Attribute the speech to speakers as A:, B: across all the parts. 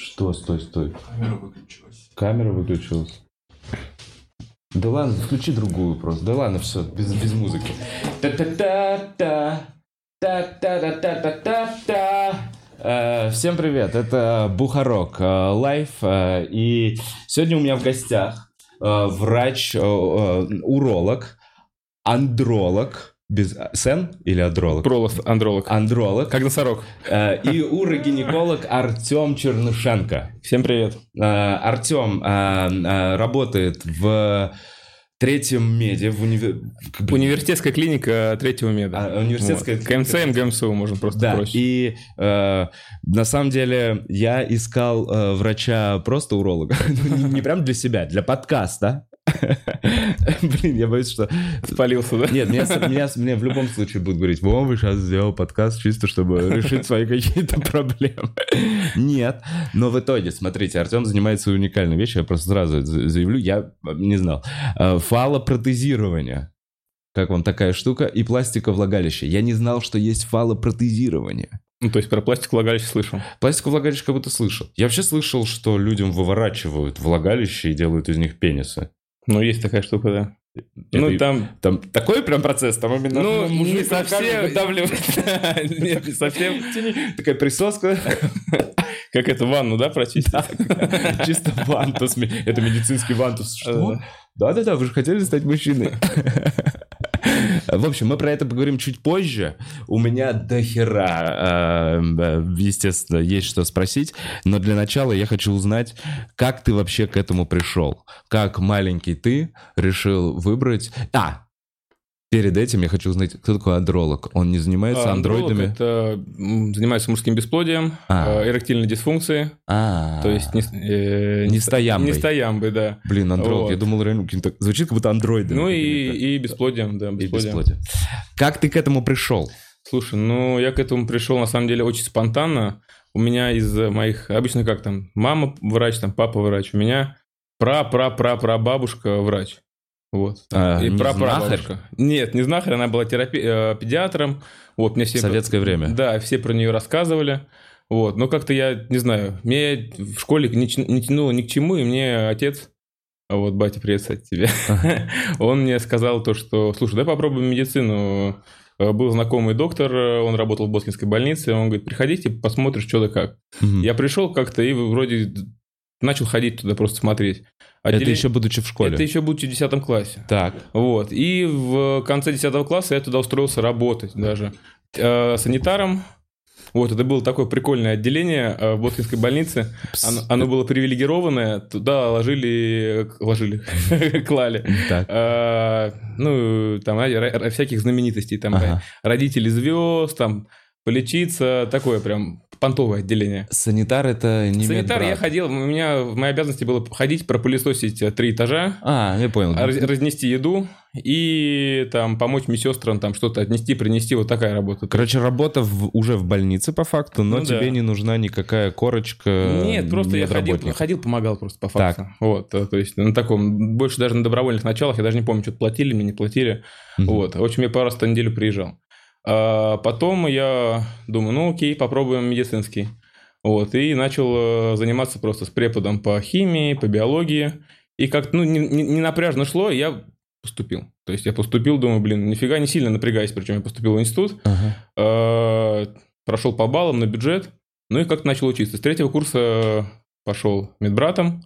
A: Что? Стой, стой.
B: Камера выключилась.
A: Камера выключилась. Да ладно, включи другую просто. Да ладно, все, без, без музыки. Та-та-та-та. Та-та-та-та-та-та-та. Э, Всем привет, это Бухарок э, Лайф. э, И сегодня у меня в гостях э, врач, э, э, уролог, андролог. Без а, Сен или адролог?
C: Пролов, андролог.
A: Андролог.
C: А Как носорог.
A: Э, И урогинеколог Артем Чернышенко.
C: Всем привет.
A: Э, Артем э, работает в третьем меде в универ- к- блин,
C: Университетская клиника третьего меда.
A: а, университетская
C: Вот.
A: клиника.
C: КМЦ, МГМСУ, можно просто
A: Да,
C: проще.
A: и э, на самом деле я искал э, врача просто уролога, Ну, не, не прям для себя, для подкаста. Блин, я боюсь, что...
C: Спалился, да?
A: Нет, меня, с- меня, с- меня в любом случае будут говорить, Вова сейчас сделал подкаст чисто, чтобы решить свои какие-то проблемы. Нет, но в итоге, смотрите, Артем занимается уникальной вещью, я просто сразу это за- заявлю, я не знал. Э, Фалопротезирование. Как вам такая штука? И пластиковлагалище. Я не знал, что есть фалопротезирование.
C: Ну, то есть про пластик влагалище слышал.
A: Пластиковлагалище как будто слышал. Я вообще слышал, что людям выворачивают влагалище и делают из них пенисы.
C: Ну, есть такая штука, да. Ну,
A: Это-
C: там...
A: там такой прям процесс, там именно...
C: Ну,
A: мужик
C: не
A: руками
C: совсем...
A: выдавливает.
C: Нет, не совсем.
A: Такая присоска,
C: Как это, ванну, да, прочистить?
A: чисто вантус. Это медицинский вантус. Что?
C: Э,
A: Да-да-да, вы же хотели стать мужчиной. В общем, мы про это поговорим чуть позже. У меня до хера, э, э, естественно, есть что спросить. Но для начала я хочу узнать, как ты вообще к этому пришел? Как маленький ты решил выбрать... А, перед этим я хочу узнать, кто такой андролог. Он не занимается
C: а, андролог
A: андроидами?
C: Это м, занимается мужским бесплодием,
A: А.
C: э, эректильной дисфункции,
A: А,
C: то есть не, с- э,
A: не
C: ст-
A: стоямбой.
C: не стоямбой, да.
A: Блин, андролог, я
C: Вот.
A: думал, реально каким-то... Звучит как будто андроид.
C: Ну и, и бесплодием, да,
A: и
C: бесплодием.
A: бесплодие. Как ты к этому пришел?
C: Слушай, ну я к этому пришел на самом деле очень спонтанно. У меня из э, моих обычно как там мама врач, там папа врач. У меня пра пра пра пра бабушка врач. Вот.
A: А,
C: И
A: не
C: прапрабабушка. Нет, не знахарь, она была терапи- э, педиатром. Вот, мне все
A: В советское время.
C: Да, все про нее рассказывали. Вот, но как-то я не знаю, мне в школе не, тя- не тянуло ни к чему, и мне отец, а вот батя, привет, кстати, тебе, он мне сказал то, что, слушай, давай попробуем медицину. Э, Был знакомый доктор, э, он работал в Боткинской больнице, он говорит, приходите, посмотришь, что да как.
A: Мгм.
C: Я пришел как-то и вроде начал ходить туда просто смотреть.
A: Это
C: Отделе-
A: еще будучи в школе.
C: Это А еще будучи в 10 классе.
A: Так.
C: Вот. И в конце 10 класса я туда устроился работать даже э, санитаром. Вот, это было такое прикольное отделение э, в Боткинской больнице.
A: Пс.
C: Оно, оно было привилегированное, туда ложили, ложили, клали.
A: Так.
C: э, ну, там, знаете, ра- ра- всяких знаменитостей, там,
A: Ага.
C: родители звезд, там, полечиться, такое прям понтовое отделение.
A: Санитар это не
C: Санитар я
A: медбрат.
C: ходил, у меня, в моей обязанности было ходить, пропылесосить э, три этажа,
A: А, я понял.
C: раз- разнести еду и там помочь медсестрам там что-то отнести, принести, вот такая работа.
A: Короче, работа в- уже в больнице по факту, но
C: Ну да.
A: тебе не нужна никакая корочка
C: Нет, просто я ходил,
A: медработника.
C: ходил, помогал просто по факту. Вот, э, то есть на таком, больше даже на добровольных началах, я даже не помню, что платили, мне не платили.
A: Мгм.
C: Вот, в общем, я пару раз на неделю приезжал. А потом я думаю, ну окей, попробуем медицинский. Вот, и начал э, заниматься просто с преподом по химии, по биологии. И как-то, ну, не, не- не напряжно шло, и я поступил. То есть я поступил, думаю, блин, нифига не сильно напрягаюсь, причем я поступил в институт.
A: Ага.
C: Э, прошел по баллам на бюджет, ну и как-то начал учиться. С третьего курса пошел медбратом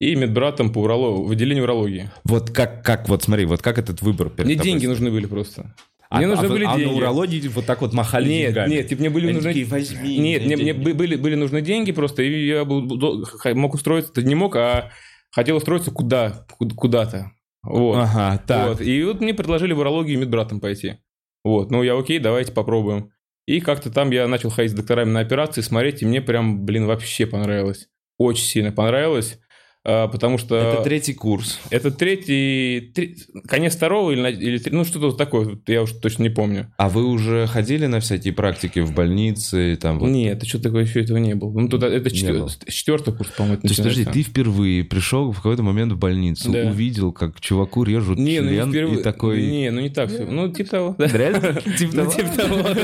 C: и медбратом по уроло... в отделении урологии.
A: Вот как, как, вот смотри, вот как этот выбор перед
C: Мне
A: тобой
C: деньги
A: стоит?
C: нужны были просто.
A: А-
C: Мне нужны
A: а вы-
C: были
A: а
C: деньги.
A: на урологии вот так вот махали
C: Нет,
A: деньгами?
C: нет, типа, мне были
A: Они
C: нужны...
A: такие, «Возьми,
C: Нет, мне,
A: мне
C: мне
A: деньги».
C: бы- были, были нужны деньги просто, и я был- дол- х- мог устроиться, ты не мог, а хотел устроиться куда, куд- куда-то. Вот.
A: Ага, А, так.
C: Вот. И вот мне предложили в урологию медбратом пойти. Вот, ну я окей, давайте попробуем. И как-то там я начал ходить с докторами на операции, смотреть, и мне прям, блин, вообще понравилось. Очень сильно понравилось. а, потому что...
A: Это третий курс.
C: Это третий, тре- конец второго или, на- или три- ну что-то вот такое, вот я уж точно не помню.
A: А вы уже ходили на всякие практики в больнице? и Там, вот?
C: Нет, что такое еще этого не было. Ну туда это
A: Не
C: четвер-
A: было.
C: с- четвертый курс, по-моему, это
A: То есть, подожди,
C: начинается.
A: ты впервые пришел в какой-то момент в больницу,
C: Да.
A: увидел, как чуваку режут
C: не, ну не
A: член
C: впервые.
A: и такой...
C: Не, ну не так все. Ну, типа того. да.
A: Реально? Типа
C: Ну,
A: того?
C: типа того, да.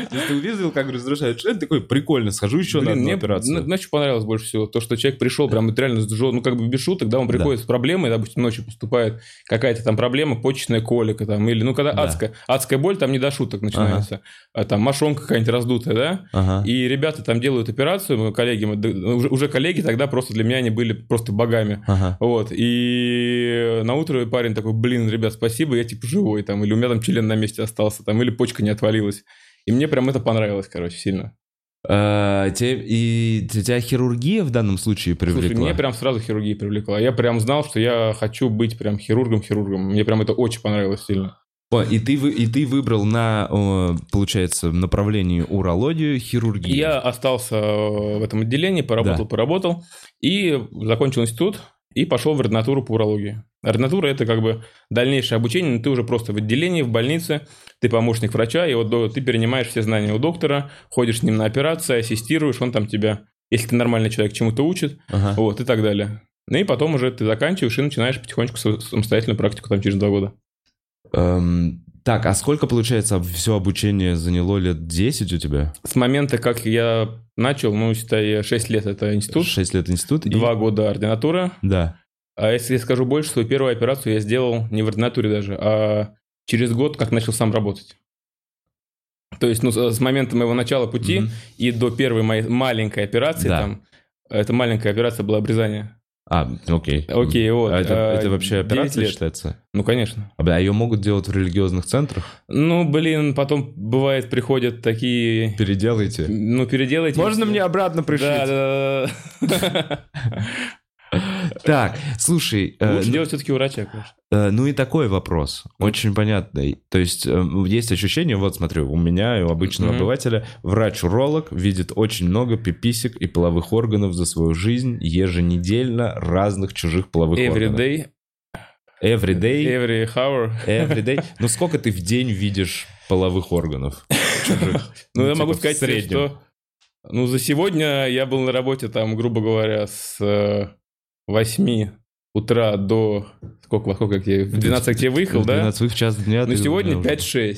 A: То есть ты увидел, как разрушают член, такой, прикольно, схожу еще на
C: Блин,
A: одну
C: мне,
A: операцию.
C: на- знаешь, что понравилось больше всего? То, что человек пришел прям вот реально с джо- ну как бы без шуток, да, он приходит с проблемой, допустим, ночью поступает какая-то там проблема, почечная колика там, или, ну, когда
A: Да.
C: адская, адская боль, там не до шуток начинается. А, там мошонка какая-нибудь раздутая, да?
A: Ага.
C: И ребята там делают операцию, мы коллеги, мы д- уже, уже коллеги тогда просто для меня они были просто богами.
A: Ага.
C: Вот, и на утро парень такой, блин, ребят, спасибо, я типа живой, там, или у меня там член на месте остался, там, или почка не отвалилась. И мне прям это понравилось, короче, сильно.
A: А, те- И т- тебя хирургия в данном случае привлекла?
C: Слушай, меня прям сразу хирургия привлекла. Я прям знал, что я хочу быть прям хирургом-хирургом. Мне прям это очень понравилось сильно.
A: О, и, ты, вы- и ты выбрал на, о, получается, направлении урологию хирургию.
C: И я остался э, в этом отделении, поработал,
A: Да.
C: поработал, и закончил институт, и пошел в ординатуру по урологии. Ординатура – это как бы дальнейшее обучение, но ты уже просто в отделении, в больнице, ты помощник врача, и вот до- ты перенимаешь все знания у доктора, ходишь с ним на операции, ассистируешь, он там тебя, если ты нормальный человек, чему-то учит,
A: Ага.
C: вот, и так далее. Ну и потом уже ты заканчиваешь и начинаешь потихонечку свою самостоятельную практику там через два года.
A: Эм, так, а сколько, получается, все обучение заняло лет 10 у тебя?
C: С момента, как я начал, ну, считай, 6 лет это институт,
A: 6 лет институт? и-
C: 2 года ординатура.
A: Да.
C: А если я скажу больше, свою первую операцию я сделал не в ординатуре даже, а через год, как начал сам работать. То есть, ну, с с момента моего начала пути
A: Мгм.
C: и до первой моей маленькой операции
A: Да.
C: там, это маленькая операция была обрезание.
A: А, окей.
C: Окей, вот.
A: А это,
C: э,
A: это вообще
C: 9
A: операция
C: лет.
A: считается?
C: Ну, конечно.
A: А бля, ее могут делать в религиозных центрах?
C: Ну, блин, потом бывает приходят такие...
A: Переделайте.
C: Ну, переделайте.
A: обратно
C: Да, да, да.
A: Так, слушай, э,
C: Лучше
A: ну,
C: делать все-таки врача, конечно.
A: э, ну и такой вопрос, очень понятный. То есть э, есть ощущение, вот смотрю, у меня и у обычного
C: Мгм.
A: обывателя врач-уролог видит очень много пиписек и половых органов за свою жизнь еженедельно разных чужих половых
C: Every
A: органов.
C: day, Э,
A: Every day.
C: every hour.
A: Every day. Ну сколько ты в день видишь половых органов чужих?
C: Ну, я
A: типа,
C: могу
A: в
C: сказать, тебе,
A: среднем.
C: что... Ну, за сегодня я был на работе, там, грубо говоря, с э, 8 утра до... Сколько, во сколько я к тебе- В 12 я к тебе выехал,
A: В
C: да?
A: 12 их час дня.
C: Ну,
A: ты
C: сегодня
A: у меня
C: 5-6.
A: уже-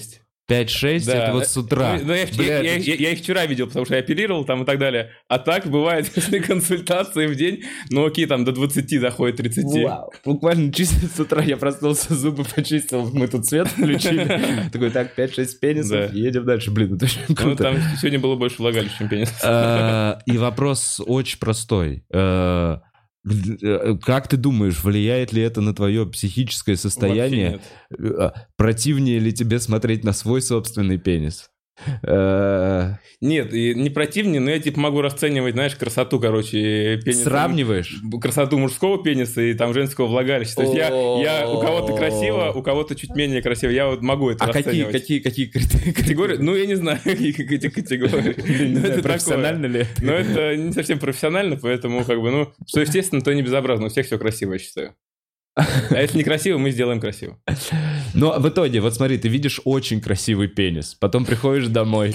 A: 5-6,
C: Да.
A: это вот с утра.
C: Ну, ну, я, в- я-
A: Бля,
C: я-
A: это-
C: я- я их вчера видел, потому что я оперировал там и так далее. А так бывает, если консультации в день, ну окей, там до 20 доходит 30.
A: Вау. Буквально чисто с утра я проснулся, зубы почистил, мы тут свет включили. Такой, так, 5-6
C: Да.
A: пенисов, едем дальше. Блин, это очень
C: Ну,
A: круто.
C: там сегодня было больше влагалищ, чем пенис.
A: Э, И вопрос очень простой. Э, г- э, Как ты думаешь, влияет ли это на твое психическое состояние?
C: Вообще
A: Э, Противнее ли тебе смотреть на свой собственный пенис? Э,
C: Нет, Нет, и не противнее, но я типа могу расценивать, знаешь, красоту, короче, пениса.
A: Сравниваешь?
C: красоту мужского пениса и там женского влагалища. То есть я, я у кого-то красиво, у кого-то чуть менее красиво. Я вот могу это
A: А какие,
C: расценивать.
A: какие, какие критерии?
C: категории? Ну, я не знаю, какие эти категории.
A: Не
C: Но
A: знаю,
C: это
A: профессионально
C: такое.
A: ли?
C: Но это не совсем профессионально, поэтому как бы, ну, что естественно, то не безобразно. У всех все красиво, я считаю. А если не красиво, мы сделаем красиво.
A: Но в итоге, вот смотри, ты видишь очень красивый пенис, потом приходишь домой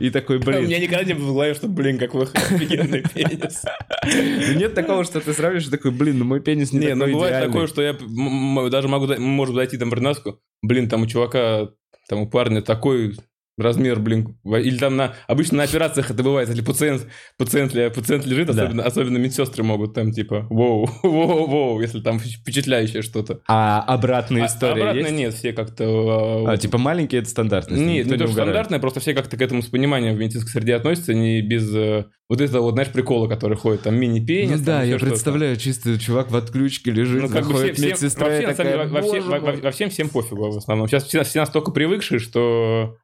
A: и такой,
C: У
A: блин,
C: меня никогда не было в голове, что, блин, какой офигенный пенис.
A: ну нет такого, что ты сравнишь и такой, блин, ну мой пенис не,
C: Не, ну
A: такой
C: бывает
A: идеальный».
C: такое, что я п- м- м- даже могу, да- может зайти там в Ренаску, блин, там у чувака, там у парня такой размер, блин, во- или там на, обычно на операциях это бывает, если пациент, пациент, ли- пациент лежит,
A: Да.
C: особенно, особенно медсестры могут там типа, воу, воу, воу, если там впечатляющее что-то.
A: А обратная
C: А-
A: история
C: обратно
A: есть?
C: нет, все как-то... э,
A: А, типа маленькие это стандартно? если
C: Нет,
A: никто
C: не то, что
A: угорает.
C: стандартное, просто все как-то к этому с пониманием в медицинской среде относятся, не без э, вот этого, вот, знаешь, прикола, который ходит, там, мини-пенис.
A: Ну
C: там
A: да,
C: еще
A: я
C: что-то.
A: представляю, чисто чувак в отключке лежит,
C: Ну, как бы все,
A: заходит
C: всем,
A: медсестра
C: вообще,
A: и
C: на самом деле,
A: такая,
C: во- во всем-
A: «Боже
C: во-
A: мой».
C: во всем всем пофигу в основном. Сейчас все, все настолько привыкшие, что...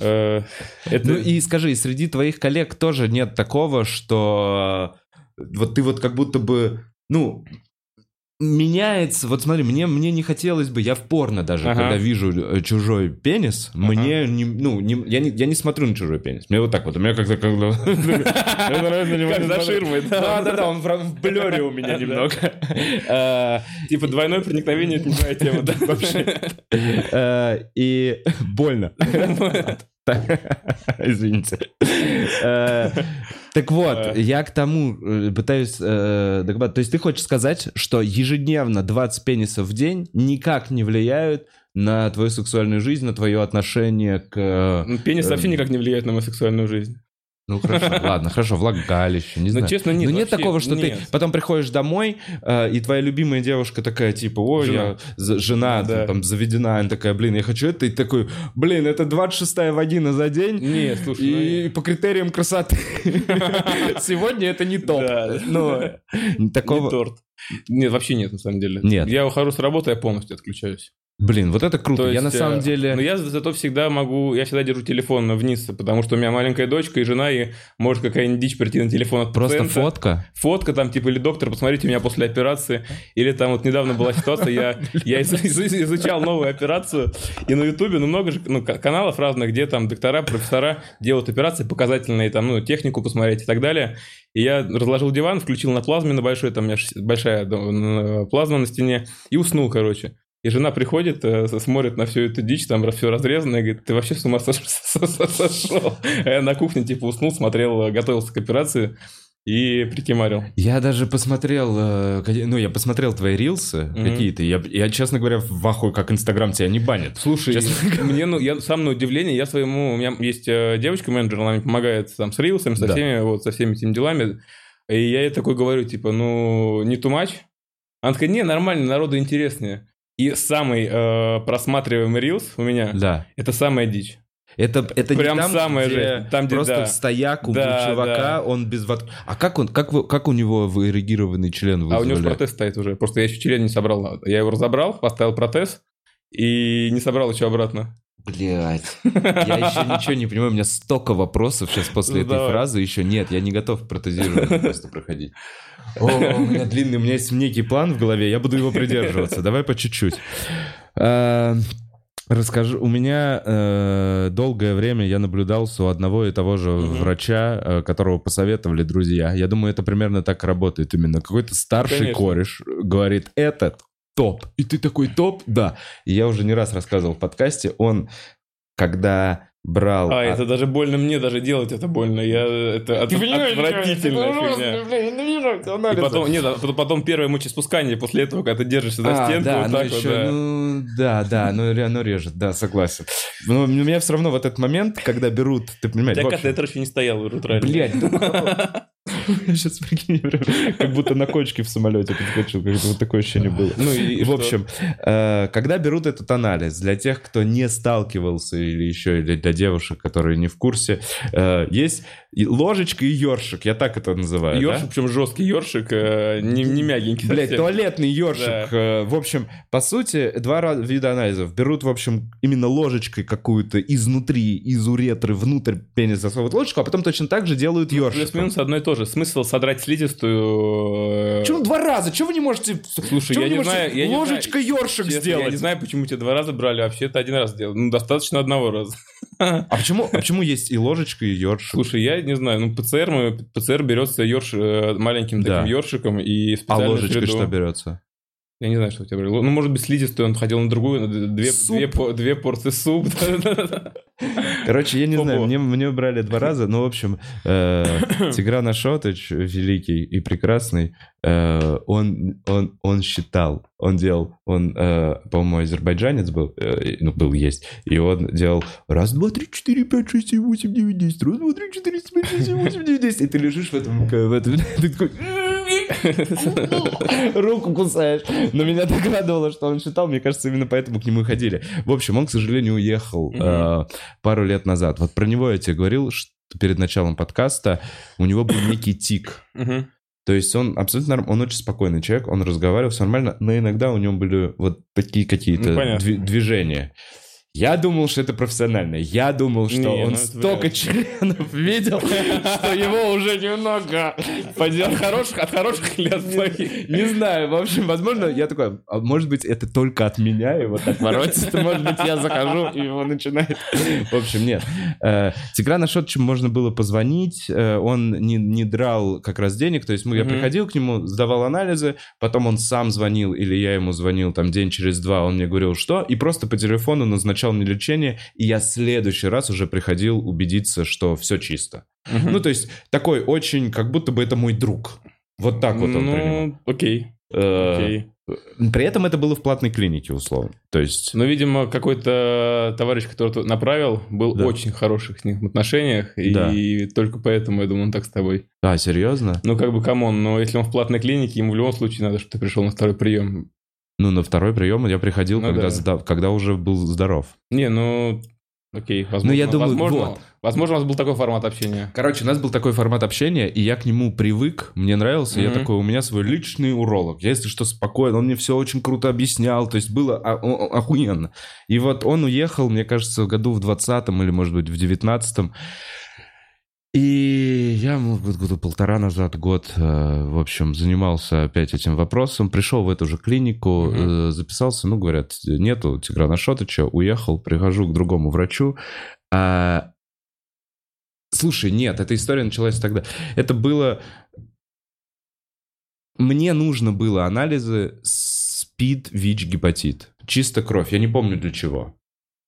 C: э, это...
A: Ну и скажи, среди твоих коллег тоже нет такого, что э, вот ты вот как будто бы, ну, меняется. Вот смотри, мне, мне не хотелось бы, я в порно даже,
C: Ага.
A: когда вижу э, чужой пенис, мне не, ну, не, я, не, я не смотрю на чужой пенис. Мне вот так вот, у меня как-то... как-то- Мне нравится на него
C: Как
A: не
C: за
A: смотреть.
C: ширмой, да.
A: Да-да-да, он прям в блюре у меня немного. Э,
C: Типа двойное проникновение это не твоя тема, да, вообще.
A: Э, И больно. Извините. Э, Так вот,
C: Э.
A: я к тому э, пытаюсь э, докопаться. То есть ты хочешь сказать, что ежедневно 20 пенисов в день никак не влияют на твою сексуальную жизнь, на твое отношение к... э,
C: Ну, Пенис вообще никак не влияет на мою сексуальную жизнь.
A: Ну хорошо, ладно, хорошо, влагалище, не
C: Ну,
A: знаю.
C: честно, нет,
A: Ну нет
C: вообще
A: такого, что
C: нет.
A: ты потом приходишь домой, э, и твоя любимая девушка такая, типа, ой,
C: Жена.
A: я за- жена,
C: Да.
A: там, заведена, она такая, блин, я хочу это, и такой, блин, это 26-я вагина за день,
C: Нет, слушай, ну,
A: и по критериям красоты сегодня это не топ.
C: Да.
A: Ну,
C: Не
A: такого...
C: торт. Нет, вообще нет, на самом деле.
A: Нет.
C: Я ухожу с работы, я полностью отключаюсь.
A: Блин, вот это круто, я
C: есть,
A: на самом
C: э, Но
A: деле...
C: я за- зато всегда могу, я всегда держу телефон вниз, потому что у меня маленькая дочка и жена, и может какая-нибудь дичь прийти на телефон от
A: Просто
C: пациента.
A: фотка.
C: Фотка там, типа, или доктор, посмотрите меня после операции. Или там вот недавно была ситуация, я, я из- из- из- изучал новую операцию, и на Ютубе, ну, много же ну, к- каналов разных, где там доктора, профессора делают операции показательные, там, ну, технику посмотреть и так далее. И я разложил диван, включил на плазме на большой, там у меня шесть- большая да, м, плазма на стене, и уснул, короче. И жена приходит, э, с- смотрит на всю эту дичь, там все разрезано, и говорит, ты вообще с ума сош- со- со- сошел. А я на кухне, типа, уснул, смотрел, э, готовился к операции и прикимарил.
A: Я даже посмотрел, э, какие- ну, я посмотрел твои рилсы
C: Мгм.
A: какие-то, я, я, честно говоря, в ахуе, как Инстаграм тебя не банит.
C: Слушай,
A: Честно
C: мне, ну, я сам на удивление, я своему, у меня есть э, девочка-менеджер, она мне помогает там с рилсами, со
A: Да.
C: всеми, вот, со всеми этими делами, и я ей такой говорю, типа, ну, не too much. Она такая, не, нормально, народу интереснее. И самый э, просматриваемый рилс у меня,
A: Да.
C: это самая дичь.
A: Это, это
C: Прям
A: не там,
C: самая
A: где
C: жесть. Там, где,
A: просто
C: да.
A: в стояк у
C: Да,
A: чувака,
C: да.
A: он без вод... А как он, как, вы- как у него вырегированный член вызвали?
C: А у него же протез стоит уже, просто я еще член не собрал. Я его разобрал, поставил протез и не собрал еще обратно.
A: Блять. Я еще ничего не понимаю, у меня столько вопросов сейчас
C: Ну
A: после этой
C: Задавай.
A: фразы еще нет, я не готов протезирование просто проходить. О, у меня длинный, у меня есть некий план в голове, я буду его придерживаться. Давай по чуть-чуть. Э, Расскажу, у меня э, долгое время я наблюдался у одного и того же
C: Мгм.
A: врача, э, которого посоветовали друзья. Я думаю, это примерно так работает именно. Какой-то старший
C: Конечно.
A: кореш говорит, этот топ. И ты такой топ? Да. И я уже не раз рассказывал в подкасте, он, когда брал...
C: А,
A: от-
C: это даже больно мне даже делать это больно. Я, э, это от- отвратительная фигня. И потом, нет, а потом, потом первое мочеиспускание после этого, когда ты держишься за
A: А,
C: стенку,
A: да,
C: вот
A: ну
C: так
A: еще,
C: вот, да.
A: ну, да, да, ну, ре- оно режет, да, согласен. Но у меня все равно в этот момент, когда берут, ты
C: У
A: понимаешь,
C: тебя
A: в общем,
C: катетер еще не стоял, вот реально.
A: Блядь, сейчас прикинь, я прям как будто на кочке в самолете подскочил, как вот такое ощущение было.
C: Ну и,
A: в
C: что?
A: общем, э, когда берут этот анализ, для тех, кто не сталкивался или еще или для девушек, которые не в курсе, э, есть и ложечка и ёршик, я так это называю. да?
C: Ёршик, причем жесткий ёршик, э, не, не мягенький.
A: Блять,
C: совсем.
A: туалетный
C: Да.
A: ёршик. Э, В общем, по сути, два ра- вида анализов. Берут, в общем, именно ложечкой какую-то изнутри, из уретры, внутрь пенис засовывают ложечку, а потом точно так же делают ёршик.
C: Ну,
A: ну.
C: Плюс-минус одно и то же. Смысл содрать слизистую... э,
A: Почему два раза? Чего вы не можете...
C: Слушай,
A: чего
C: я
A: вы
C: не
A: можете
C: знаю, я не знаю.
A: Ложечка ёршик
C: честно, Я не
A: сделать.
C: знаю, почему тебя два раза брали, вообще это один раз делал. Ну, достаточно одного раза.
A: А почему, а почему есть и ложечка, и ёршик?
C: Слушай, я не знаю, ну, ПЦР, мы- ПЦР берется ёрш, э, маленьким
A: Да.
C: таким ёршиком и
A: А
C: специально
A: ложечка
C: среду.
A: что берется? я
C: Я не знаю, что у тебя было. Ну, может быть, слизистую он хотел на другую, на д- две,
A: Суп.
C: две, по- две порции суп. да-да-да.
A: Короче, я не
C: Ого.
A: знаю, мне, мне брали два раза, но, в общем, э, Тигран Ашотович, великий и прекрасный, э, он, он, он считал, он делал, он, э, по-моему, азербайджанец был, э, ну, был, есть, и он делал раз, два, три, четыре, пять, шесть, семь, восемь, девять, десять, раз, два, три, четыре, пять, шесть, семь, восемь, девять, десять, и ты лежишь в этом, э, в этом, ты такой, руку кусаешь. Но меня так радовало, что он считал. Мне кажется, именно поэтому к нему и ходили. В общем, он, к сожалению, уехал
C: Мгм.
A: э, пару лет назад. Вот про него я тебе говорил, что перед началом подкаста у него был некий тик.
C: Мгм.
A: То есть он абсолютно норм- он очень спокойный человек, он разговаривал все нормально, но иногда у него были вот такие какие-то
C: Ну, понятно.
A: дви- движения. Я думал, что это профессионально. Я думал, что
C: Не, ну
A: он
C: это
A: столько
C: вряд
A: членов видел, что его уже немного подел хороших, от хороших или от плохих. Не знаю, в общем, возможно, я такой, а может быть, это только от меня его так воротит, может быть, я захожу, и его начинает. В общем, нет. Э, Тиграна Шотчу можно было позвонить, э, он не, не драл как раз денег, то есть мы, я
C: Мгм.
A: приходил к нему, сдавал анализы, потом он сам звонил, или я ему звонил там день через два, он мне говорил, что, и просто по телефону назначал мне лечение, и я в следующий раз уже приходил убедиться, что все чисто. Ну, то есть такой очень, как будто бы это мой друг. Вот так вот он принимал.
C: Ну, окей,
A: Э,
C: окей.
A: При этом это было в платной клинике, условно. То есть...
C: Ну, видимо, какой-то товарищ, который тут направил, был
A: Да.
C: очень хороших с ним в отношениях, и
A: Да.
C: только поэтому, я думаю, он так с тобой.
A: А, серьезно?
C: Ну, как бы, камон, но если он в платной клинике, ему в любом случае надо, чтобы ты пришел на второй прием.
A: Ну, на второй прием я приходил,
C: Ну
A: когда,
C: да.
A: сда- когда уже был здоров.
C: Не, ну, окей, возможно.
A: Ну, я думаю,
C: возможно,
A: вот.
C: возможно, у вас был такой формат общения.
A: Короче, у нас был такой формат общения, и я к нему привык, мне нравился. Я
C: Мгм.
A: такой, у меня свой личный уролог. Я, если что, спокойно. Он мне все очень круто объяснял. То есть было а- о- о- охуенно. И вот он уехал, мне кажется, году в 20-м или, может быть, в 19-м. И я, может быть, года полтора назад, год, э, в общем, занимался опять этим вопросом. Пришел в эту же клинику,
C: Мгм.
A: э, записался. Ну, говорят, нету Тиграна Шотыча. Уехал, прихожу к другому врачу. а, Слушай, нет, эта история началась тогда. Это было... Мне нужно было анализы СПИД, ВИЧ, гепатит. Чисто кровь. Я не помню для чего.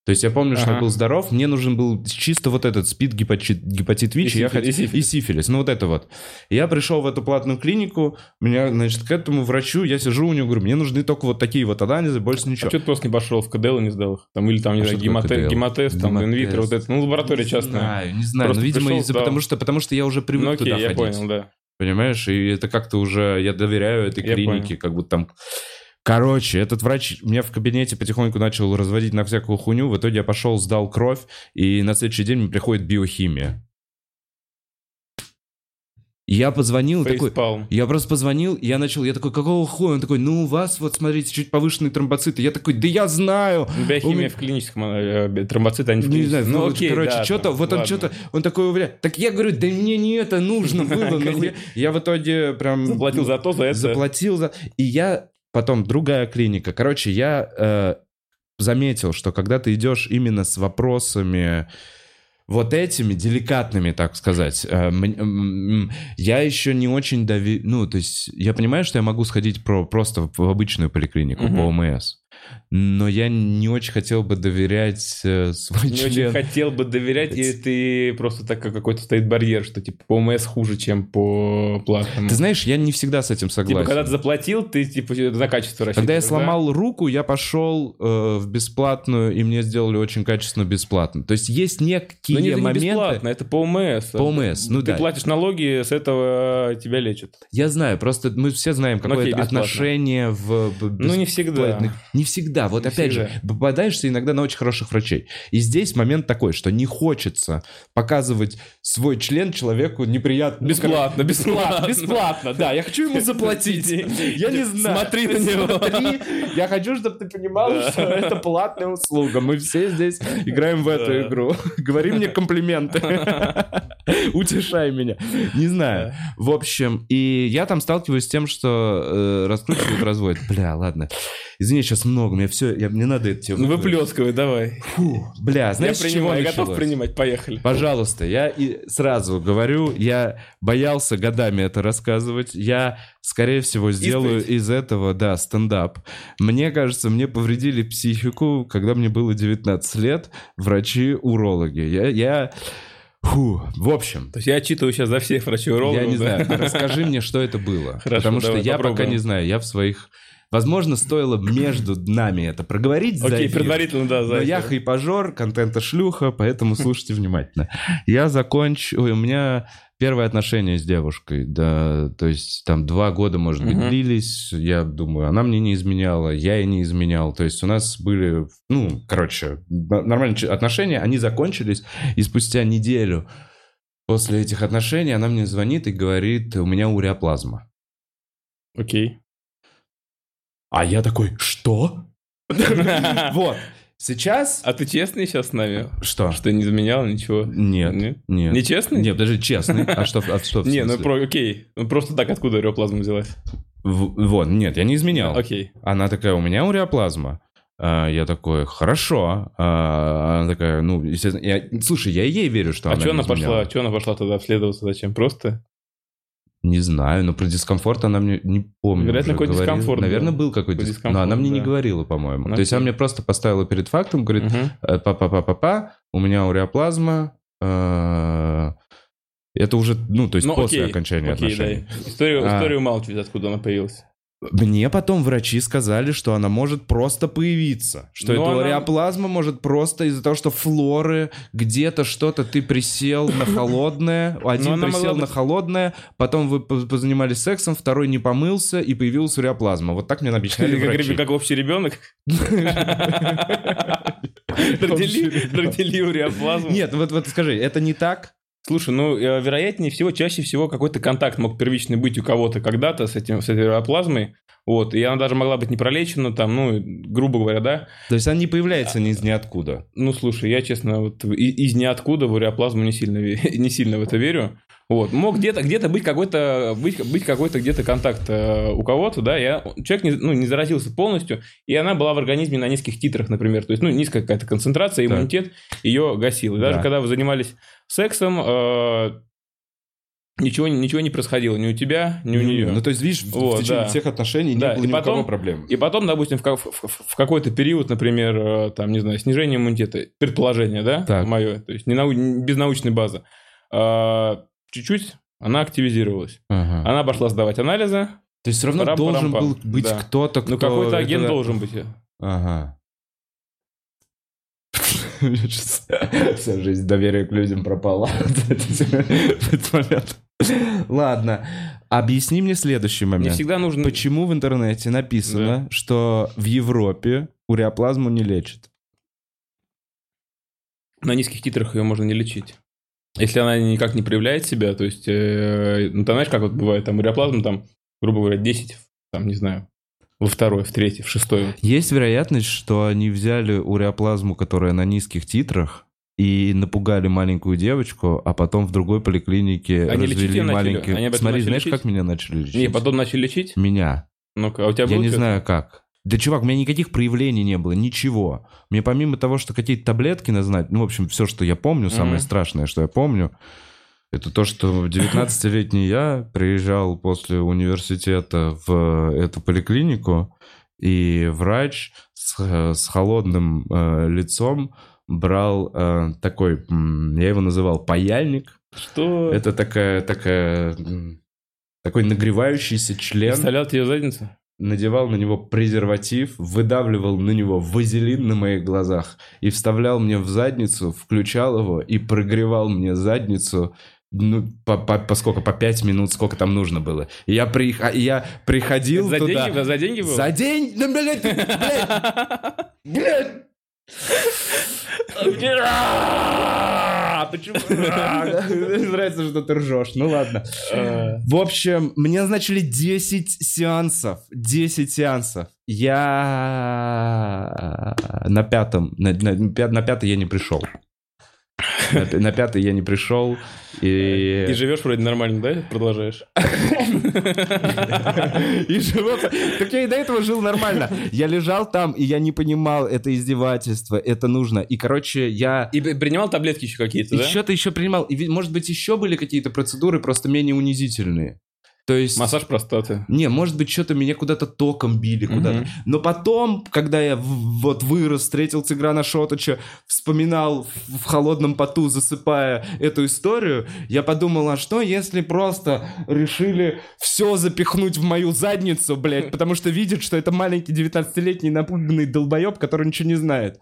A: То есть я помню, что я
C: Ага.
A: был здоров. Мне нужен был чисто вот этот СПИД, гепатит, гепатит ВИЧ.
C: И
A: я
C: сифили-
A: хотел-
C: и сифилис.
A: и сифилис. Ну вот это вот. Я пришел в эту платную клинику. Меня, значит, к этому врачу. Я сижу у него, говорю, мне нужны только вот такие вот анализы, больше
C: А
A: ничего.
C: что ты просто не пошел в КДЛ и не сдал их? Там, или там, не
A: А
C: знаю,
A: что такое
C: гемате-
A: КДЛ?
C: гемотест, там,
A: Гемотест.
C: инвитро, вот это. Ну, лаборатория
A: Не
C: частная.
A: знаю, не знаю.
C: Просто
A: ну, видимо,
C: пришел,
A: из-за-
C: сдал.
A: потому, что, потому что я уже привык
C: Ну, окей,
A: туда
C: я
A: ходить.
C: понял, да.
A: Понимаешь, и это как-то уже я доверяю этой
C: Я
A: клинике, как будто там. Короче, этот врач меня в кабинете потихоньку начал разводить на всякую хуйню. В итоге я пошел, сдал кровь, и на следующий день мне приходит биохимия. Я позвонил, Ну, такой,
C: Фейспалм.
A: я просто позвонил, и я начал, я такой, какого хуя? Он такой, ну у вас, вот смотрите, чуть повышенные тромбоциты. Я такой, да я знаю, У меня-
C: Биохимия в клиническом, э, э, тромбоциты, они в
A: не
C: клиническом.
A: знаю, ну,
C: окей,
A: короче,
C: да,
A: что-то,
C: там,
A: вот он
C: ладно.
A: что-то, он такой уверяет. Так я говорю, да мне не это нужно было. нахуя». Я в итоге прям...
C: Заплатил за то, за это.
A: Заплатил за... И я... Потом другая клиника. Короче, я э, заметил, что когда ты идешь именно с вопросами вот этими, деликатными, так сказать, э, мн- м, я еще не очень дови... Ну, то есть я понимаю, что я могу сходить про... просто в- в обычную поликлинику
C: Мгм.
A: по ОМС, но я не очень хотел бы доверять э, свой
C: Ну, Не очень
A: член.
C: хотел бы доверять, и
A: Блядь.
C: ты просто так как какой-то стоит барьер, что типа по ОМС хуже, чем по платному.
A: Ты знаешь, я не всегда с этим согласен.
C: типа, когда ты заплатил, ты типа на качество рассчитываешь.
A: А Когда я
C: да?
A: сломал руку, я пошел э, в бесплатную, и мне сделали очень качественно бесплатно. То есть есть некие
C: Ну, нет, это не
A: моменты.
C: бесплатно, это по ОМС.
A: По ОМС, ну
C: ты
A: да.
C: платишь налоги, с этого тебя лечат.
A: Я знаю, просто мы все знаем,
C: Ну,
A: какое
C: окей,
A: это
C: бесплатно.
A: отношение в б-
C: Ну, не всегда.
A: бесплатных- Не всегда. Вот
C: Не
A: опять же,
C: всегда.
A: попадаешься иногда на очень хороших врачей. И здесь момент такой, что не хочется показывать свой член человеку неприятно. Ну, короче,
C: Бесплатно, бесплатно.
A: бесплатно, да. Я хочу ему заплатить. Я не знаю.
C: Смотри на него.
A: Смотри. Я хочу, чтобы ты понимал,
C: Да.
A: что это платная услуга. Мы все здесь играем в
C: Да.
A: эту игру. Говори мне комплименты. Утешай меня. Не знаю. В общем, и я там сталкиваюсь с тем, что э, раскручивают, разводят. Бля, ладно. Извини, сейчас много. Мне все, я, мне надо это тебе
C: Ну,
A: выплю.
C: выплескивай, давай.
A: Бля, знаешь, с
C: я
A: чего
C: принимаю, я готов
A: началось?
C: принимать, поехали.
A: Пожалуйста, я и сразу говорю, я боялся годами это рассказывать. Я, скорее всего, сделаю
C: Исповедь.
A: из этого, да, стендап. Мне кажется, мне повредили психику, когда мне было 19 лет, врачи-урологи. Я, я... Фу. В общем,
C: То есть я отчитываю сейчас за всех врачей-урологов.
A: я не
C: да?
A: знаю. Расскажи мне, что это было.
C: Хорошо,
A: Потому что
C: давай,
A: я пока
C: попробуем.
A: не знаю. Я в своих... Возможно, стоило между нами это проговорить. за
C: Окей,
A: эфир.
C: предварительно, да, за
A: Но я
C: эфир.
A: хайпажор, контента шлюха, поэтому слушайте внимательно. Я закончу... Ой, у меня первое отношение с девушкой, да, то есть там два года, может быть,
C: Мгм.
A: длились, я думаю, она мне не изменяла, я ей не изменял, то есть у нас были, ну, короче, н- нормальные ч- отношения, они закончились, и спустя неделю после этих отношений она мне звонит и говорит, у меня уреоплазма.
C: Окей.
A: А я такой, что? Вот. Сейчас...
C: А ты честный сейчас с нами?
A: Что?
C: А Что не заменял ничего?
A: Нет,
C: Не?
A: нет. Нет,
C: Не честный?
A: подожди, честный. А что, а что в
C: Хм. Не, ну
A: смысле?
C: про, окей. Ну, Просто так, откуда реоплазма взялась?
A: В- вот, нет, я не изменял.
C: Окей.
A: Она такая, у меня уреоплазма. А, я такой, хорошо. А, она такая, ну, естественно... я- слушай, я и ей верю, что
C: А
A: она
C: что
A: не
C: она
A: изменяла.
C: пошла? Что она пошла тогда обследоваться? Зачем? Просто?
A: Не знаю, но про дискомфорт она мне не помню.
C: Вероятно,
A: уже
C: какой
A: говорила.
C: дискомфорт был.
A: Наверное, был какой-то
C: Какой
A: дискомфорт. Но
C: дискомфорт,
A: она мне не
C: да.
A: говорила, по-моему.
C: Ну,
A: То есть она
C: окей.
A: мне просто поставила перед фактом, говорит,
C: Мгм.
A: э, папа-папа-па, у меня уреоплазма. э, Это уже, ну, то есть
C: Ну,
A: после
C: окей,
A: окончания
C: Окей, да.
A: отношений.
C: Историю,
A: А.
C: историю умалчивать, откуда она появилась.
A: Мне потом врачи сказали, что она может просто появиться. Что
C: Но
A: эта
C: она-
A: уреоплазма может просто из-за того, что флоры, где-то что-то ты присел на холодное, один
C: она могла
A: присел на
C: быть-
A: холодное, потом вы поз- позанимались сексом, второй не помылся, и появилась уреоплазма. Вот так мне объясняли
C: Как-
A: врачи.
C: Как общий ребенок? Родили родили уреоплазму.
A: Нет, ну вот, вот скажи, это не так?
C: Слушай, ну, э, вероятнее всего, чаще всего какой-то контакт мог первичный быть у кого-то когда-то с этим, с этой уреоплазмой. Вот, и она даже могла быть не пролечена, там, ну, грубо говоря, да.
A: То есть она не
C: А,
A: появляется ни из ниоткуда.
C: Ну, слушай, я, честно, вот и- из ниоткуда в уреоплазму не сильно, ве- не сильно в это верю. Вот, мог где-то где быть какой-то, быть, быть какой-то где-то контакт э, у кого-то, да, я, человек не, ну, не заразился полностью, и она была в организме на низких титрах, например, то есть, ну, низкая какая-то концентрация,
A: Так.
C: иммунитет ее гасил. И даже
A: Да.
C: когда вы занимались сексом, э, ничего, ничего не происходило ни у тебя, ни у нее.
A: Ну, то есть, видишь, в- в
C: Вот,
A: течение
C: да.
A: всех отношений
C: Да,
A: не было
C: и
A: ни у кого
C: потом-
A: проблем.
C: И потом, допустим, в, ка- в- в- в какой-то период, например, э, там, не знаю, снижение иммунитета, предположение, да,
A: Так.
C: мое, то есть не нау- не- без научной базы, а, чуть-чуть она активизировалась.
A: Ага.
C: Она пошла сдавать анализы,
A: То есть все равно должен
C: Парам-парам-пам.
A: был быть
C: Да.
A: кто-то, кто...
C: ну какой-то
A: это-
C: агент должен быть.
A: Ага. Вся жизнь доверия к людям пропала в этот момент. Ладно, объясни мне следующий
C: Не
A: момент.
C: всегда нужно...
A: Почему в интернете написано, что в Европе уреоплазму не лечат?
C: На низких титрах ее можно не лечить. Если она никак не проявляет себя, то есть, э, ну, ты знаешь, как вот бывает, там, уреоплазма, там, грубо говоря, 10, там, не знаю, во второй, в третий, в шестой.
A: Есть вероятность, что они взяли уреоплазму, которая на низких титрах, и напугали маленькую девочку, а потом в другой поликлинике
C: Они лечить
A: развели
C: её начали?
A: маленькую...
C: Они об этом
A: Смотри,
C: начали
A: знаешь,
C: лечить?
A: как меня начали лечить?
C: Не, потом начали лечить.
A: Меня.
C: Ну-ка, а у тебя
A: Я
C: было
A: не
C: что-то?
A: знаю как. Да, чувак, у меня никаких проявлений не было, ничего. Мне помимо того, что какие-то таблетки назнать, ну, в общем, все, что я помню, самое
C: Мгм.
A: страшное, что я помню, это то, что 19-летний я приезжал после университета в э, эту поликлинику, и врач с, э, с холодным э, лицом брал э, такой, м, я его называл паяльник.
C: Что?
A: Это такая, такая, м, такой нагревающийся член
C: Представлял тебе в задницу?
A: надевал на него презерватив, выдавливал на него вазелин на моих глазах и вставлял мне в задницу, включал его и прогревал мне задницу, ну, по, по, по сколько, по 5 минут, сколько там нужно было. И я, при, я приходил
C: за
A: туда...
C: деньги, за деньги было?
A: За день? Да, блядь, блядь, блядь. А, Почему? А, Мне нравится, что ты ржешь. Ну ладно.
C: Э,
A: В общем, мне назначили 10 сеансов. 10 сеансов. Я на пятом, на, на- на пя- на пятый я не пришел. На, пя- на пятый я не пришел.
C: И
A: И,
C: живешь вроде нормально, да? Продолжаешь.
A: Э, и живот. Так я и до этого жил нормально. Я лежал там, и я не понимал, это издевательство, это нужно. И, короче, я...
C: И п- принимал таблетки еще какие-то, да?
A: Еще ты еще принимал. И, ведь, может быть, еще были какие-то процедуры, просто менее унизительные. То есть...
C: Массаж простаты.
A: Не, может быть, что-то меня куда-то током били, куда-то.
C: Мгм.
A: Но потом, когда я в- вот вырос, встретил Тиграна Шоточа, вспоминал в, в холодном поту, засыпая эту историю, я подумал, а что, если просто решили все запихнуть в мою задницу, блядь, потому что видят, что это маленький 19-летний напуганный долбоеб, который ничего не знает.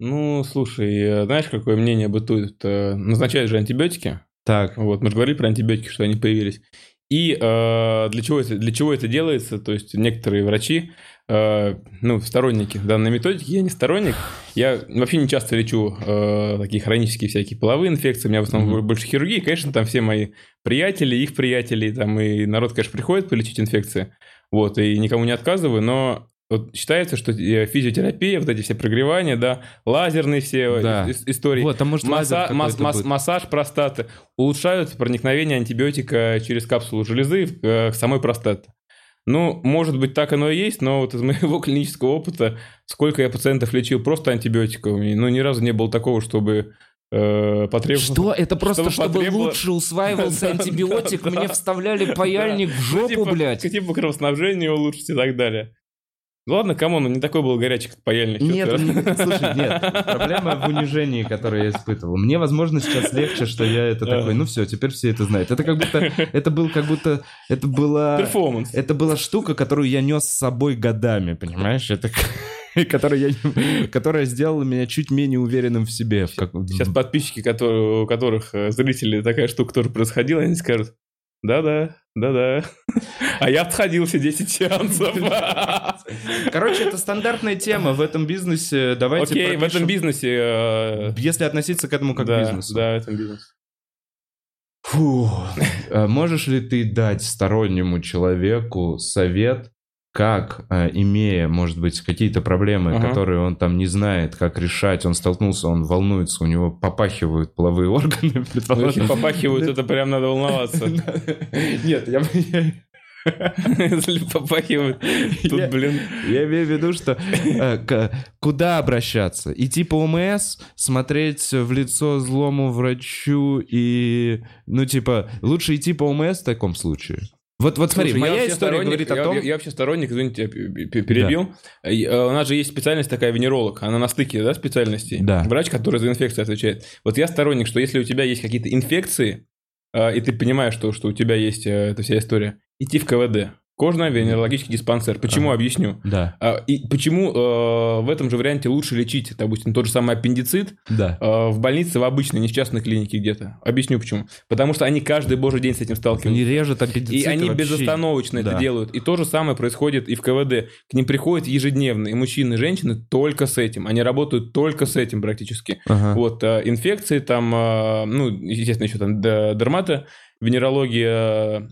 C: Ну, слушай, э, знаешь, какое мнение бытует? Э, Назначают же антибиотики.
A: Так.
C: Вот, мы же говорили про антибиотики, что они появились. И э, для, чего это, для чего это делается? То есть некоторые врачи, э, ну, сторонники данной методики, я не сторонник, я вообще не часто лечу э, такие хронические всякие половые инфекции, у меня в основном
A: Мгм.
C: больше хирургии, конечно, там все мои приятели, их приятели, там и народ, конечно, приходит полечить инфекции, вот, и никому не отказываю, но вот считается, что э, физиотерапия, вот эти все прогревания, да, лазерные все
B: Да.
C: и- и- истории,
B: Вот, там может
C: масса-
B: лазер
C: мас-
B: какой-то
C: мас-
B: будет.
C: массаж простаты улучшают проникновение антибиотика через капсулу железы в- э, к самой простате. Ну, может быть, так оно и есть, но вот из моего клинического опыта, сколько я пациентов лечил просто антибиотиками, ну, ни разу не было такого, чтобы э, потребовалось...
B: Что? Это просто,
C: Чтобы
B: чтобы
C: потребовало-
B: лучше усваивался
C: Да,
B: антибиотик,
C: да,
B: мне
C: да.
B: вставляли паяльник в
C: Ну,
B: жопу,
C: типа,
B: блядь.
C: Типа кровоснабжение улучшить и так далее. Ну ладно, камон, он не такой был горячий, как паяльник.
A: Нет,
C: чё ты.
A: м, слушай, нет. Проблема в унижении, которое я испытывал. Мне, возможно, сейчас легче, что я это такой, ну все, теперь все это знают. Это как будто, это был как будто, это была,
C: Перформанс.
A: это была штука, которую я нес с собой годами, понимаешь? Это к- которая, я, не- которая сделала меня чуть менее уверенным в себе. в как-
C: Сейчас подписчики, которые, у которых э, зрители такая штука тоже происходила, они скажут, да-да, да-да. А я отходил все 10 сеансов.
A: Короче, это стандартная тема в этом бизнесе. Давайте
C: Окей, в этом
A: пропишем,
C: бизнесе... э,
A: Если относиться к этому как к
C: да,
A: бизнесу.
C: Да, в этом бизнесе.
A: Фу. А Можешь ли ты дать стороннему человеку совет, как, э, имея, может быть, какие-то проблемы,
C: Ага.
A: которые он там не знает, как решать, он столкнулся, он волнуется, у него попахивают половые органы,
C: Ну, если
A: предположим.
C: попахивают, это прям надо волноваться.
A: Нет, я, я-
C: Если попахивают,
A: Я-
C: тут, блин...
A: я имею в виду, что э, к- куда обращаться? Идти по ОМС, смотреть в лицо злому врачу и, ну, типа, лучше идти по ОМС в таком случае. Вот, вот смотри,
C: Слушай, я
A: моя
C: вообще
A: история
C: сторонник-
A: говорит о
C: я-
A: том...
C: Я, я вообще сторонник, извините, я п- п- перебил. И, э, У нас же есть специальность такая венеролог, она на стыке, да, специальностей.
A: Да.
C: Врач, который за инфекции отвечает. Вот я сторонник, что если у тебя есть какие-то инфекции, э, и ты понимаешь, что, что у тебя есть э, эта вся история, идти в КВД. Кожно-венерологический диспансер. Почему? Объясню.
A: Да,
C: А, И почему э, в этом же варианте лучше лечить, допустим, тот же самый аппендицит,
A: да.
C: э, в больнице, в обычной, не в частной клинике где-то. Объясню почему. Потому что они каждый божий день с этим сталкиваются.
A: Не режет
C: И
A: аппендицит.
C: они
A: вообще.
C: безостановочно
A: Да.
C: это делают. И то же самое происходит и в КВД. К ним приходят ежедневно и мужчины, и женщины только с этим. Они работают только с этим практически.
A: Ага.
C: Вот э, инфекции там, э, ну, естественно, еще там д- дермата, венерология. э,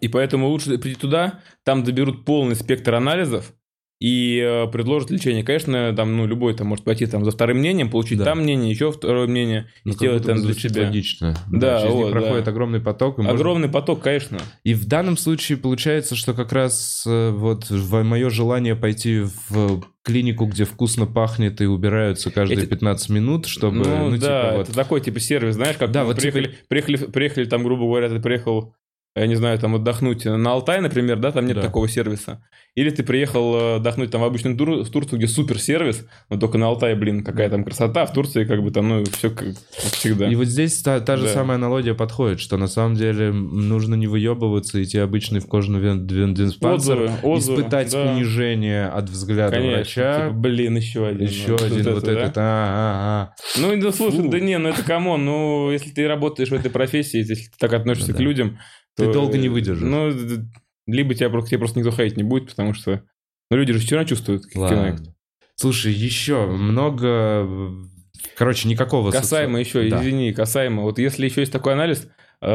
C: И поэтому лучше прийти туда, там доберут полный спектр анализов и э, предложат лечение. Конечно, там, ну, любой там может пойти там за вторым мнением, получить
A: Да.
C: там мнение, еще второе мнение,
A: Ну,
C: и
A: как
C: сделать
A: будто
C: там
A: бы
C: для
A: звучит
C: себя.
A: логично.
C: Да,
A: через них
C: вот,
A: проходит
C: да.
A: огромный поток. И, можно-
C: Огромный поток, конечно.
A: и в данном случае получается, что как раз э, вот мое желание пойти в клинику, где вкусно пахнет и убираются каждые
C: Эти-
A: 15 минут, чтобы...
C: ну, да,
A: типа, вот,
C: это такой типа сервис, знаешь, как
A: Да,
C: мы
A: вот типа-
C: приехали, приехали, приехали там, грубо говоря, ты приехал, я не знаю, там отдохнуть на Алтай, например, да, там нет
A: Да.
C: такого сервиса. Или ты приехал э, отдохнуть там в обычную Тур- в Турцию, где супер сервис, но только на Алтае, блин, какая там красота, а в Турции как бы там, ну, все как всегда.
A: И вот здесь та, та же
C: Да.
A: самая аналогия подходит, что на самом деле м, нужно не выебываться, идти обычный в кожаную вен- вен- диспансер,
C: Отзывы, отзывы,
A: испытать
C: да.
A: унижение от взгляда
C: Конечно,
A: врача,
C: типа, блин, еще один.
A: еще
C: вот
A: а? один
C: это,
A: вот
C: да?
A: этот, а, а, а.
C: Ну, да, слушай,
A: Фу.
C: да не, ну это камон, ну, если ты работаешь в этой профессии, если ты так относишься
A: Да-да.
C: к людям...
A: Ты
C: то,
A: долго не
C: э,
A: выдержишь.
C: Ну, д- либо тебя, про- тебя просто никто хейтить не будет, потому что... Ну, люди же все равно чувствуют. как-
A: Ладно.
C: как-
A: Слушай, еще много... в- Короче, никакого...
C: Касаемо
A: соци-
C: еще,
A: Да.
C: извини, касаемо. Вот если еще есть такой анализ, э,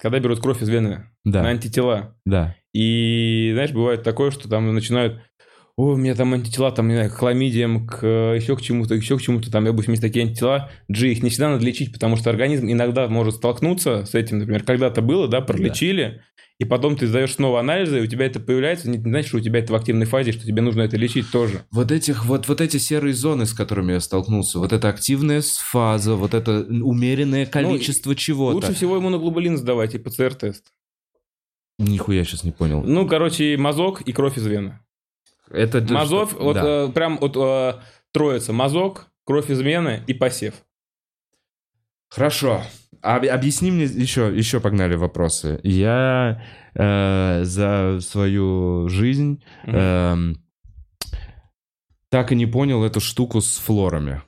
C: когда берут кровь из вены
A: Да,
C: на антитела,
A: да.
C: и, знаешь, бывает такое, что там начинают... О, у меня там антитела, там, не знаю, к хламидиям, к э, еще к чему-то, еще к чему-то, там, допустим, есть такие антитела, G, их не всегда надо лечить, потому что организм иногда может столкнуться с этим, например, когда-то было, да, пролечили, и потом ты сдаешь снова анализы, и у тебя это появляется, не, не значит, что у тебя это в активной фазе, что тебе нужно это лечить тоже.
A: Вот этих вот, вот эти серые зоны, с которыми я столкнулся, вот эта активная фаза, вот это умеренное количество чего-то.
C: Ну, Лучше всего иммуноглобулин сдавать и ПЦР-тест.
A: Нихуя сейчас не понял.
C: Ну, короче, и мазок и кровь из вены.
A: Это для-
C: Мазок, вот
A: Да.
C: э, прям вот э, троица, мазок, кровь из вены и посев.
A: Хорошо. Об- объясни мне еще, еще погнали вопросы. Я э, за свою жизнь
C: Мгм.
A: эм, так и не понял эту штуку с флорами.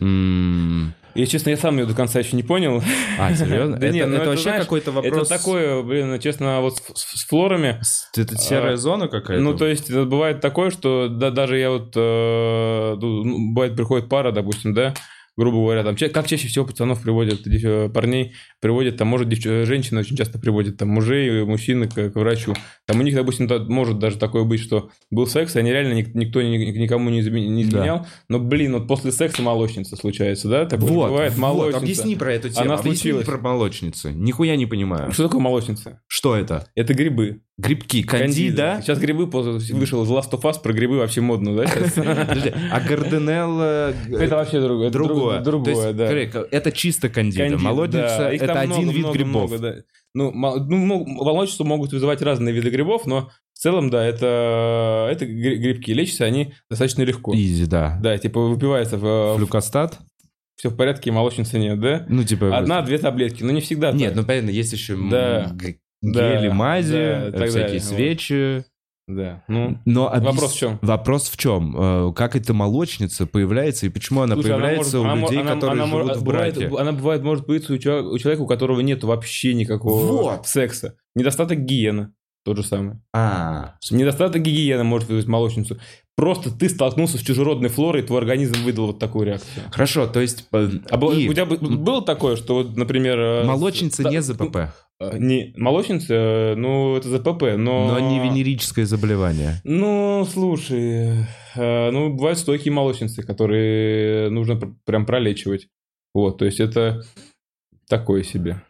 A: М,
C: Я, честно, я сам ее до конца еще не понял.
A: А, серьезно?
C: Да
A: Это-
C: нет, ну
A: это
C: это,
A: вообще
C: знаешь,
A: какой-то вопрос.
C: Это такое, блин, ну, честно, вот с, с- с флорами.
A: с- Это серая
C: А,
A: зона какая-то?
C: Ну, то есть, э, бывает такое, что да, даже я вот... э, ну, бывает, приходит пара, допустим, да, грубо говоря, там, ча- как чаще всего пацанов приводят, дев- парней приводят, там, может, девч- женщины очень часто приводят, там, мужей, э, мужчин к, к врачу. Там у них, допустим, та- может даже такое быть, что был секс, и они реально ник- никто ни- никому не, изме- не
A: Да.
C: изменял, но, блин, вот после секса молочница случается, да? Такое же
A: вот,
C: бывает,
A: вот,
C: молочница.
A: объясни про эту тему.
C: Она
A: объясни
C: случилась.
A: про молочницу. Нихуя не понимаю.
C: Что такое молочница?
A: Что это?
C: Это грибы.
A: Грибки, кандида?
C: Сейчас грибы, после- вышел из Last of Us, про грибы вообще модно, да? сейчас?
A: Подожди, а гарденелла...
C: Это вообще другое. это друг-
A: э, другое. То
C: Другое,
A: есть,
C: да.
A: корректно, это чисто кандида.
C: Кандид,
A: Молодница
C: да. Их
A: это
C: там
A: один
C: много,
A: вид
C: много,
A: грибов.
C: много, да. Ну, мол- ну, мол- молочницу могут вызывать разные виды грибов, но в целом, да, это, это гри- грибки. Лечатся они достаточно легко.
A: Изи, да.
C: Да, типа выпивается,
A: Флюкостат?
C: все в порядке, и молочницы нет, да?
A: Ну, типа...
C: Одна-две таблетки, но не всегда так.
A: Нет, ну, понятно, есть еще м,
C: Да.
A: г-
C: Да.
A: гели, мази,
C: Да, и
A: э,
C: так
A: всякие
C: далее, вот.
A: свечи.
C: Да, ну...
A: Но объяс-
C: Вопрос в чем?
A: Вопрос в чем? Э, Как эта молочница появляется и почему она
C: Слушай,
A: появляется
C: может-
A: у людей,
C: она-
A: которые
C: она
A: живут
C: может-
A: в
C: бывает-
A: браке?
C: она бывает может появиться у человека, у человека, у которого нет вообще никакого
A: Вот.
C: секса. Недостаток гигиены. То же самое.
A: А,
C: Недостаток гигиены может вызвать молочницу. Просто ты столкнулся с чужеродной флорой, и твой организм выдал вот такую реакцию.
A: хорошо, то есть... э,
C: А было-
A: и
C: у тебя бы- было такое, что, вот, например... э,
A: молочница
C: да,
A: не ЗПП,
C: э, Не, молочница, э, ну, это ЗПП, но...
A: но не венерическое заболевание.
C: Ну, слушай, э, ну, бывают стойкие молочницы, которые нужно пр- прям пролечивать. Вот, то есть это такое себе.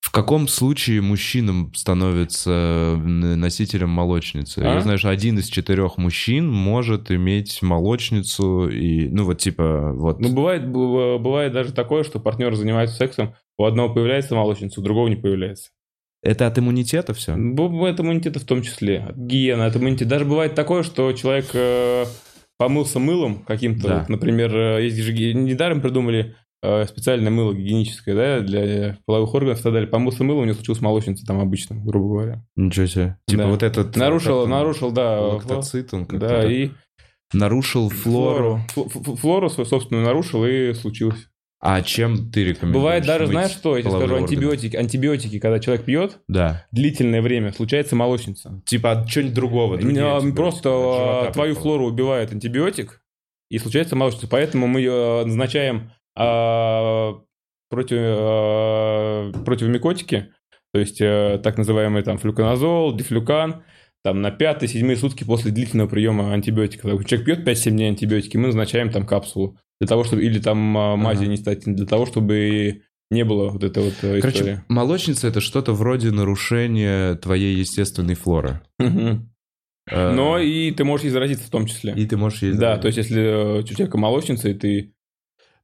A: В каком случае мужчинам становится м, носителем молочницы?
C: А?
A: Я знаю, что один из четырех мужчин может иметь молочницу и, ну вот типа, вот.
C: Ну, бывает, б- бывает даже такое, что партнер занимается сексом, у одного появляется молочница, у другого не появляется.
A: Это от иммунитета все?
C: Б- От иммунитета в том числе. От гиены, от иммунитета. Даже бывает такое, что человек э, помылся мылом каким-то.
A: Да.
C: Вот, например, э, есть же ги- недаром придумали э, специальное мыло гигиеническое, да, для половых органов и так далее. Помылся мылом, у него случилась молочница там обычно, грубо говоря.
A: Ничего себе. Типа
C: Да.
A: вот этот...
C: Нарушил,
A: как он,
C: нарушил, да. фло-
A: Лактоцит он как-то
C: Да,
A: так.
C: и
A: Нарушил флору.
C: флору. Фл- фл- Флору свою собственную нарушил и случилось.
A: А чем ты рекомендуешь?
C: Бывает даже,
A: мыть
C: знаешь что, я тебе
A: половые
C: скажу,
A: органы?
C: антибиотики. Антибиотики, когда человек пьет
A: Да.
C: длительное время, случается молочница.
A: Типа от чего-нибудь другого.
C: М,
A: другие
C: а,
A: антибиотики,
C: Просто
A: от живота
C: а, твою
A: попало.
C: флору убивает антибиотик, и случается молочница. Поэтому мы э, назначаем а, против, а, противомикотики, то есть э, так называемый там флюконазол, дифлюкан, там на пятые, седьмые сутки после длительного приема антибиотика. Так, Человек пьет 5-7 дней антибиотики, мы назначаем там капсулу для того, чтобы или там а, мази
A: Ага.
C: не стать, для того, чтобы не было вот этой вот э, истории.
A: Короче, молочница это что-то вроде нарушения твоей естественной флоры.
C: Мгм.
A: Э,
C: Но и ты можешь и заразиться в том числе.
A: И ты можешь ездить.
C: Да, то есть если э, у человека молочница, и ты...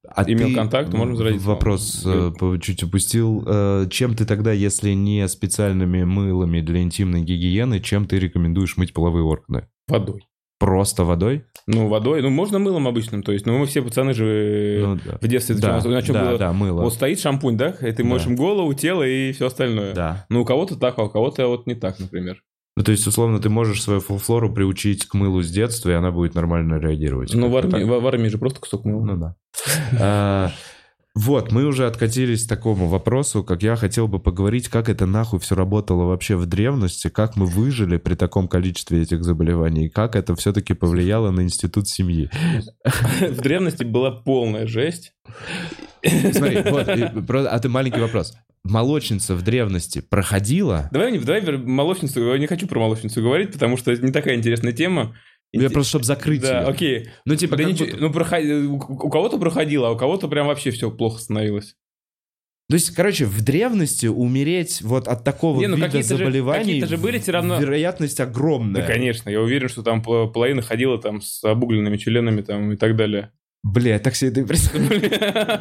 A: А
C: имел контакт, можно заразиться.
A: Вопрос э, по- чуть упустил. Э, Чем ты тогда, если не специальными мылами для интимной гигиены, чем ты рекомендуешь мыть половые органы?
C: Водой.
A: Просто водой?
C: Ну, водой. Ну, можно мылом обычным, то есть. Ну, мы все пацаны же
A: Ну, да.
C: Э, в детстве...
A: Да,
C: на чем
A: да,
C: было?
A: да, мыло.
C: Вот стоит шампунь, да? И ты моешь
A: Да.
C: им голову, тело и все остальное.
A: Да.
C: Ну, у кого-то так, а у кого-то вот не так, например.
A: Ну, то есть, условно, ты можешь свою флору приучить к мылу с детства, и она будет нормально реагировать.
C: Ну, в
A: Как-то
C: армии,
A: так.
C: в, в армии же просто кусок мыла.
A: Ну да. А, Вот, мы уже откатились к такому вопросу, как я хотел бы поговорить, как это нахуй все работало вообще в древности, как мы выжили при таком количестве этих заболеваний, и как это все-таки повлияло на институт семьи.
C: В древности была полная жесть.
A: Смотри, вот, и про- а ты маленький вопрос. Молочница в древности проходила?
C: Давай, не- давай вер- молочницу... Я не хочу про молочницу говорить, потому что это не такая интересная тема.
A: Я просто, чтобы закрыть
C: Да,
A: её.
C: окей.
A: Ну, типа,
C: Да
A: как
C: ничего-
A: будто-
C: ну, проходи- у у кого-то проходило, а у кого-то прям вообще все плохо становилось.
A: То есть, короче, в древности умереть вот от такого
C: Не, ну
A: вида
C: какие-то же-
A: заболеваний
C: какие-то же были всё равно-
A: вероятность
C: Да,
A: огромная.
C: конечно, я уверен, что там пол- половина ходила там с обугленными членами там и так далее.
A: Бля, я так себе это и представляю.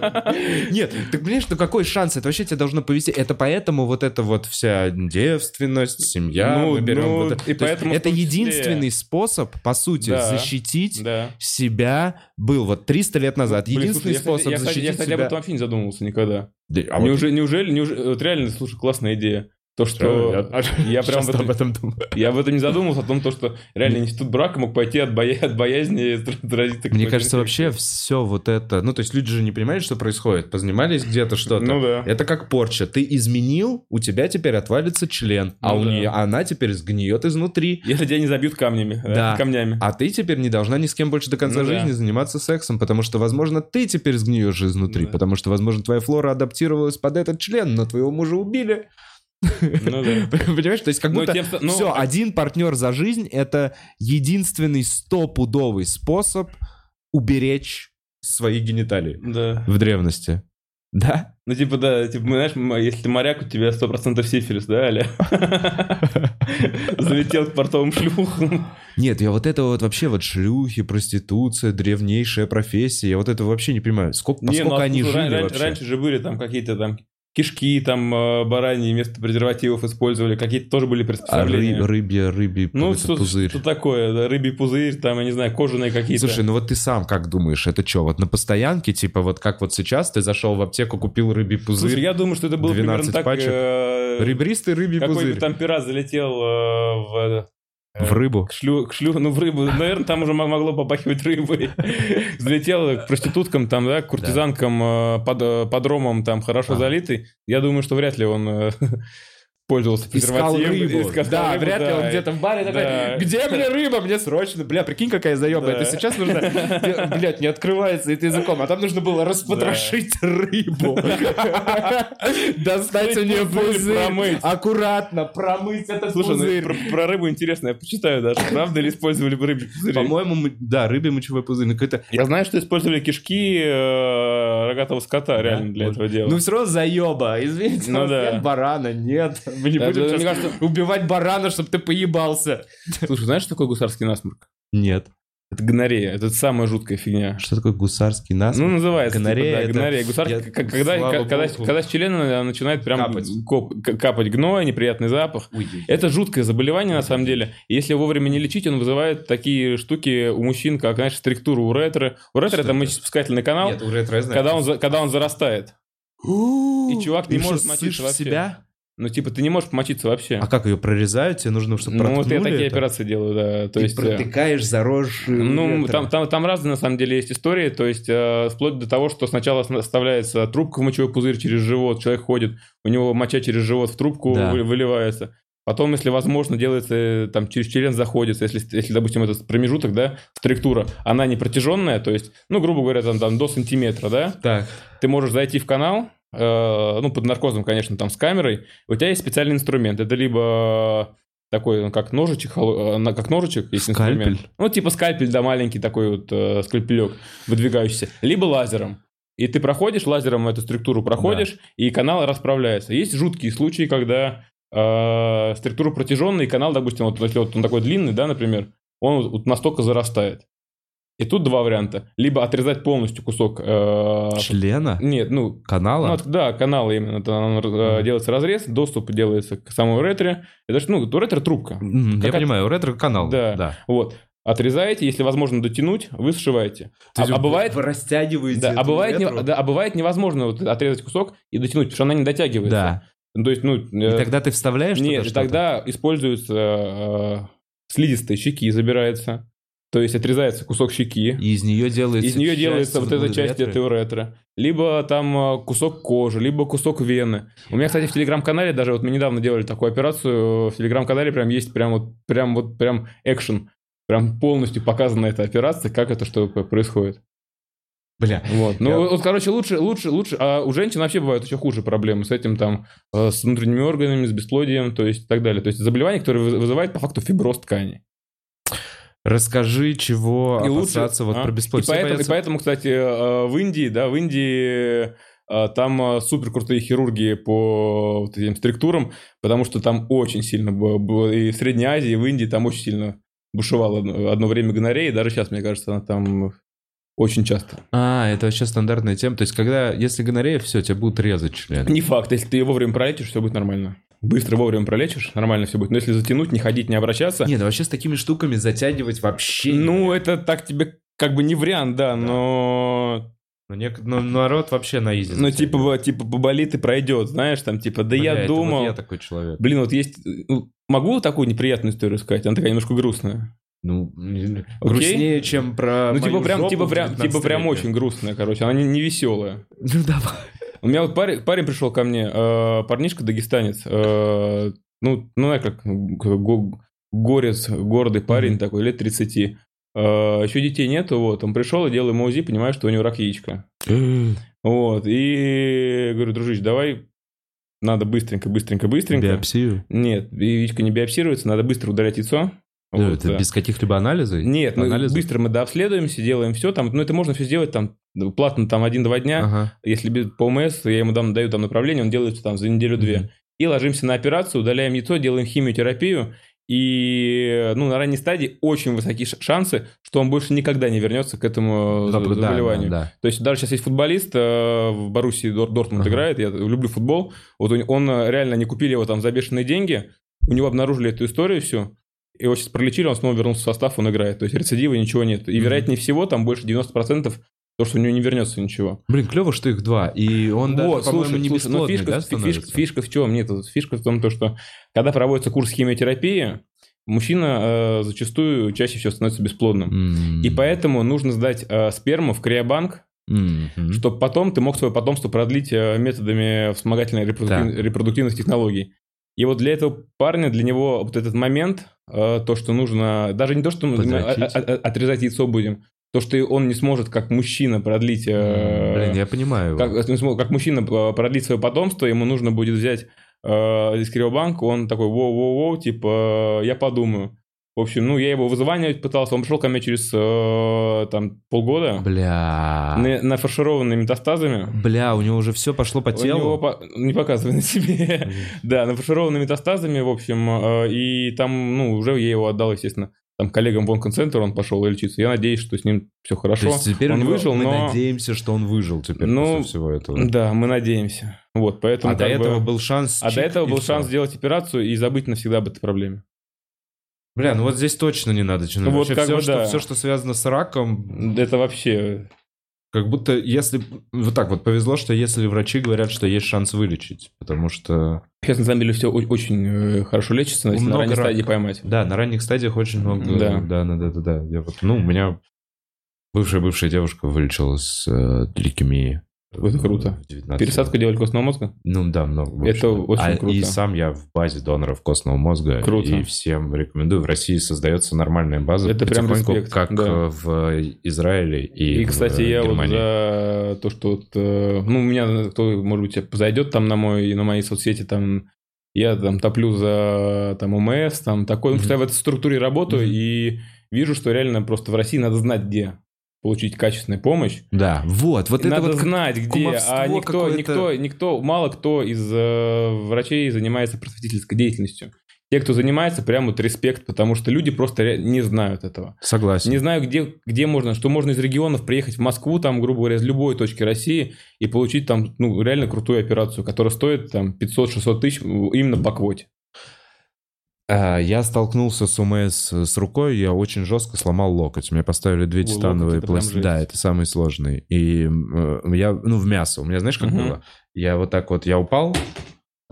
A: Нет, ты понимаешь, ну какой шанс? Это вообще тебе должно повести. Это поэтому вот эта вот вся девственность, семья,
C: Ну,
A: мы берем
C: ну,
A: вот это.
C: и
A: То есть
C: поэтому в
A: это
C: том числе-
A: единственный способ, по сути,
C: Да.
A: защитить
C: Да.
A: себя был вот 300 лет назад.
C: Блин,
A: Единственный
C: слушай, я, кстати,
A: способ
C: я, кстати,
A: защитить
C: Я, кстати, об
A: себя.
C: этом вообще не задумывался никогда.
A: Да, а вот
C: неужели, неужели, неужели- вот реально, слушай, классная идея. То, что
B: Я-
C: я прям в
B: Часто
C: этом-
B: об этом думаю.
C: я об этом не задумывался, о том, то, что реально институт брака мог пойти от, боя- от боязни заразиться.
A: Мне
C: какой-то
A: кажется,
C: инфекцией.
A: вообще все вот это... Ну, то есть люди же не понимают, что происходит. Позанимались где-то что-то.
C: Ну да.
A: Это как порча. Ты изменил, у тебя теперь отвалится член, а
C: Ну
A: у
C: да.
A: нее она теперь сгниет изнутри.
C: Если тебя не забьют камнями. э,
A: Да.
C: Камнями.
A: А ты теперь не должна ни с кем больше до конца
C: Ну да.
A: жизни заниматься сексом, потому что, возможно, ты теперь сгниешь изнутри,
C: Ну да.
A: потому что, возможно, твоя флора адаптировалась под этот член, но твоего мужа убили.
C: Ну да.
A: Понимаешь, то есть как
C: Ну,
A: будто... а
C: тем са- ну,
A: Все, один партнер за жизнь — это единственный стопудовый способ уберечь свои гениталии
C: Да.
A: в древности. Да?
C: Ну, типа, да, типа, знаешь, м- если ты моряк, у тебя 100% сифилис, да, Аля? Залетел к портовым шлюхам.
A: Нет, я вот это вот вообще вот шлюхи, проституция, древнейшая профессия, я вот это вообще не понимаю. Сколько,
C: Не, ну,
A: насколько
C: а
A: они
C: слушай, ран-
A: жили
C: ран-
A: вообще?
C: Раньше же были там какие-то там кишки, там э, бараньи вместо презервативов использовали, какие-то тоже были
A: А ры-
C: приспособления.
A: рыбья, рыбий
C: Ну,
A: какой-то
C: что,
A: пузырь.
C: что такое, да, рыбий пузырь, там, я не знаю, кожаные какие-то.
A: Слушай, ну вот ты сам как думаешь, это что, вот на постоянке, типа вот как вот сейчас ты зашел в аптеку, купил рыбий пузырь,
C: Слушай, я думаю, что это было примерно
A: 12
C: так...
A: пачек.
C: э,
A: ребристый рыбий пузырь
C: Какой-то там пират залетел э, в... э,
A: в рыбу.
C: к шлю, к шлю, ну, в рыбу. Наверное, там уже мо- могло попахивать рыбой. Залетел к проституткам, там, да, к куртизанкам, э, под, э, подромам, там, хорошо
A: Ага.
C: залитый. Я думаю, что вряд ли он э, пользовался
A: Искал
C: презервативом.
A: рыбу.
C: искал
A: да,
C: рыбу,
A: вряд ли
C: да.
A: он где-то в баре такой,
C: Да.
A: где мне рыба, мне срочно. Бля, прикинь, какая заеба,
C: Да.
A: это сейчас нужно, блядь, не открывается это языком, а там нужно было распотрошить рыбу. Достать у
C: Пузырь
A: нее пузырь,
C: промыть.
A: аккуратно промыть этот
C: Слушай, ну,
A: пузырь.
C: про, про рыбу интересно, я почитаю даже. Правда ли использовали бы рыбьи пузыри?
A: По-моему, мы- да, рыбий мочевой пузырь, ну какой-то
C: Я знаю, что использовали кишки э, рогатого скота реально для
A: может.
C: этого дела.
A: Ну все равно заеба, извините,
C: Ну
A: у нас
C: да.
A: нет барана, нет. Мы не
C: Да,
A: будем
C: да,
A: сейчас
C: мне кажется-
A: убивать барана, чтобы ты поебался.
C: Слушай, знаешь, что такое гусарский насморк?
A: Нет.
C: Это гонорея, это самая жуткая фигня.
A: Что такое гусарский нас?
C: Ну, называется.
A: Гонорея
C: Гонорея.
A: это-
C: гонорея. Гусар,
A: я-
C: к- к- когда,
A: слава
C: к- когда,
A: богу.
C: когда с члена начинает прям
A: Капать.
C: коп- к- капать гной, неприятный запах. Это жуткое заболевание, на самом деле. И Если его вовремя не лечить, он вызывает такие штуки у мужчин, как, знаешь, структуру у ретро. У ретро
A: Что
C: это
A: это?
C: мочеиспускательный канал,
A: Нет, уже это я знаю.
C: ну, когда, он, за- когда он зарастает.
A: И
C: И чувак не может мочиться
A: в
C: вообще.
A: себя?
C: Ну, типа, ты не можешь помочиться вообще.
A: А как ее прорезают? Тебе нужно, чтобы
C: ну, вот я
A: проткнули
C: такие
A: это?
C: операции делаю, да. То
A: Ты
C: есть, э,
A: протыкаешь, заросшую
C: Ну,
A: ретро.
C: там, там, там разные, на самом деле, есть истории. То есть, э, вплоть до того, что сначала сна- вставляется трубка в мочевой пузырь через живот, человек ходит, у него моча через живот в трубку
A: Да.
C: вы- выливается. Потом, если возможно, делается, э, там, через член заходится, если, если допустим, этот промежуток, да, структура, она не протяженная, то есть, ну, грубо говоря, там, там до сантиметра, да,
A: Так,
C: ты можешь зайти в канал, э, ну, под наркозом, конечно, там, с камерой, у тебя есть специальный инструмент, это либо такой, ну, как ножичек, холо- э, на- как ножичек, есть
A: Скальпель?
C: инструмент. Ну, типа скальпель, да, маленький такой вот э, скальпелек выдвигающийся, либо лазером. И ты проходишь, лазером эту структуру проходишь, и канал расправляется. Есть жуткие случаи, когда э, структура протяженная, и канал, допустим, вот, если вот он такой длинный, да, например, он вот, вот настолько зарастает. И тут два варианта. Либо отрезать полностью кусок... э,
A: члена?
C: нет, ну, ну,
A: Канала?
C: от- да, канал именно, там э, делается разрез, доступ делается к самому ретре. Это ж, ну, ретро трубка.
A: М, Я
C: как от-
A: понимаю, у ретро-канал.
C: Да.
A: да.
C: Вот. Отрезаете, если возможно дотянуть, вы сшиваете.
A: То
C: А,
A: есть
C: а бывает,
A: Вы растягиваете
C: да, а
A: эту
C: бывает, не-
A: ретро?
C: да, а бывает невозможно вот отрезать кусок и дотянуть, потому что она не дотягивается.
A: Да.
C: Ну, То есть, ну,
A: И
C: э,
A: тогда ты вставляешь туда
C: нет, и
A: что-то?
C: тогда используются э, слизистые щеки, забирается. То есть отрезается кусок щеки.
A: И из нее делается...
C: Из нее
A: часть
C: делается вот эта
A: внутри
C: часть
A: ретро.
C: этого ретро. Либо там э, кусок кожи, либо кусок вены. У меня, кстати, в телеграм-канале даже вот мы недавно делали такую операцию. э, В телеграм-канале прям есть прям вот прям вот прям экшен. Прям полностью показана эта операция, как это что происходит.
A: Бля,
C: Вот. Ну,
A: Я-
C: вот, короче, лучше, лучше, лучше. А у женщин вообще бывают еще хуже проблемы с этим там, э, с внутренними органами, с бесплодием, то есть и так далее. То есть заболевание, которое выз- вызывает по факту фиброз ткани.
A: расскажи, чего
C: И лучше-
A: опасаться вот
C: а?
A: про бесплодие.
C: И
A: Все
C: поэтому,
A: боятся-
C: и поэтому, кстати, э, в Индии, да, в Индии э, там э, супер крутые хирурги по вот этим структурам, потому что там очень сильно бу- бу- и в Средней Азии, и в Индии там очень сильно бушевала одно, одно время гонорея, и даже сейчас, мне кажется, она там очень часто.
A: А, это вообще стандартная тема. То есть, когда, если гонорея, все, тебя будут резать член.
C: Не факт, если ты ее вовремя пролечишь, все будет нормально. Быстро вовремя пролечишь, нормально все будет. Но если затянуть, не ходить, не обращаться,
A: Не, ну вообще с такими штуками затягивать вообще...
C: ну это так тебе как бы не вариант, да, но
A: Ну, нек- ну, народ вообще на изи.
C: Ну, типа, бо- типа поболит и пройдет, знаешь, там, типа, да
A: Бля,
C: я
A: это вот
C: думал...
A: я такой человек.
C: Блин, вот есть... ну, Могу такую неприятную историю сказать? Она такая немножко грустная.
A: Ну, грустнее, чем про
C: ну, типа
A: А мою
C: прям,
A: жопу
C: типа прям, типа прям
A: 19-летнюю.
C: очень грустная, короче. Она не, не веселая.
A: Ну, давай.
C: У меня вот парень, парень пришел ко мне, э, парнишка дагестанец. э, ну, ну, я как го- горец, гордый парень
A: Мгм.
C: такой, лет 30. Э, еще детей нету, вот. Он пришел и делал ему УЗИ, понимаю, что у него рак яичка. Вот, и говорю, дружище, давай, надо быстренько, быстренько, быстренько.
A: Биопсию?
C: Нет, яичко не биопсируется, надо быстро удалять яйцо.
A: Ну,
C: Вот,
A: это
C: да.
A: без каких-либо анализов?
C: Нет, мы
A: Анализов?
C: быстро мы дообследуемся, делаем все там. Ну, это можно все сделать там ну, платно там один-два дня.
A: Ага.
C: Если без- по ОМС, я ему дам, даю там направление, он делает там за неделю-две.
A: Мгм.
C: И ложимся на операцию, удаляем яйцо, делаем химиотерапию. И ну, на ранней стадии очень высоки ш- шансы, что он больше никогда не вернется к этому
A: Да,
C: за-
A: да,
C: заболеванию.
A: да,
C: То есть даже сейчас есть футболист э, в Боруссии Дор- Дортмунд
A: Ага.
C: играет, я люблю футбол. Вот он, он, э, реально, они купили его там за бешеные деньги, у него обнаружили эту историю всю, его сейчас пролечили, он снова вернулся в состав, он играет. То есть рецидива ничего нет. И
A: Мгм.
C: вероятнее всего там больше 90% то, что у него не вернется ничего.
A: Блин, клево, что их два. И он даже, по-моему, не
C: слушай, ну,
A: бесплатный,
C: фишка,
A: да,
C: фи- фишка,
A: становится?
C: фишка в чем? Нет, вот фишка в том, то, что когда проводится курс химиотерапии, мужчина э, зачастую чаще всего становится бесплодным.
A: М.
C: И поэтому нужно сдать э, сперму в криобанк,
A: Мгм.
C: чтобы потом ты мог свое потомство продлить э, методами вспомогательной репродуктив-
A: Так.
C: репродуктивных технологий. И вот для этого парня, для него вот этот момент, э, то, что нужно, даже не то, что мы мы о-
A: Подрочить.
C: о- о- отрезать яйцо будем, то, что и он не сможет как мужчина продлить... э,
A: Блин, я понимаю его.
C: как, не смо- как мужчина э, продлить свое потомство, ему нужно будет взять э, из Криобанка, он такой, воу-воу-воу, типа, э, я подумаю. В общем, ну, я его вызванивать пытался, он пришел ко мне через, э, там, полгода.
A: Бля.
C: На- нафаршированными метастазами.
A: Бля, у него уже все пошло по
C: У
A: телу.
C: него по- Не показывай на себе. да, нафаршированными метастазами, в общем, э, и там, ну, уже я его отдал, естественно, там коллегам в онконцентр он пошел и лечиться. Я надеюсь, что с ним все
A: То
C: хорошо.
A: есть теперь у
C: он
A: него-
C: выжил,
A: мы
C: но...
A: надеемся, что он выжил теперь
C: Ну,
A: после всего этого.
C: Да, мы надеемся. Вот, поэтому...
A: типа, а до
C: как бы-
A: этого был шанс...
C: А до
A: чик,
C: этого
A: и
C: был
A: всё.
C: шанс сделать операцию и забыть навсегда об этой проблеме.
A: Бля, ну вот здесь точно не надо чинить.
C: Вот как
A: все,
C: бы
A: что,
C: да.
A: все, что связано с раком,
C: Это вообще...
A: как будто если... Вот так вот повезло, что если врачи говорят, что есть шанс вылечить. Потому что...
C: Сейчас, на самом деле, все очень э, хорошо лечится, но если на
A: Много
C: ранней
A: рака.
C: стадии поймать.
A: Да, на ранних стадиях очень много...
C: Да.
A: Да, да, да, да. да. Я вот, ну, у меня бывшая-бывшая девушка вылечилась э, лейкемии.
C: Это круто.
A: В 19
C: Пересадку делать костного мозга?
A: Ну да, много. в
C: Это
A: общем.
C: очень
A: А,
C: круто.
A: И сам я в базе доноров костного мозга.
C: Круто.
A: И всем рекомендую. В России создается нормальная база.
C: Это прям
A: потихоньку,
C: респект,
A: как
C: да.
A: э, в Израиле и,
C: И, кстати,
A: в э,
C: я вот
A: Германии.
C: за то, что вот, э, ну, у меня, кто, может быть, зайдет там на мой, на мои соцсети, там, я там топлю за там ОМС, там такой, потому
A: Мгм.
C: что я в этой структуре работаю
A: Мгм.
C: и вижу, что реально просто в России надо знать, где получить качественную помощь.
A: Да, вот, вот
C: И
A: это
C: надо
A: вот... как-
C: знать, где,
A: кумовство
C: а никто,
A: какое-то.
C: никто, никто, мало кто из э, врачей занимается просветительской деятельностью. Те, кто занимается, прям вот респект, потому что люди просто ре- не знают этого.
A: Согласен.
C: Не знаю, где, где можно, что можно из регионов приехать в Москву, там, грубо говоря, из любой точки России и получить там, ну, реально крутую операцию, которая стоит там 500-600 тысяч м, именно по квоте.
A: А, Я столкнулся с УМС э, с рукой, я очень жестко сломал локоть. Мне поставили две
C: Ой, локоть
A: титановые
C: это прям
A: пластины.
C: жесть.
A: Да, это самый сложный. И м, э, я, ну, в мясо. У меня, знаешь, как
C: Мгм.
A: было? Я вот так вот, я упал,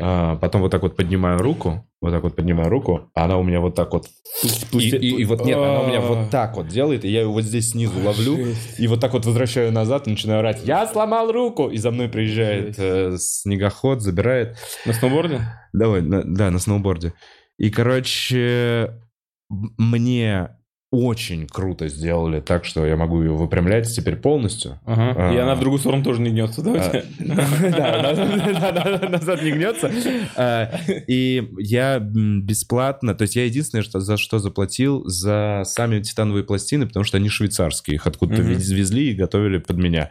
A: а, потом вот так вот поднимаю руку, вот так вот поднимаю руку, а она у меня вот так вот. И, и- и вот нет, она у меня вот так вот делает, и я ее вот здесь снизу ловлю.
C: А. Жесть.
A: И вот так вот возвращаю назад и начинаю орать. Я сломал руку! И за мной приезжает
C: Жесть.
A: э, снегоход, забирает.
C: На сноуборде?
A: Давай, на- да, на сноуборде. И, короче, м- мне очень круто сделали так, что я могу ее выпрямлять теперь полностью.
C: Ага. И
A: А.
C: она в другую сторону тоже не гнется, да? у
A: А.
C: тебя?
A: Да, назад- назад- назад не гнется. А, И я м, бесплатно, то есть я единственное, что, за что заплатил, за сами титановые пластины, потому что они швейцарские, их откуда-то
C: Мгм.
A: вез- везли и готовили под меня.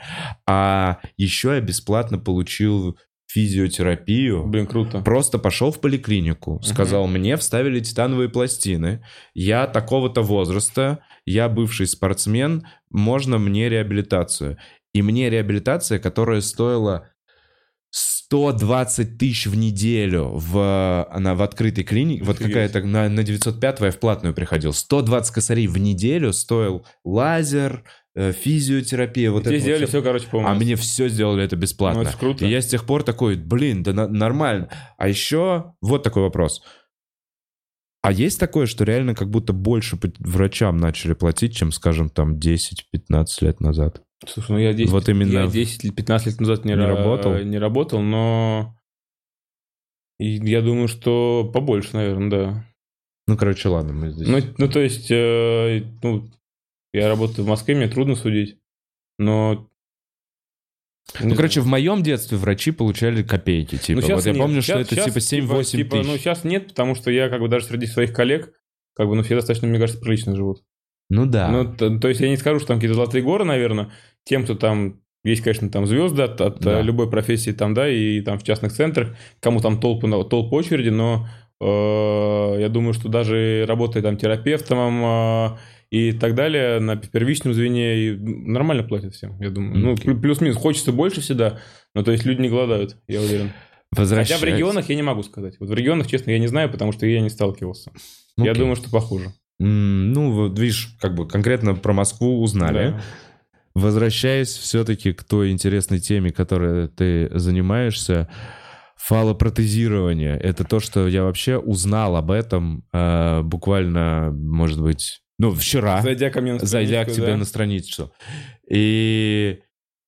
A: А еще я бесплатно получил физиотерапию.
C: Блин, круто.
A: Просто пошел в поликлинику, сказал, мне вставили титановые пластины, я такого-то возраста, я бывший спортсмен, можно мне реабилитацию. И мне реабилитация, которая стоила 120 тысяч в неделю в, она в открытой клинике, вот
C: Офигеть.
A: какая-то на, на 905 я в платную приходил, 120 косарей в неделю стоил лазер, э, физиотерапия, вот это
C: Тебе
A: вот всё.
C: сделали все, короче,
A: А
C: по-моему.
A: мне все сделали это бесплатно.
C: Ну, это круто.
A: И я с тех пор такой, блин, да на- нормально. А еще вот такой вопрос. А есть такое, что реально как будто больше п- врачам начали платить, чем, скажем, там 10-15 лет назад?
C: Слушай, ну я 10,
A: Вот именно
C: я
A: в-
C: 10 или 15 лет назад не,
A: не
C: ра-
A: работал?
C: Не работал, но... И я думаю, что побольше, наверное, да.
A: Ну, короче, ладно, мы здесь...
C: Ну, ну, то есть, э, ну, я работаю в Москве, мне трудно судить, но...
A: Ну, короче, в моем детстве врачи получали копейки, типа. вот я помню, что это типа 7-8 тысяч.
C: ну, сейчас нет, потому что я как бы даже среди своих коллег, как бы, ну, все достаточно, мне кажется, прилично живут.
A: Ну да.
C: Ну, то, то есть я не скажу, что там какие-то золотые горы, наверное. Тем, кто там... Есть, конечно, там звезды от, от,
A: Да.
C: э, любой профессии там, да, и там в частных центрах, кому там толпы, на- толпы очереди, но э, я думаю, что даже работая там терапевтом э, и так далее, на первичном звене и нормально платят всем, я думаю. Ну,
A: Окей.
C: плю- плюс-минус, хочется больше всегда, но то есть люди не голодают, я уверен. Хотя
A: Возвращаясь-
C: в регионах я не могу сказать. Вот в регионах, честно, я не знаю, потому что я не сталкивался.
A: Ну,
C: Я
A: окей.
C: думаю, что похуже.
A: М, Ну, вот видишь, как бы конкретно про Москву узнали.
C: Да.
A: Возвращаясь все-таки к той интересной теме, которой ты занимаешься, фалопротезирование. Это то, что я вообще узнал об этом э, буквально, может быть, ну, вчера, зайдя,
C: Зайдя ко мне на
A: к
C: страничку,
A: тебе
C: да.
A: на страницу. И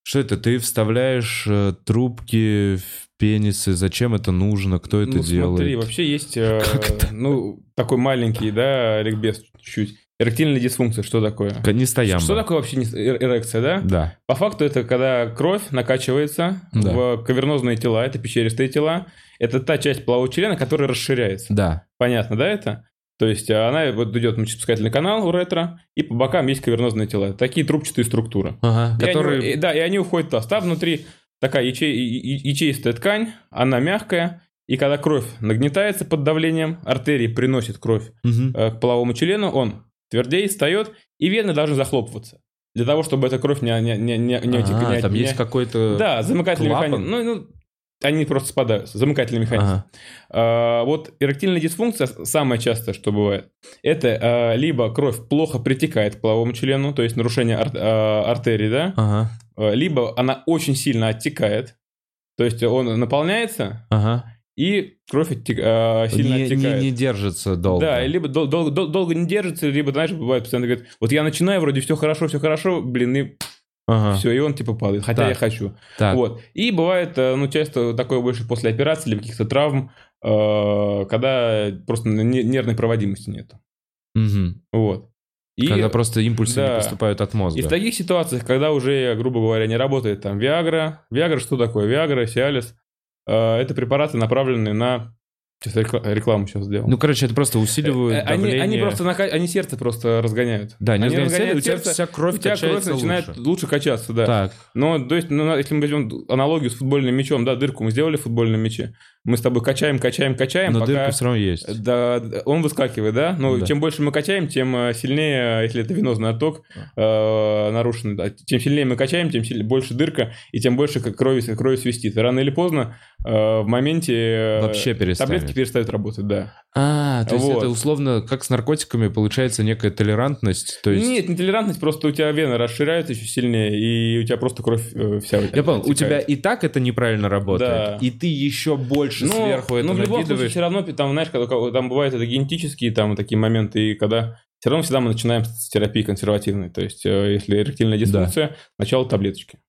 A: что это? Ты вставляешь э, трубки в пенисы? Зачем это нужно? Кто это
C: ну,
A: делает?
C: смотри, вообще есть, э, ну, такой маленький, да, ликбез чуть-чуть. Эректильная дисфункция, что такое?
A: Не стоям.
C: Что такое вообще не- э- эрекция, да?
A: Да.
C: По факту это когда кровь накачивается
A: Да.
C: в кавернозные тела, это пещеристые тела. Это та часть полового члена, которая расширяется.
A: Да.
C: Понятно, да, это? То есть а, она вот идет мочеиспускательный канал у ретро, и по бокам есть кавернозные тела. Такие трубчатые структуры.
A: Ага.
C: И они-
A: Который...
C: э, да, и они уходят в таз. Там внутри такая яче- и- и- ячеистая ткань, она мягкая, и когда кровь нагнетается под давлением, артерии приносит кровь
A: Мгм.
C: э, к половому члену, он твердее встает, и вены должны захлопываться. Для того, чтобы эта кровь не, не, не, не, не утек-
A: А,
C: не-
A: там
C: не-
A: есть какой-то...
C: Да, замыкательный
A: клапан?
C: механизм. Ну, ну, они просто спадаются, замыкательный механизм.
A: Ага.
C: А, Вот эректильная дисфункция, самое частое, что бывает, это а, либо кровь плохо притекает к половому члену, то есть нарушение ар- а, артерий, да,
A: Ага.
C: э, либо она очень сильно оттекает, то есть он наполняется,
A: Ага.
C: и кровь оттек- э, сильно
A: не,
C: оттекает.
A: не- не держится долго.
C: да, и либо дол- дол- дол- долго не держится, либо, знаешь, бывает постоянно говорит, вот я начинаю, вроде все хорошо, все хорошо, блин, и
A: Ага.
C: все, и он типа падает, хотя
A: А. Так.
C: я хочу.
A: Так.
C: Вот. И бывает, э, ну, часто такое больше после операции или каких-то травм, э, когда просто не- нервной проводимости нет.
A: Мгм.
C: Вот. И-
A: Когда просто импульсы не
C: да.
A: поступают от мозга.
C: И в таких ситуациях, когда уже, грубо говоря, не работает там Виагра, Виагра что такое? Виагра, Сиалис, э, это препараты, направленные на... Сейчас рекла- рекламу сейчас сделал.
A: Ну, короче, это просто
C: Э, э,
A: усиливает
C: они,
A: давление.
C: они просто нака- они сердце просто разгоняют.
A: Да, не
C: они
A: разгоняют
C: разгоняют
A: у тебя
C: сердце,
A: вся
C: У
A: кровь
C: тебя кровь
A: Ну, качается
C: начинает
A: лучше.
C: лучше, качаться, да.
A: Так.
C: Но то есть, ну, на- если мы возьмем д- аналогию с футбольным мячом, да, дырку мы сделали в футбольном мяче, мы с тобой качаем, качаем, качаем,
A: Но
C: пока
A: дырка все равно есть.
C: Э, да, д- он выскакивает, да? Ну,
A: Да.
C: чем больше мы качаем, тем э, сильнее, э, если это венозный отток
A: А.
C: э, нарушен. да, Чем сильнее мы качаем, тем сильнее, больше дырка, и тем больше к- крови, с- крови свистит. Рано или поздно э, в моменте... э,
A: Вообще перестанет.
C: Таблетки перестают работать, да.
A: А, то есть
C: Вот.
A: это условно, как с наркотиками, получается некая толерантность. То есть...
C: Нет, нетолерантность, просто у тебя вены расширяются еще сильнее, и у тебя просто кровь э, вся...
A: Я понял, у тебя
C: оттекает.
A: и так это неправильно работает,
C: Да.
A: и ты еще больше
C: Ну,
A: сверху это
C: ну, в любом случае,
A: накидываешь.
C: все равно, там, знаешь, когда у кого- там бывают это генетические там такие моменты, и когда все равно всегда мы начинаем с терапии консервативной. То есть, э, если эректильная дисфункция, начало таблеточки.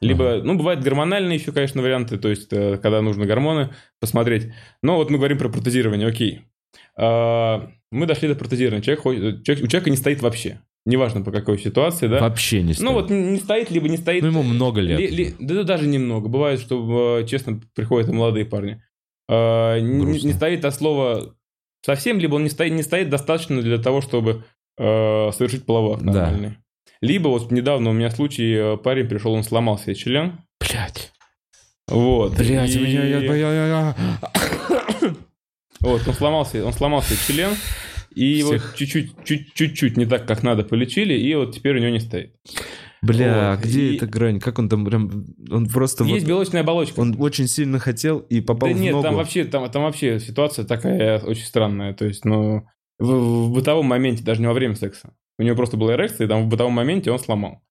C: Либо, ну, бывают гормональные еще, конечно, варианты, то есть, э, когда нужно гормоны посмотреть. Но вот мы говорим про протезирование, окей. А, Мы дошли до протезирования. Человек, хочет- человек- у человека не стоит вообще. Неважно, по какой ситуации, да?
A: Вообще не
C: Ну,
A: стоит.
C: вот не стоит, либо не стоит.
A: Ну, ему много лет.
C: Ли- ли- да, да даже немного. Бывает, что, э, честно, приходят и молодые парни. Э, не,
A: Грустно.
C: не стоит от слова совсем, либо он не стоит, не стоит достаточно для того, чтобы э, совершить половой акт
A: Да.
C: нормальный. Либо вот недавно у меня случай, э, парень пришел, он сломал себе член.
A: Блять.
C: Вот.
A: Блять,
C: И-
A: меня... я- я- я- я-
C: Вот, он сломался, он сломался член, и
A: Всех.
C: вот чуть-чуть, чуть- чуть-чуть не так, как надо, полечили, и вот теперь у него не стоит.
A: Бля,
C: Вот,
A: где
C: и-
A: эта грань? Как он там прям... Он просто вот...
C: Есть белочная оболочка.
A: Он очень сильно хотел и попал
C: да
A: в
C: нет,
A: ногу.
C: там вообще, там, там вообще ситуация такая очень странная. То есть, ну, в, в бытовом моменте, даже не во время секса. У него просто была эрекция, и там в бытовом моменте он сломал.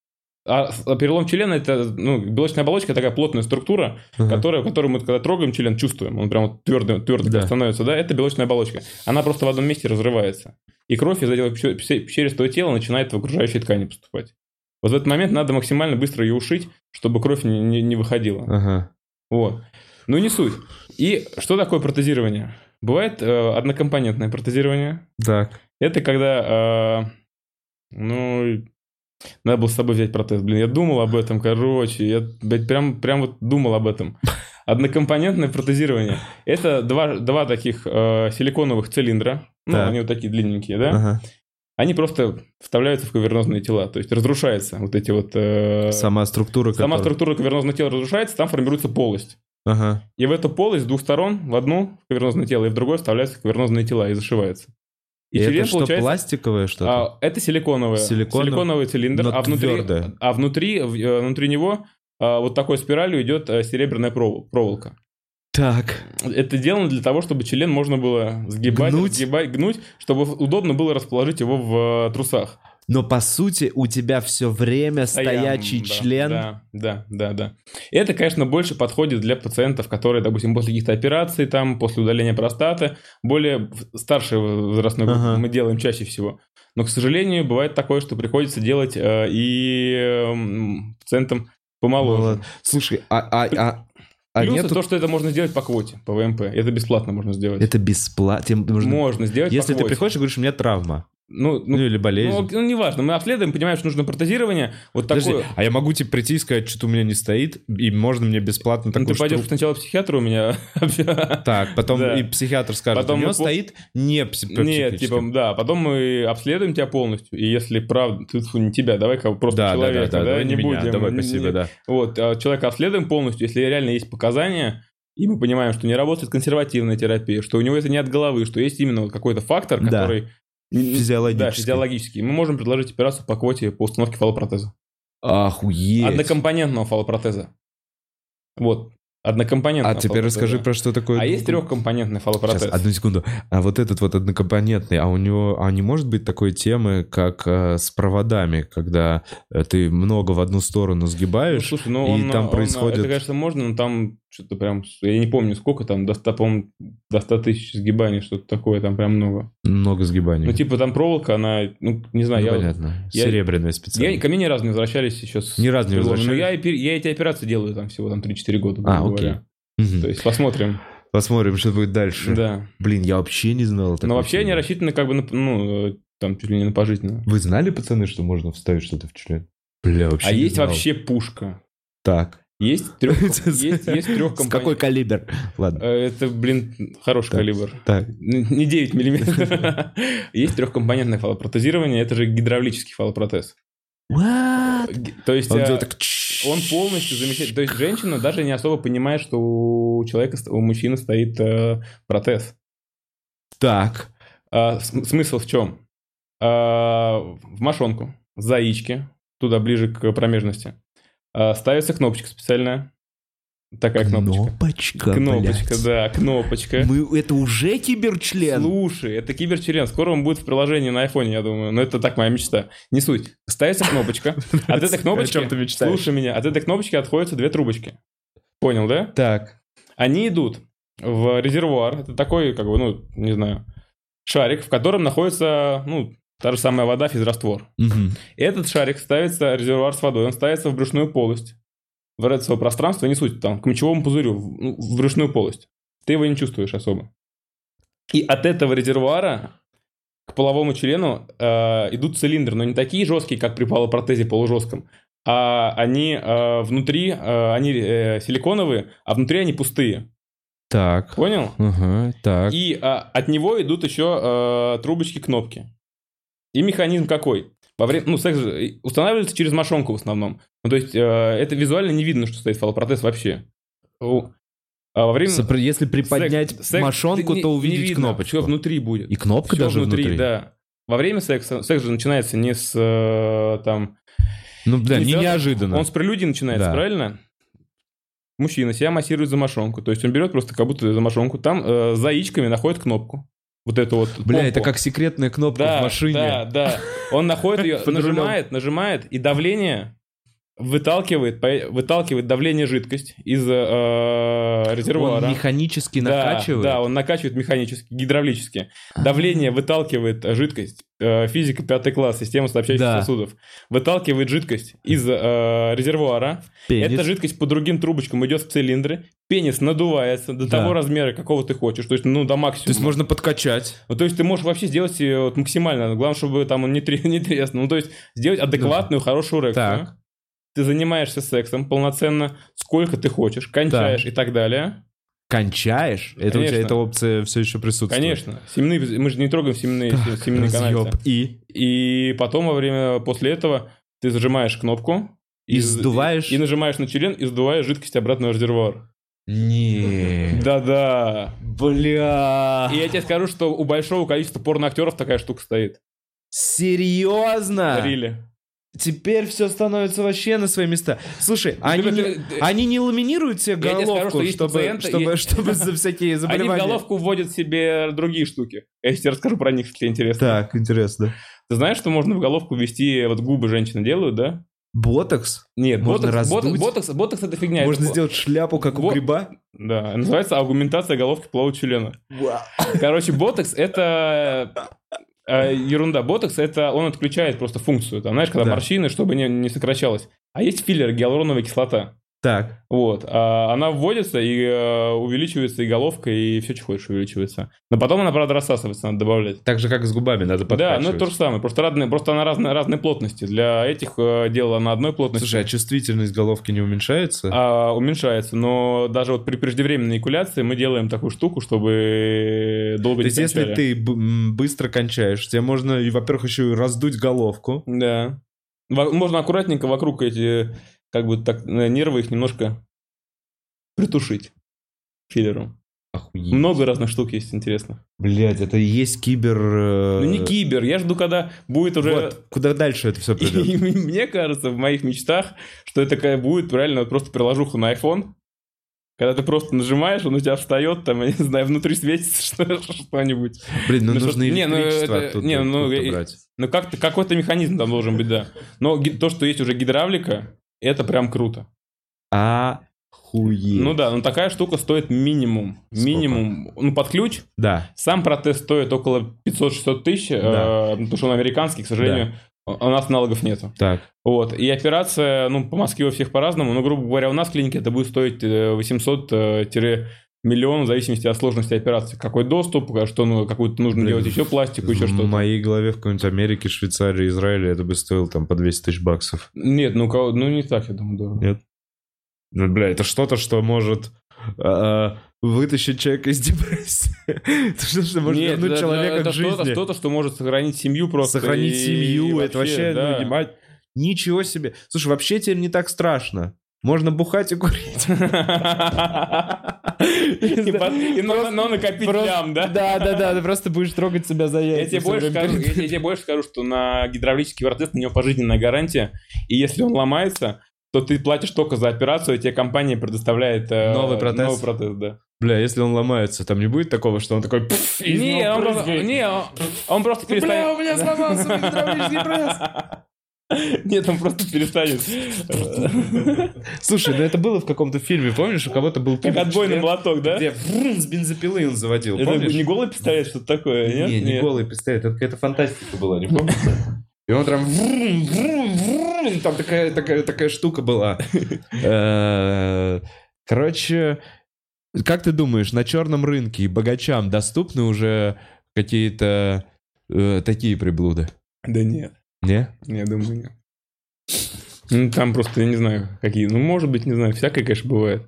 C: А с- а перелом члена это, ну, белочная оболочка такая плотная структура,
A: Ага.
C: которая, которую мы когда трогаем член, чувствуем. Он прям вот твердый, твердый
A: Да.
C: становится, да, это белочная оболочка. Она просто в одном месте разрывается. И кровь из этого пще- пще- пещеристого тела начинает в окружающие ткани поступать. Вот в этот момент надо максимально быстро ее ушить, чтобы кровь не, не- не выходила.
A: Ага.
C: Вот. Ну, не суть. И что такое протезирование? Бывает э, однокомпонентное протезирование.
A: Так.
C: Это когда, э, ну, надо было с собой взять протез. Блин, я думал об этом, короче. Я блядь, прям, прям вот думал об этом. Однокомпонентное протезирование. Это два, два таких э, силиконовых цилиндра. Ну,
A: Так.
C: они вот такие длинненькие, да?
A: Ага.
C: Они просто вставляются в кавернозные тела. То есть разрушаются вот эти вот... э,
A: Сама структура.
C: сама
A: которая-
C: структура кавернозного тела разрушается, там формируется полость.
A: Ага.
C: И в эту полость с двух сторон, в одну в кавернозное тело, и в другую вставляются кавернозные тела и зашивается.
A: И,
C: И, член
A: это что,
C: получается...
A: пластиковое что-то?
C: а, это силиконовое.
A: Силиконовое,
C: силиконовый цилиндр,
A: но
C: а внутри,
A: твердое.
C: а внутри, в- э, внутри него а, вот такой спиралью идет э, серебряная провол- проволока.
A: Так.
C: Это сделано для того, чтобы член можно было сгибать,
A: Гнуть?
C: сгибать, гнуть, чтобы удобно было расположить его в э, трусах.
A: Но по сути у тебя все время стоячий
C: Да,
A: член.
C: Да, да, да, да. Это, конечно, больше подходит для пациентов, которые, допустим, после каких-то операций, там, после удаления простаты, более в- старшей возрастной группы
A: Ага.
C: мы делаем чаще всего. Но, к сожалению, бывает такое, что приходится делать э, и эм, пациентам помоложе.
A: Мало- Слушай, а, а, а, а
C: Плюс
A: нету-
C: то, что это можно сделать по квоте, по ВМП. Это бесплатно можно сделать.
A: Это бесплатно.
C: можно, сделать
A: Если
C: по
A: ты
C: квоте.
A: приходишь и говоришь, у меня травма.
C: Ну,
A: Ну,
C: ну,
A: или
C: ну,
A: болезнь.
C: ну, неважно, мы обследуем, понимаем, что нужно протезирование. Вот
A: Подожди,
C: такое.
A: а я могу тебе прийти и сказать, что-то у меня не стоит, и можно мне бесплатно
C: Ну,
A: такую
C: ты пойдешь
A: штуку-
C: сначала к психиатру у меня.
A: Так, потом
C: Да.
A: и психиатр скажет,
C: Потом
A: у него
C: мы по-
A: стоит не пси-
C: Нет,
A: психически».
C: типа, да, потом мы обследуем тебя полностью, и если правда, ты, фу, не тебя, давай кого просто
A: да, да, да,
C: человека,
A: да, давай не, меня,
C: будем,
A: давай,
C: не-
A: спасибо,
C: не-
A: да.
C: Вот, а, человека обследуем полностью, если реально есть показания, и мы понимаем, что не работает консервативная терапия, что у него это не от головы, что есть именно вот какой-то фактор,
A: Да.
C: который... н-
A: Физиологически.
C: Да, физиологический. Мы можем предложить операцию по квоте по установке фалопротеза.
A: Охуеть.
C: Однокомпонентного фалопротеза. Вот. Однокомпонентного
A: А теперь
C: фалопротеза.
A: расскажи про что такое.
C: А есть трехкомпонентный
A: Сейчас,
C: фалопротез?
A: одну секунду. А вот этот вот однокомпонентный, а у него, а не может быть такой темы, как э, с проводами, когда э, ты много в одну сторону
C: Ну,
A: сгибаешь?
C: слушай, ну,
A: и
C: он,
A: там
C: он,
A: происходит-
C: Это, конечно, можно, но там что-то прям... Я не помню, сколько там, до 100, по-моему, до 100 тысяч сгибаний, что-то такое, там прям много.
A: Много сгибаний.
C: Ну, типа там проволока, она... Ну, не
A: Ну,
C: знаю, я...
A: понятно.
C: я-
A: Серебряная
C: Я,
A: специально.
C: ко мне ни разу не возвращались еще с...
A: Ни разу не
C: прилома. Но
A: возвращались?
C: я, ну, и пер- я эти операции делаю там всего там 3-4 года,
A: А,
C: грубо
A: окей.
C: говоря.
A: Мгм.
C: То есть посмотрим.
A: Посмотрим, что будет дальше.
C: Да.
A: Блин, я вообще не знал.
C: Но вообще они рассчитаны как бы на... Ну, э, там чуть ли не на пожизненное.
A: Вы знали, пацаны, что можно вставить что-то в член? Бля, вообще.
C: А
A: не
C: есть
A: знал.
C: вообще пушка.
A: Так.
C: Есть трех... Есть, есть
A: С какой
C: трехкомпонентный.
A: калибр? Ладно.
C: Э, Это, блин, хороший
A: Так.
C: калибр.
A: Так.
C: Н- Не 9 миллиметров. Есть трехкомпонентное фалопротезирование, это же гидравлический фалопротез.
A: What?
C: Г- То есть
A: Он
C: э,
A: делает так...
C: он полностью замечает. То есть женщина даже не особо понимает, что у человека, ст- у мужчины стоит э, протез.
A: Так.
C: А, см- Смысл в чем? А, В мошонку, в яички, туда ближе к промежности, а, ставится кнопочка специальная. Такая кнопочка.
A: Кнопочка,
C: Кнопочка,
A: блядь.
C: да, кнопочка.
A: Мы... Это уже киберчлен?
C: Слушай, это киберчлен. Скоро он будет в приложении на айфоне, я думаю. Но это так моя мечта. Не суть. Ставится кнопочка. От этой кнопочки...
A: чем ты мечтаешь?
C: Слушай меня. От этой кнопочки отходятся две трубочки. Понял, да?
A: Так.
C: Они идут в резервуар. Это такой, как бы, ну, не знаю, шарик, в котором находится, ну, та же самая вода, физраствор.
A: Мгм.
C: Этот шарик ставится, резервуар с водой, он ставится в брюшную полость. В рецовое пространство, не суть, там, к мочевому пузырю, в, ну, в брюшную полость. Ты его не чувствуешь особо. И от этого резервуара к половому члену э, идут цилиндры, но не такие жесткие, как при полупротезе полужестком, а они э, внутри, э, они э, силиконовые, а внутри они пустые.
A: Так.
C: Понял?
A: Ага, так.
C: И а, от него идут еще э, трубочки кнопки. И механизм какой? Во время, ну, секс же и устанавливается через мошонку в основном. Ну, то есть э, это визуально не видно, что стоит фалопротез вообще. У- а во время
A: Сопр- Если приподнять
C: секс- секс-
A: мошонку,
C: не-
A: то
C: не
A: увидеть
C: видно,
A: кнопочку.
C: Все внутри будет.
A: И кнопка
C: Всё
A: даже внутри.
C: да. Во время секса, секс же начинается не с э, там
A: Ну, бля, не
C: Инициатор-
A: неожиданно.
C: Он с прелюдии начинается,
A: Да.
C: правильно? Мужчина себя массирует замашонку. То есть он берет просто как будто замашонку. Там э, за яичками находит кнопку. Вот эту вот.
A: Бля, это
C: помпу.
A: как секретная кнопка
C: да,
A: в машине.
C: Да, да. Он находит ее,
A: Под рулем.
C: нажимает, нажимает, и давление выталкивает, по- выталкивает давление жидкость из э, резервуара.
A: Он механически
C: Да,
A: накачивает. А.
C: Да, он накачивает механически, гидравлически. Давление выталкивает э, жидкость. Э, Физика пятый класс, система сообщающихся
A: Да.
C: сосудов. Выталкивает жидкость из э, резервуара.
A: Пенис.
C: Эта жидкость по другим трубочкам идет в цилиндры. Пенис надувается до
A: Да.
C: того размера, какого ты хочешь. То есть, ну, до максимума.
A: То есть можно подкачать.
C: Ну, то есть ты можешь вообще сделать э, вот максимально, главное, чтобы там он не, тре- не треснул. Ну, то есть сделать адекватную, хорошую эрекцию.
A: Так.
C: Ты занимаешься сексом полноценно, сколько ты хочешь, кончаешь и так далее.
A: Кончаешь? Это у тебя
C: Конечно.
A: эта опция все еще присутствует.
C: Конечно. Семенные, мы же не трогаем семенные, семенные каналы.
A: Разъеб. И?
C: И потом во время, после этого ты зажимаешь кнопку.
A: И сдуваешь?
C: И, нажимаешь на член, и сдуваешь жидкость обратно в резервуар.
A: Не.
C: Да-да.
A: Бля.
C: И я тебе скажу, что у большого количества порноактеров такая штука стоит.
A: Серьезно?
C: Рили.
A: Теперь все становится вообще на свои места. Слушай, они,
C: ты-
A: не,
C: ты-
A: они не ламинируют себе
C: Ну, Я тебе скажу,
A: головку,
C: что есть
A: чтобы,
C: пациенты,
A: чтобы,
C: есть-
A: чтобы за всякие
C: Они в
A: заболевания.
C: головку вводят себе другие штуки. Я тебе расскажу про них, если тебе интересно.
A: Так, интересно.
C: Ты знаешь, что можно в головку ввести, вот губы женщины делают, да?
A: Ботокс?
C: Нет,
A: Можно
C: ботокс, бот-
A: раздуть?
C: ботокс, ботокс это фигня.
A: Можно
C: это-
A: сделать шляпу, как у
C: Бо-
A: гриба?
C: Да, называется аргументация головки полового члена. Короче, ботокс это э, ерунда. Ботокс это он отключает просто функцию. Там, знаешь, когда
A: Да.
C: морщины, чтобы не, не сокращалось. А есть филлер, гиалуроновая кислота.
A: Так.
C: Вот. а она вводится и э, увеличивается и головка, и все, что хочешь, увеличивается. Но потом она, правда, рассасывается, надо добавлять.
A: Так же, как и с губами, надо
C: Да, ну
A: подкачивать.
C: это то же самое. Просто, разные, просто она разной, разной плотности. Для этих э, дела на одной плотности.
A: Слушай, а чувствительность головки не уменьшается?
C: а, уменьшается, но даже вот при преждевременной экуляции мы делаем такую штуку, чтобы долго
A: То
C: не
A: есть, если
C: кончали.
A: ты б- м, быстро кончаешь, тебе можно, и, во-первых, еще и раздуть головку.
C: Да. Во- Можно аккуратненько вокруг эти, как бы так, э, нервы их немножко притушить филлером.
A: Охуеть.
C: Много разных штук есть интересно.
A: Блять, это и есть кибер... э,
C: Ну не кибер, я жду, когда будет уже...
A: Вот, куда дальше это все придет?
C: И мне кажется, в моих мечтах, что это такая будет реально вот просто приложуха на iPhone. Когда ты просто нажимаешь, он у тебя встает, там, я не знаю, внутри светится что- что-нибудь.
A: Блин, ну
C: Ну,
A: нужно
C: что- не, ну,
A: электричество
C: это-
A: оттуда-
C: не, ну,
A: оттуда
C: и-
A: брать.
C: Ну как-то какой-то механизм там должен быть, да. Но ги- то, что есть уже гидравлика, это прям круто.
A: Охуеть.
C: Ну да, но такая штука стоит минимум.
A: Сколько?
C: Минимум. Ну, под ключ.
A: Да.
C: Сам протез стоит около 500-600 тысяч, э,
A: Да.
C: потому что он американский, к сожалению, а у нас аналогов нету.
A: Так.
C: Вот. И операция, ну, по Москве у всех по-разному, но, грубо говоря, у нас в клинике это будет стоить э, 800-миллион в зависимости от сложности операции. Какой доступ, что, ну, какую-то нужно
A: Блин,
C: делать еще пластику, еще
A: В
C: типа что-то.
A: моей голове в какой-нибудь Америке, Швейцарии, Израиле это бы стоило там по 200 тысяч баксов.
C: Нет, ну, кого- ну не так, я думаю, дорого.
A: Ну, бля, это что-то, что может э, вытащить человека из депрессии. Это что, что может
C: Нет,
A: вернуть
C: это-
A: человека
C: это
A: к жизни.
C: Что-то, что-то, что может сохранить семью просто.
A: Сохранить
C: и-
A: семью, это вообще,
C: да.
A: ну, ебать, ничего себе. Слушай, вообще теперь не так страшно. Можно бухать и курить.
C: И по- и но- Но накопить лям, да?
A: Да, да, да, ты просто будешь трогать себя за яйца.
C: Я тебе,
A: всё
C: больше
A: время
C: скажу,
A: перед-
C: я тебе больше скажу, что на гидравлический протез на него пожизненная гарантия, и если он ломается, то ты платишь только за операцию, и тебе компания предоставляет э,
A: Новый протез?
C: Новый протез, да.
A: Бля, если он ломается, там не будет такого, что он такой... «Пф, из
C: Не,
A: него
C: он
A: брызгает».
C: просто, не, он- он просто перестанет.
A: у меня сломался мой гидравлический
C: Нет, он просто перестанет.
A: Слушай, ну это было в каком-то фильме, помнишь, у кого-то был...
C: Как отбойный молоток, да?
A: Где врум, с бензопилы он заводил,
C: Это
A: помнишь?
C: не голый пистолет, что-то такое, нет?
A: Не, не
C: Нет.
A: голый пистолет, это какая-то фантастика была, не помните? И он прям врум, врум, врум, и там такая, такая, такая штука была. Э, Короче, как ты думаешь, на черном рынке богачам доступны уже какие-то э, такие приблуды?
C: Да нет.
A: Не?
C: Я думаю, нет. Ну, там просто, я не знаю, какие. Ну, может быть, не знаю, всякое, конечно, бывает.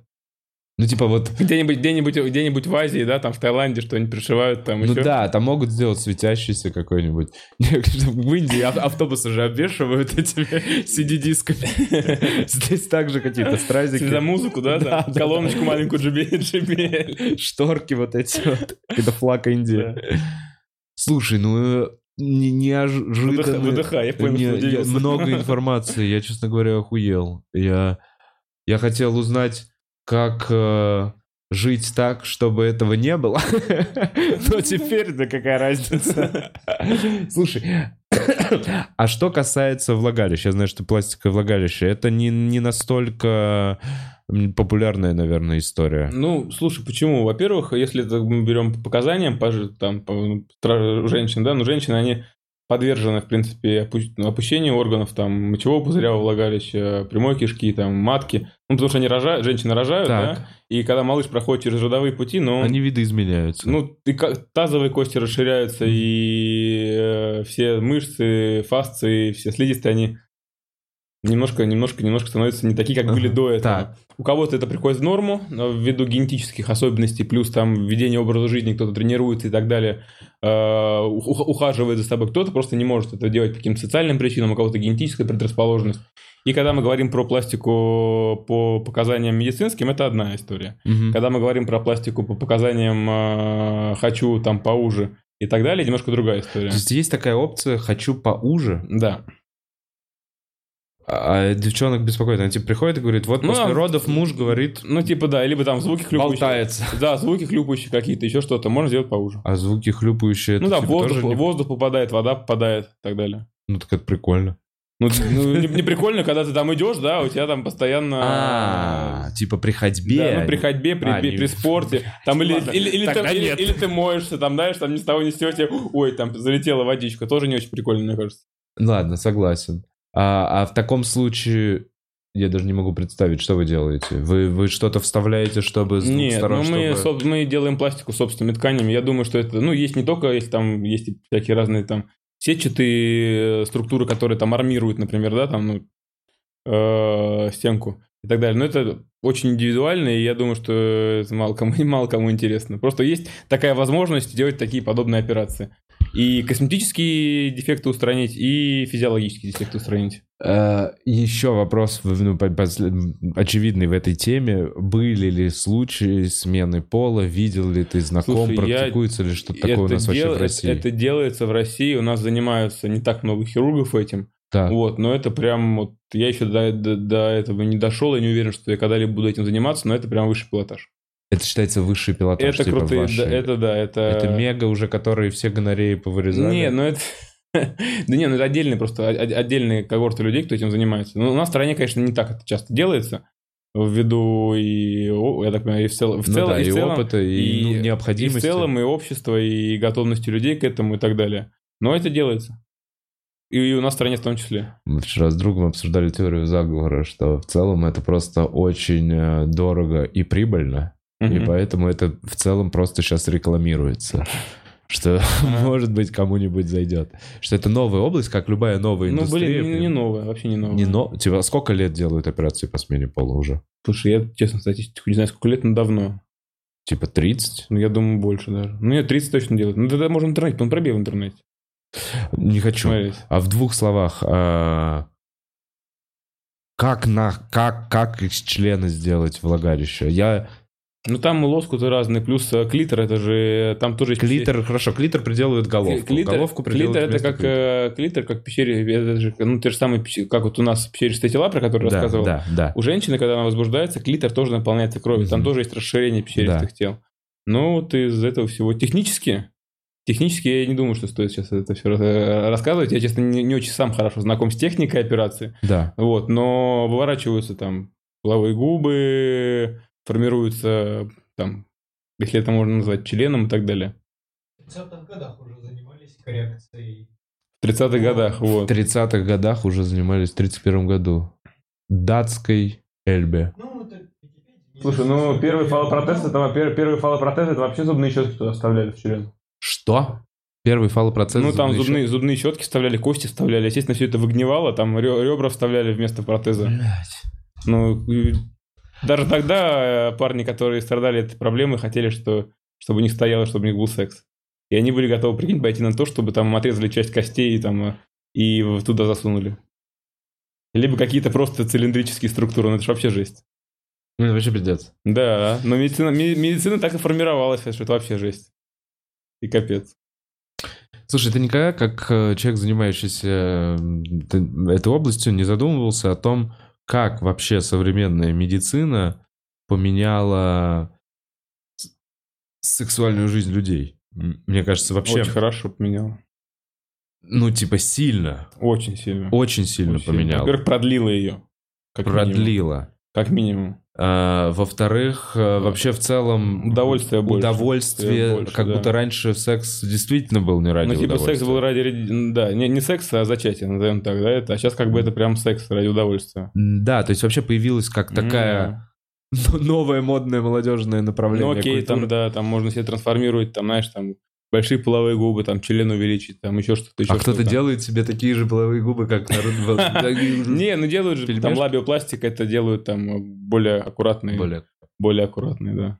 A: Ну, типа вот
C: Где-нибудь, где-нибудь, где-нибудь в Азии, да, там в Таиланде что-нибудь пришивают, там
A: Ну
C: еще.
A: да, там могут сделать светящийся какой-нибудь. В Индии ав- автобусы же обвешивают этими CD-дисками. Здесь также какие-то
C: За
A: стразики,
C: музыку, да,
A: Да,
C: там,
A: да,
C: колоночку
A: да.
C: маленькую JBL, JBL.
A: шторки вот эти вот. Это флаг Индии. Слушай, ну э, не- неожиданно...
C: Выдыхай, я понял,
A: Мне-
C: что
A: я-
C: удивился.
A: много информации, я, честно говоря, охуел. Я, я хотел узнать, как э, жить так, чтобы этого не было. Но теперь, да какая разница. Слушай, а что касается влагалища, я знаю, что пластиковое влагалище, это не, не настолько м, популярная, наверное, история.
C: Ну, слушай, почему? Во-первых, если это мы берем по показаниям, по ж- там, по, ну, тра- женщин, да, но женщины, они подвержены, в принципе, опу- ну, опущению органов, там, мочевого пузыря, влагалища, прямой кишки, там, матки. Ну, потому что они рожают, женщины рожают,
A: Так.
C: да, и когда малыш проходит через родовые пути, но...
A: Они видоизменяются.
C: Ну, и ка- тазовые кости расширяются, и э, все мышцы, фасции, все слизистые, они немножко, немножко, немножко становятся не такие, как были
A: Ага,
C: до этого.
A: так.
C: У кого-то это приходит в норму, но ввиду генетических особенностей, плюс там введение образа жизни, кто-то тренируется и так далее, э, ух- ухаживает за собой, кто-то просто не может это делать по каким-то социальным причинам, у кого-то генетическая предрасположенность. И когда мы говорим про пластику по показаниям медицинским, это одна история.
A: Мгм.
C: Когда мы говорим про пластику по показаниям э, «хочу там поуже» и так далее, немножко другая история.
A: То есть есть такая опция «хочу поуже»,
C: Да.
A: А девчонок беспокоит. Она типа приходит и говорит, вот
C: Ну,
A: после
C: а-
A: родов муж говорит,
C: Ну, типа, да, либо там звуки хлюпающие.
A: болтается.
C: Да, звуки хлюпающие какие-то, еще что-то. Можно сделать поуже.
A: А звуки хлюпающие, это,
C: ну, да,
A: типа,
C: воздух,
A: тоже не-
C: воздух попадает, вода попадает и так далее.
A: Ну, так это прикольно.
C: Ну, т- ну, не, не прикольно, когда ты там идешь, да, у тебя там
A: А,
C: постоянно...
A: типа при ходьбе.
C: а. Да, ну, при ходьбе, при,
A: А,
C: бе-
A: не-
C: при спорте, там или,
A: Ладно,
C: или, или ты,
A: тогда
C: или-
A: нет.
C: или ты моешься, там, знаешь, там ни с того ни с сего тебе, ой, там залетела водичка, тоже не очень прикольно, мне кажется.
A: Ладно, согласен. А, а в таком случае... Я даже не могу представить, что вы делаете. Вы, вы что-то вставляете, чтобы с двух
C: Нет,
A: сторон,
C: ну мы,
A: чтобы-
C: соб- мы делаем пластику собственными тканями. Я думаю, что это, ну, есть не только, есть там, есть и всякие разные там сетчатые э, структуры, которые там армируют, например, да, там, ну, э, стенку и так далее. Но это очень индивидуально, и я думаю, что это мало кому, мало кому интересно. Просто есть такая возможность делать такие подобные операции. И косметические дефекты устранить, и физиологические дефекты устранить.
A: Э, Еще вопрос, в- ну, по- после- очевидный в этой теме. Были ли случаи смены пола? Видел ли ты знаком?
C: Слушай, я-
A: практикуется ли что-то такое у нас вообще
C: дел-
A: в России?
C: это делается в России, у нас занимаются не так много хирургов этим.
A: Так.
C: Вот, но это прям вот я еще до, до- до этого не дошел, я не уверен, что я когда-либо буду этим заниматься, но это прям высший пилотаж.
A: Это считается высший пилотаж.
C: это
A: типа,
C: крутые,
A: вашей-
C: да, это да, это.
A: Это мега уже, которые все гонореи повырезали.
C: Не, ну это. Да не, ну это отдельные просто, о- о- отдельные когорты людей, кто этим занимается. Ну, у нас в стране, конечно, не так это часто делается, ввиду и, о- я так понимаю, и в целом, в
A: Ну
C: целом,
A: да,
C: и
A: и,
C: в целом,
A: опыта, и, ну,
C: и
A: необходимости.
C: в целом, и общество, и готовности людей к этому и так далее. Но это делается. И у нас в стране в том числе.
A: Мы вчера с другом обсуждали теорию заговора, что в целом это просто очень э, дорого и прибыльно, и
C: Мгм. Ну,
A: поэтому это в целом просто сейчас рекламируется. Что, может быть, кому-нибудь зайдет. Что это новая область, как любая новая
C: Ну,
A: индустрия.
C: блин, не, не новое, вообще не новое.
A: Не но... Типа, сколько лет делают операции по смене пола уже?
C: Слушай, я, честно, статистику не знаю, сколько лет, но давно.
A: Типа 30?
C: Ну, я думаю, больше даже. Ну, нет, 30 точно делают. Ну, тогда можно в интернете, потом пробей в интернете.
A: Не хочу.
C: Смотреть.
A: А в двух словах, а, как на как как из члена сделать влагалище? Я
C: Ну, там лоскуты разные, плюс э, клитор, это же... э, Там тоже есть...
A: клитер хорошо, клитер приделывают
C: пещер-
A: головку,
C: Клитор,
A: головку приделывают
C: клитор это
A: вместо
C: как
A: клитора.
C: э, клитор, как пещере, это же, ну, те же самые, пещ- как вот у нас пещеристые тела, про которые
A: да,
C: рассказывал.
A: да, да.
C: У женщины, когда она возбуждается, клитор тоже наполняется кровью. Там
A: Мгм.
C: тоже есть расширение пещеристых тел. Ну, вот из этого всего технически... Технически я не думаю, что стоит сейчас это все рассказывать. Я, честно, не, не очень сам хорошо знаком с техникой операции.
A: Да.
C: Вот, но выворачиваются там половые губы, формируются там, если это можно назвать членом и так далее.
B: В 30-х годах уже занимались коррекцией.
C: В 30-х годах,
A: В
C: вот.
A: 30-х годах уже занимались в 31 году датской Эльбе.
B: Ну, это Википедия.
C: Слушай, ну первый фалопротез, это, во-первых, первый фалопротез, это вообще зубные щетки туда вставляли в член.
A: Что? Первый фалопроцесс.
C: Ну, там
A: зубной
C: зубные, зубные щетки вставляли, кости вставляли. Естественно, все это выгнивало, там рё- ребра вставляли вместо
A: щет-
C: протеза.
A: Блядь.
C: Ну, и даже тогда э, парни, которые страдали этой проблемой, хотели, что, чтобы у них стояло, чтобы у них был секс. И они были готовы, прикинь, пойти на то, чтобы там отрезали часть костей и там э, и в- туда засунули. Либо какие-то просто цилиндрические структуры, ну это ж вообще жесть.
A: Ну, это вообще пиздец.
C: Да, но медицина, ме- медицина так и формировалась, что это вообще жесть. И капец.
A: Слушай, ты никогда, как э, человек, занимающийся э, т- этой областью, не задумывался о том, как вообще современная медицина поменяла с- сексуальную жизнь людей? М, Мне кажется, вообще,
C: Очень хорошо поменял.
A: ну, типа, сильно,
C: Очень сильно.
A: очень сильно
C: Очень
A: поменяла,
C: Во-первых, продлила ее. Как Минимум.
A: продлила.
C: Как минимум.
A: А, Во-вторых, э, вообще в целом...
C: Удовольствие больше.
A: Удовольствие,
C: Больше,
A: как
C: да.
A: будто раньше секс действительно был не ради
C: Ну, типа, секс
A: удовольствия.
C: был ради... ре- Да, не, не секс, а зачатие, назовем так, да, это. А сейчас как бы это прям секс ради удовольствия.
A: М, Да, то есть вообще появилась как такая но- новое модное молодежное
C: М.
A: направление
C: Ну, окей,
A: культуры.
C: там, да, там можно себе трансформировать, там, знаешь, там, большие половые губы, там, член увеличить, там, еще что-то, еще
A: а кто-то
C: что-то.
A: делает себе такие же половые губы, как народ...
C: Не, ну делают же, там
A: Пельмешки?
C: лабиопластика, это делают там э, более аккуратные, более,
A: Более. То
C: аккуратные, да.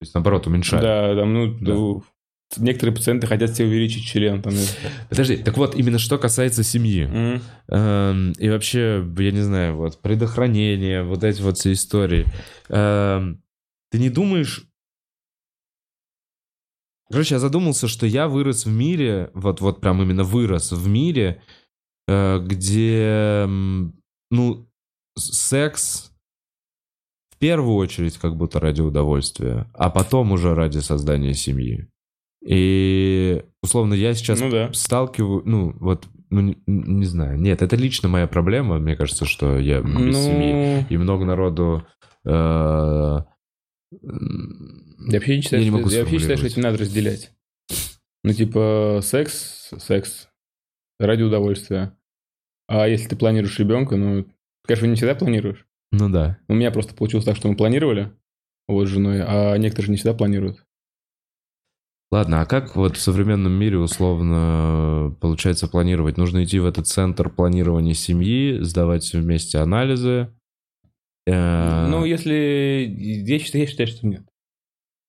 A: есть, наоборот, уменьшает.
C: Да, там, ну,
A: Да.
C: ну, некоторые пациенты хотят себе увеличить член, там.
A: Подожди, так вот, именно что касается семьи.
C: М.
A: Эм, И вообще, я не знаю, вот предохранение, вот эти вот все истории. Эм, Ты не думаешь... Короче, я задумался, что я вырос в мире, вот, вот прям именно вырос в мире, э, где, м, ну, с- секс в первую очередь как будто ради удовольствия, а потом уже ради создания семьи. И, условно, я сейчас
C: Ну да.
A: сталкиваю, ну, вот, ну, не, не знаю. Нет, это лично моя проблема. Мне кажется, что я без семьи.
C: Ну,
A: И много народу... э, м,
C: Я вообще не считаю,
A: Я не
C: что,
A: могу
C: я вообще считаю, что
A: сформулировать.
C: это не надо разделять. Ну, типа, секс, секс ради удовольствия. А если ты планируешь ребенка, ну, конечно, не всегда планируешь.
A: Ну да.
C: У меня просто получилось так, что мы планировали, вот, с женой, а некоторые же не всегда планируют.
A: Ладно, а как вот в современном мире условно э, получается планировать? Нужно идти в этот центр планирования семьи, сдавать вместе анализы. э,
C: Ну, если... Я считаю, я считаю, что нет.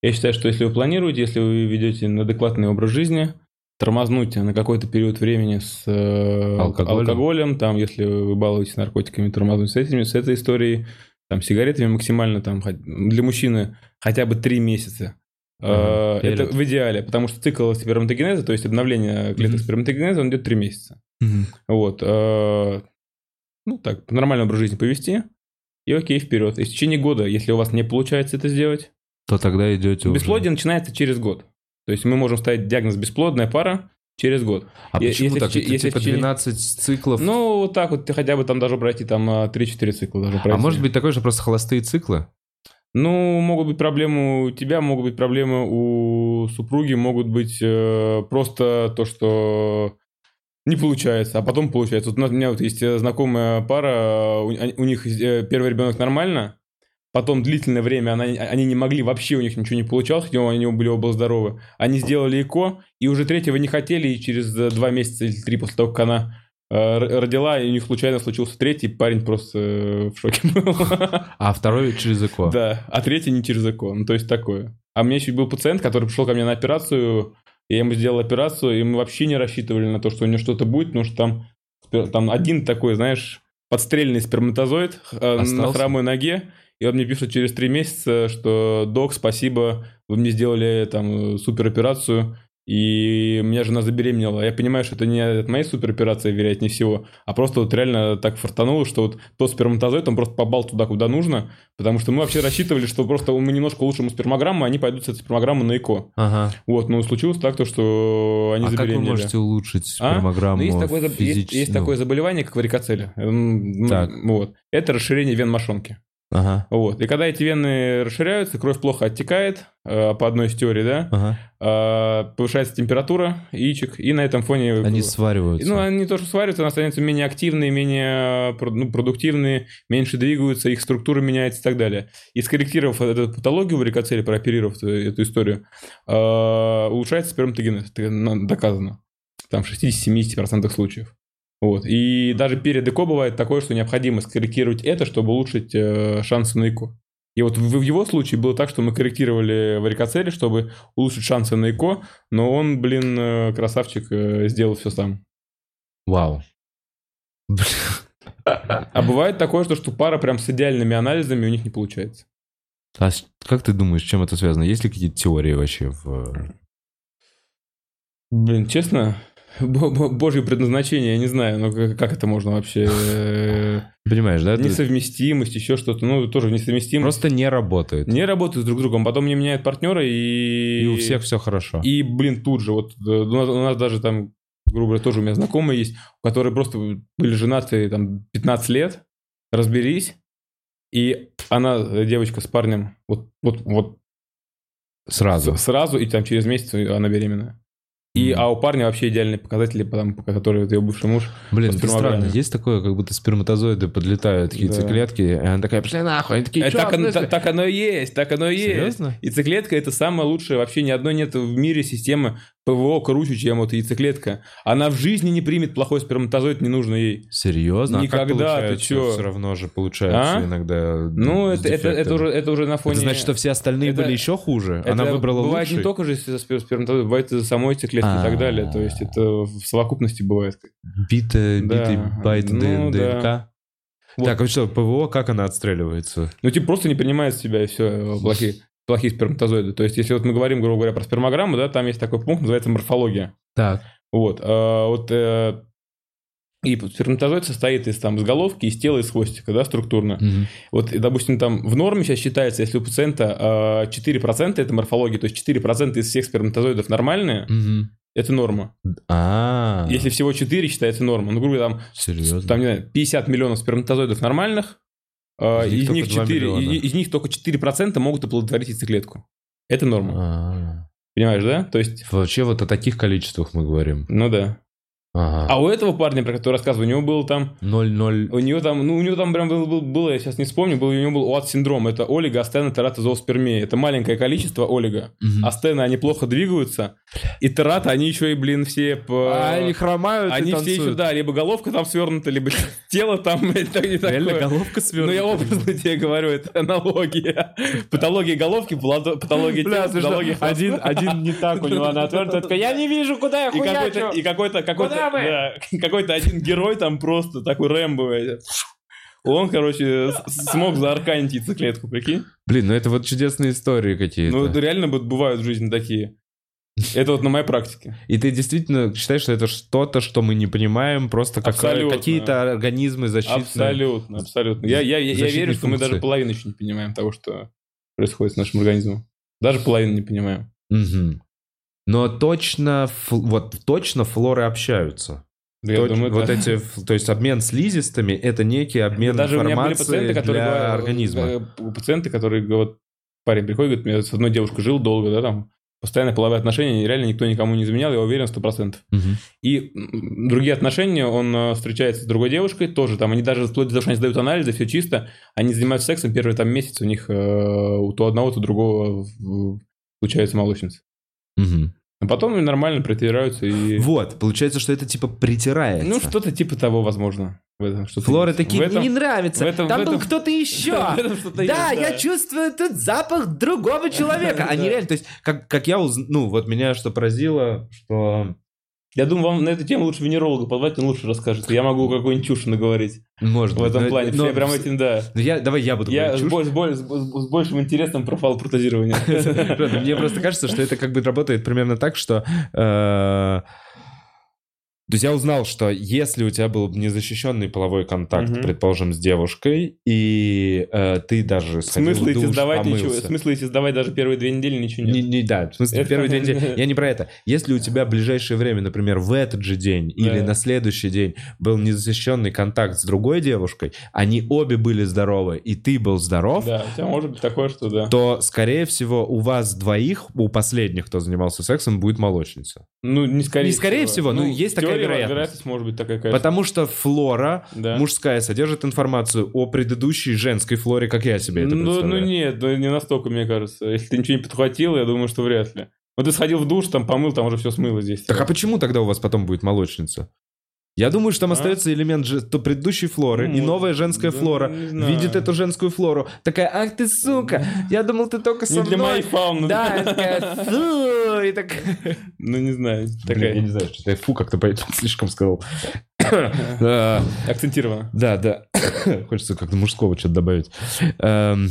C: Я считаю, что если вы планируете, если вы ведете адекватный образ жизни, тормознуть на какой-то период времени с э,
A: Алкоголем.
C: алкоголем, там, если вы балуетесь наркотиками, тормознуть с этими, с этой историей, там, сигаретами максимально, там, хоть- для мужчины хотя бы три месяца.
A: Ага,
C: Э, Это
A: перед.
C: в идеале, потому что цикл сперматогенеза, то есть обновление клеток сперматогенеза, он идет три месяца. Вот. э, Ну, так, нормальный образ жизни повести. И окей, вперед. И в течение года, если у вас не получается это сделать,
A: То тогда идете уже.
C: бесплодие начинается через год. То есть мы можем ставить диагноз бесплодная пара через год.
A: А
C: Е-
A: почему
C: если в
A: так?
C: те-
A: Это
C: если в
A: типа
C: течение-
A: 12 циклов.
C: Ну, вот так вот, ты хотя бы там даже пройти там э, 3-4 цикла даже
A: а
C: пройти.
A: может быть такой же просто холостые циклы?
C: Ну, могут быть проблемы у тебя, могут быть проблемы у супруги, могут быть э, просто то, что не получается, а потом получается. Вот у нас- у меня вот есть э, знакомая пара, у, они- у них э, первый ребенок нормально, потом длительное время она- они не могли, вообще у них ничего не получалось, хотя они оба были, оба здоровы. Они сделали ЭКО, и уже третьего не хотели, и через э, два месяца или три после того, как она э, р- родила, и у них случайно случился третий, парень просто э, в шоке был.
A: А второй через ЭКО.
C: Да, а третий не через ЭКО, ну то есть такое. А у меня еще был пациент, который пришел ко мне на операцию, я ему сделал операцию, и мы вообще не рассчитывали на то, что у него что-то будет, потому что там, спе- там один такой, знаешь, подстрельный сперматозоид э, на
A: Остался?
C: хромой ноге, и он мне пишет через три месяца, что «Док, спасибо, вы мне сделали там э, супероперацию, и у меня жена забеременела. Я понимаю, что это не от моей супероперации, вероятнее всего, а просто вот реально так фартануло, что вот тот сперматозоид, он просто попал туда, куда нужно, потому что мы вообще рассчитывали, что просто мы немножко улучшим спермограмму, а они пойдут с этой спермограммы на ЭКО.
A: Ага.
C: Вот, но случилось так, то, что они
A: а как вы
C: забеременели.
A: можете улучшить
C: А?
A: спермограмму
C: Ну, есть, такое, заб- есть-
A: физически?
C: есть
A: ну,
C: такое заболевание, как варикоцель. Эм, м,
A: Так.
C: Вот. Это расширение вен мошонки.
A: ну, Ага,
C: Вот. И когда эти вены расширяются, кровь плохо оттекает, э, по одной из теорий, да,
A: ага.
C: э, повышается температура яичек, и на этом фоне...
A: Они свариваются.
C: Ну, они тоже свариваются, они становятся менее активные, менее прод- ну, продуктивные, меньше двигаются, их структура меняется и так далее. И скорректировав эту патологию варикоцели, прооперировав эту- эту историю, э, улучшается сперматогенез. Это на- доказано. Там в 60-70% случаев. Вот. И даже перед ЭКО бывает такое, что необходимо скорректировать это, чтобы улучшить э, шансы на ЭКО. И вот в в его случае было так, что мы корректировали варикоцели, чтобы улучшить шансы на ЭКО, но он, блин, э, красавчик, э, сделал все сам.
A: Вау. Блин.
C: А бывает такое, что, что пара прям с идеальными анализами у них не получается.
A: А э, с- как ты думаешь, с чем это связано? Есть ли какие-то теории вообще в...
C: Блин, честно, бо- бо- божье предназначение, я не знаю, ну как, как это можно вообще... э,
A: Понимаешь, да? Это
C: Несовместимость, еще что-то, ну тоже несовместимость.
A: просто не работает.
C: Не работают друг с другом, потом не меняют партнера и...
A: И у всех все хорошо.
C: И, блин, тут же, вот э, у нас, у нас даже там, грубо говоря, тоже у меня знакомые есть, которые просто были женаты там 15 лет, разберись, и она, э, девочка с парнем, вот, вот, вот
A: Сразу.
C: сразу, и там через месяц она беременная. И,
A: Мгм.
C: а у парня вообще идеальные показатели, потому, по- которые вот ее бывший муж.
A: Блин,
C: по
A: это странно.
C: спермограмме.
A: Есть такое, как будто сперматозоиды подлетают,
C: Да.
A: яйцеклетки, и она такая, пошли нахуй. Они такие,
C: Э,
A: «Чё,
C: так,
A: в
C: оно,
A: смысле?»
C: та- так оно и есть, так оно и есть.
A: Серьезно?
C: Яйцеклетка это самая лучшая, вообще ни одной нет в мире системы ПВО круче, чем вот яйцеклетка. Она в жизни не примет плохой сперматозоид, не нужно ей.
A: Серьезно?
C: Никогда, ты чё?
A: Все равно же получается
C: А?
A: иногда.
C: Ну,
A: с
C: это, это, это,
A: дефектами.
C: уже, это уже на фоне...
A: Это значит, что все остальные
C: это-
A: были еще хуже.
C: это
A: Она выбрала
C: Бывает
A: лучший.
C: не только же из-за спер- сперматозоида, бывает из-за самой циклетки и
A: А.
C: так далее. То есть это в совокупности бывает.
A: Битый,
C: Да.
A: битый байт
C: Ну,
A: Д- ДНК.
C: Вот.
A: Так, а что, ПВО, как она отстреливается?
C: Ну, типа, просто не принимает в себя и все, плохие, плохие сперматозоиды. То есть, если вот мы говорим, грубо говоря, про спермограмму, да, там есть такой пункт, называется морфология.
A: Так.
C: Вот. а, вот э, и сперматозоид состоит из, там, из головки, из тела, из хвостика, да, структурно. Вот, и, допустим, там в норме сейчас считается, если у пациента э, 4% это морфология, то есть 4% из всех сперматозоидов нормальные, это норма.
A: А,
C: Если всего 4 считается норма, ну, грубо говоря, там,
A: серьезно?
C: там, не знаю, 50 миллионов сперматозоидов нормальных, э,
A: Из них
C: из, них
A: только 2
C: 4,
A: миллиона.
C: и- из них только 4% могут оплодотворить яйцеклетку. Это норма.
A: А.
C: Понимаешь, да? То есть,
A: Вообще вот о таких количествах мы говорим.
C: ну да.
A: Ага.
C: А у этого парня, про который рассказывал, у него был там...
A: 0,0...
C: У него там, ну, у него там прям был, был- было, я сейчас не вспомню, был, у него был ОАД-синдром. Это олиго тератозооспермия. Это маленькое количество олиго.
A: Мгм.
C: Астены, они плохо двигаются, и тераты, они еще и, блин, все... по-
A: А, они хромают
C: они
A: и
C: все еще,
A: танцуют.
C: да, либо головка там свернута, либо тело там и так- и
A: Реально
C: такое.
A: головка
C: Ну,
A: свернута.
C: я образно тебе говорю, это аналогия. Патология головки, плато- патология
A: Бля,
C: тела,
A: слушай,
C: патология хвоста.
A: один, один не так у него, она отвернута, такая, я не вижу, куда я
C: И какой-то,
A: хуячу.
C: и какой-то, какой-то,
A: Куда мы?
C: да, какой-то один герой там просто такой Рэмбо. э, Он, короче, с- смог заарканить яйцеклетку, прикинь?
A: Блин, ну это вот чудесные истории какие-то.
C: Ну, это реально вот бывают в жизни такие. Это вот на моей практике.
A: И ты действительно считаешь, что это что-то, что мы не понимаем, просто как-
C: Абсолютно.
A: какие-то организмы защитные.
C: Абсолютно, абсолютно. Я, я, я- я
A: Защитные
C: верю, что мы
A: функции.
C: даже половину еще не понимаем того, что происходит с нашим организмом. Даже половину не понимаем.
A: Мгм. Но точно, фл- вот точно флоры общаются.
C: Да я
A: Точ-
C: думаю,
A: вот
C: да.
A: эти, ф- то есть обмен слизистыми, это некий обмен
C: Даже у меня были
A: информацией
C: пациенты, которые...
A: для
C: говорят-
A: организма.
C: э, Пациенты, которые говорят... Парень приходит, говорит, я с одной девушкой жил долго, да, там, постоянно половые отношения, и реально никто никому не изменял, я уверен, сто процентов.
A: Мгм.
C: И м, другие отношения, он э, встречается с другой девушкой, тоже там, они даже вплоть до того, что они сдают анализы, все чисто, они занимаются сексом, первый там месяц у них э, у то одного, то другого в- случается молочница.
A: Мгм.
C: А потом они нормально притираются и...
A: Вот, получается, что это типа притирается.
C: Ну, что-то типа того, возможно. В этом что-то
A: а. Флоры
C: есть.
A: такие, «Мне
C: В этом-
A: не нравится,
C: в этом-
A: там
C: в
A: был
C: этом-
A: кто-то еще.
C: в этом что-то есть,
A: Да, я чувствую этот запах другого человека. Они
C: Да.
A: реально, то есть, как, как я узнал, ну, вот меня что поразило, что,
C: Я думаю, вам на эту тему лучше венеролога позвать, он лучше расскажет. Я могу какую-нибудь чушь наговорить
A: может
C: в
A: быть,
C: этом
A: но-
C: плане.
A: Ну, но-
C: Я прям этим, да.
A: Ну, я, давай я буду
C: Я
A: говорить
C: с,
A: чушь.
C: бо- с бо- с бо- с большим интересом профал протезирования.
A: Правда, Мне просто кажется, что это как бы работает примерно так, что... э, То есть я узнал, что если у тебя был незащищенный половой контакт,
C: Мгм.
A: предположим, с девушкой, и э, ты даже сходил
C: Смысла
A: в
C: идти
A: душ,
C: сдавать ничего.
A: помылся.
C: Смысла идти сдавать даже первые две недели ничего
A: Не,
C: нет.
A: не- да, в смысле,
C: Это-
A: первый день, день- я не про это. Если у тебя в ближайшее время, например, в этот же день или
C: Да.
A: на следующий день был незащищенный контакт с другой девушкой, они обе были здоровы, и ты был здоров,
C: Да, у тебя может быть такое, что да.
A: то, скорее всего, у вас двоих, у последних, кто занимался сексом, будет молочница.
C: Ну, не скорее
A: Не скорее всего, ну, есть такая
C: теория,
A: вероятность.
C: вероятность может быть такая, конечно.
A: Потому что флора
C: Да.
A: мужская содержит информацию о предыдущей женской флоре, как я себе это
C: Ну, ну
A: представляю.
C: нет, ну, не настолько, мне кажется. Если ты ничего не подхватил, я думаю, что вряд ли. Ну ты сходил в душ, там помыл, там уже все смыло здесь.
A: Так а почему тогда у вас потом будет молочница? Я думаю, что там
C: А?
A: остается элемент же, то предыдущей флоры,
C: Ну,
A: и
C: может.
A: новая женская
C: Да,
A: флора
C: не знаю.
A: видит эту женскую флору. Такая, ах ты сука, я думал, ты только со
C: Не для
A: мной».
C: моей фауны.
A: Да, и такая, «Фу», и так...
C: Ну не знаю,
A: Блин, я
C: такая
A: не знаю, что-то я фу как-то поэтому слишком сказал. А, Э,
C: акцентирована.
A: Да, да. Хочется как-то мужского что-то добавить. Эм,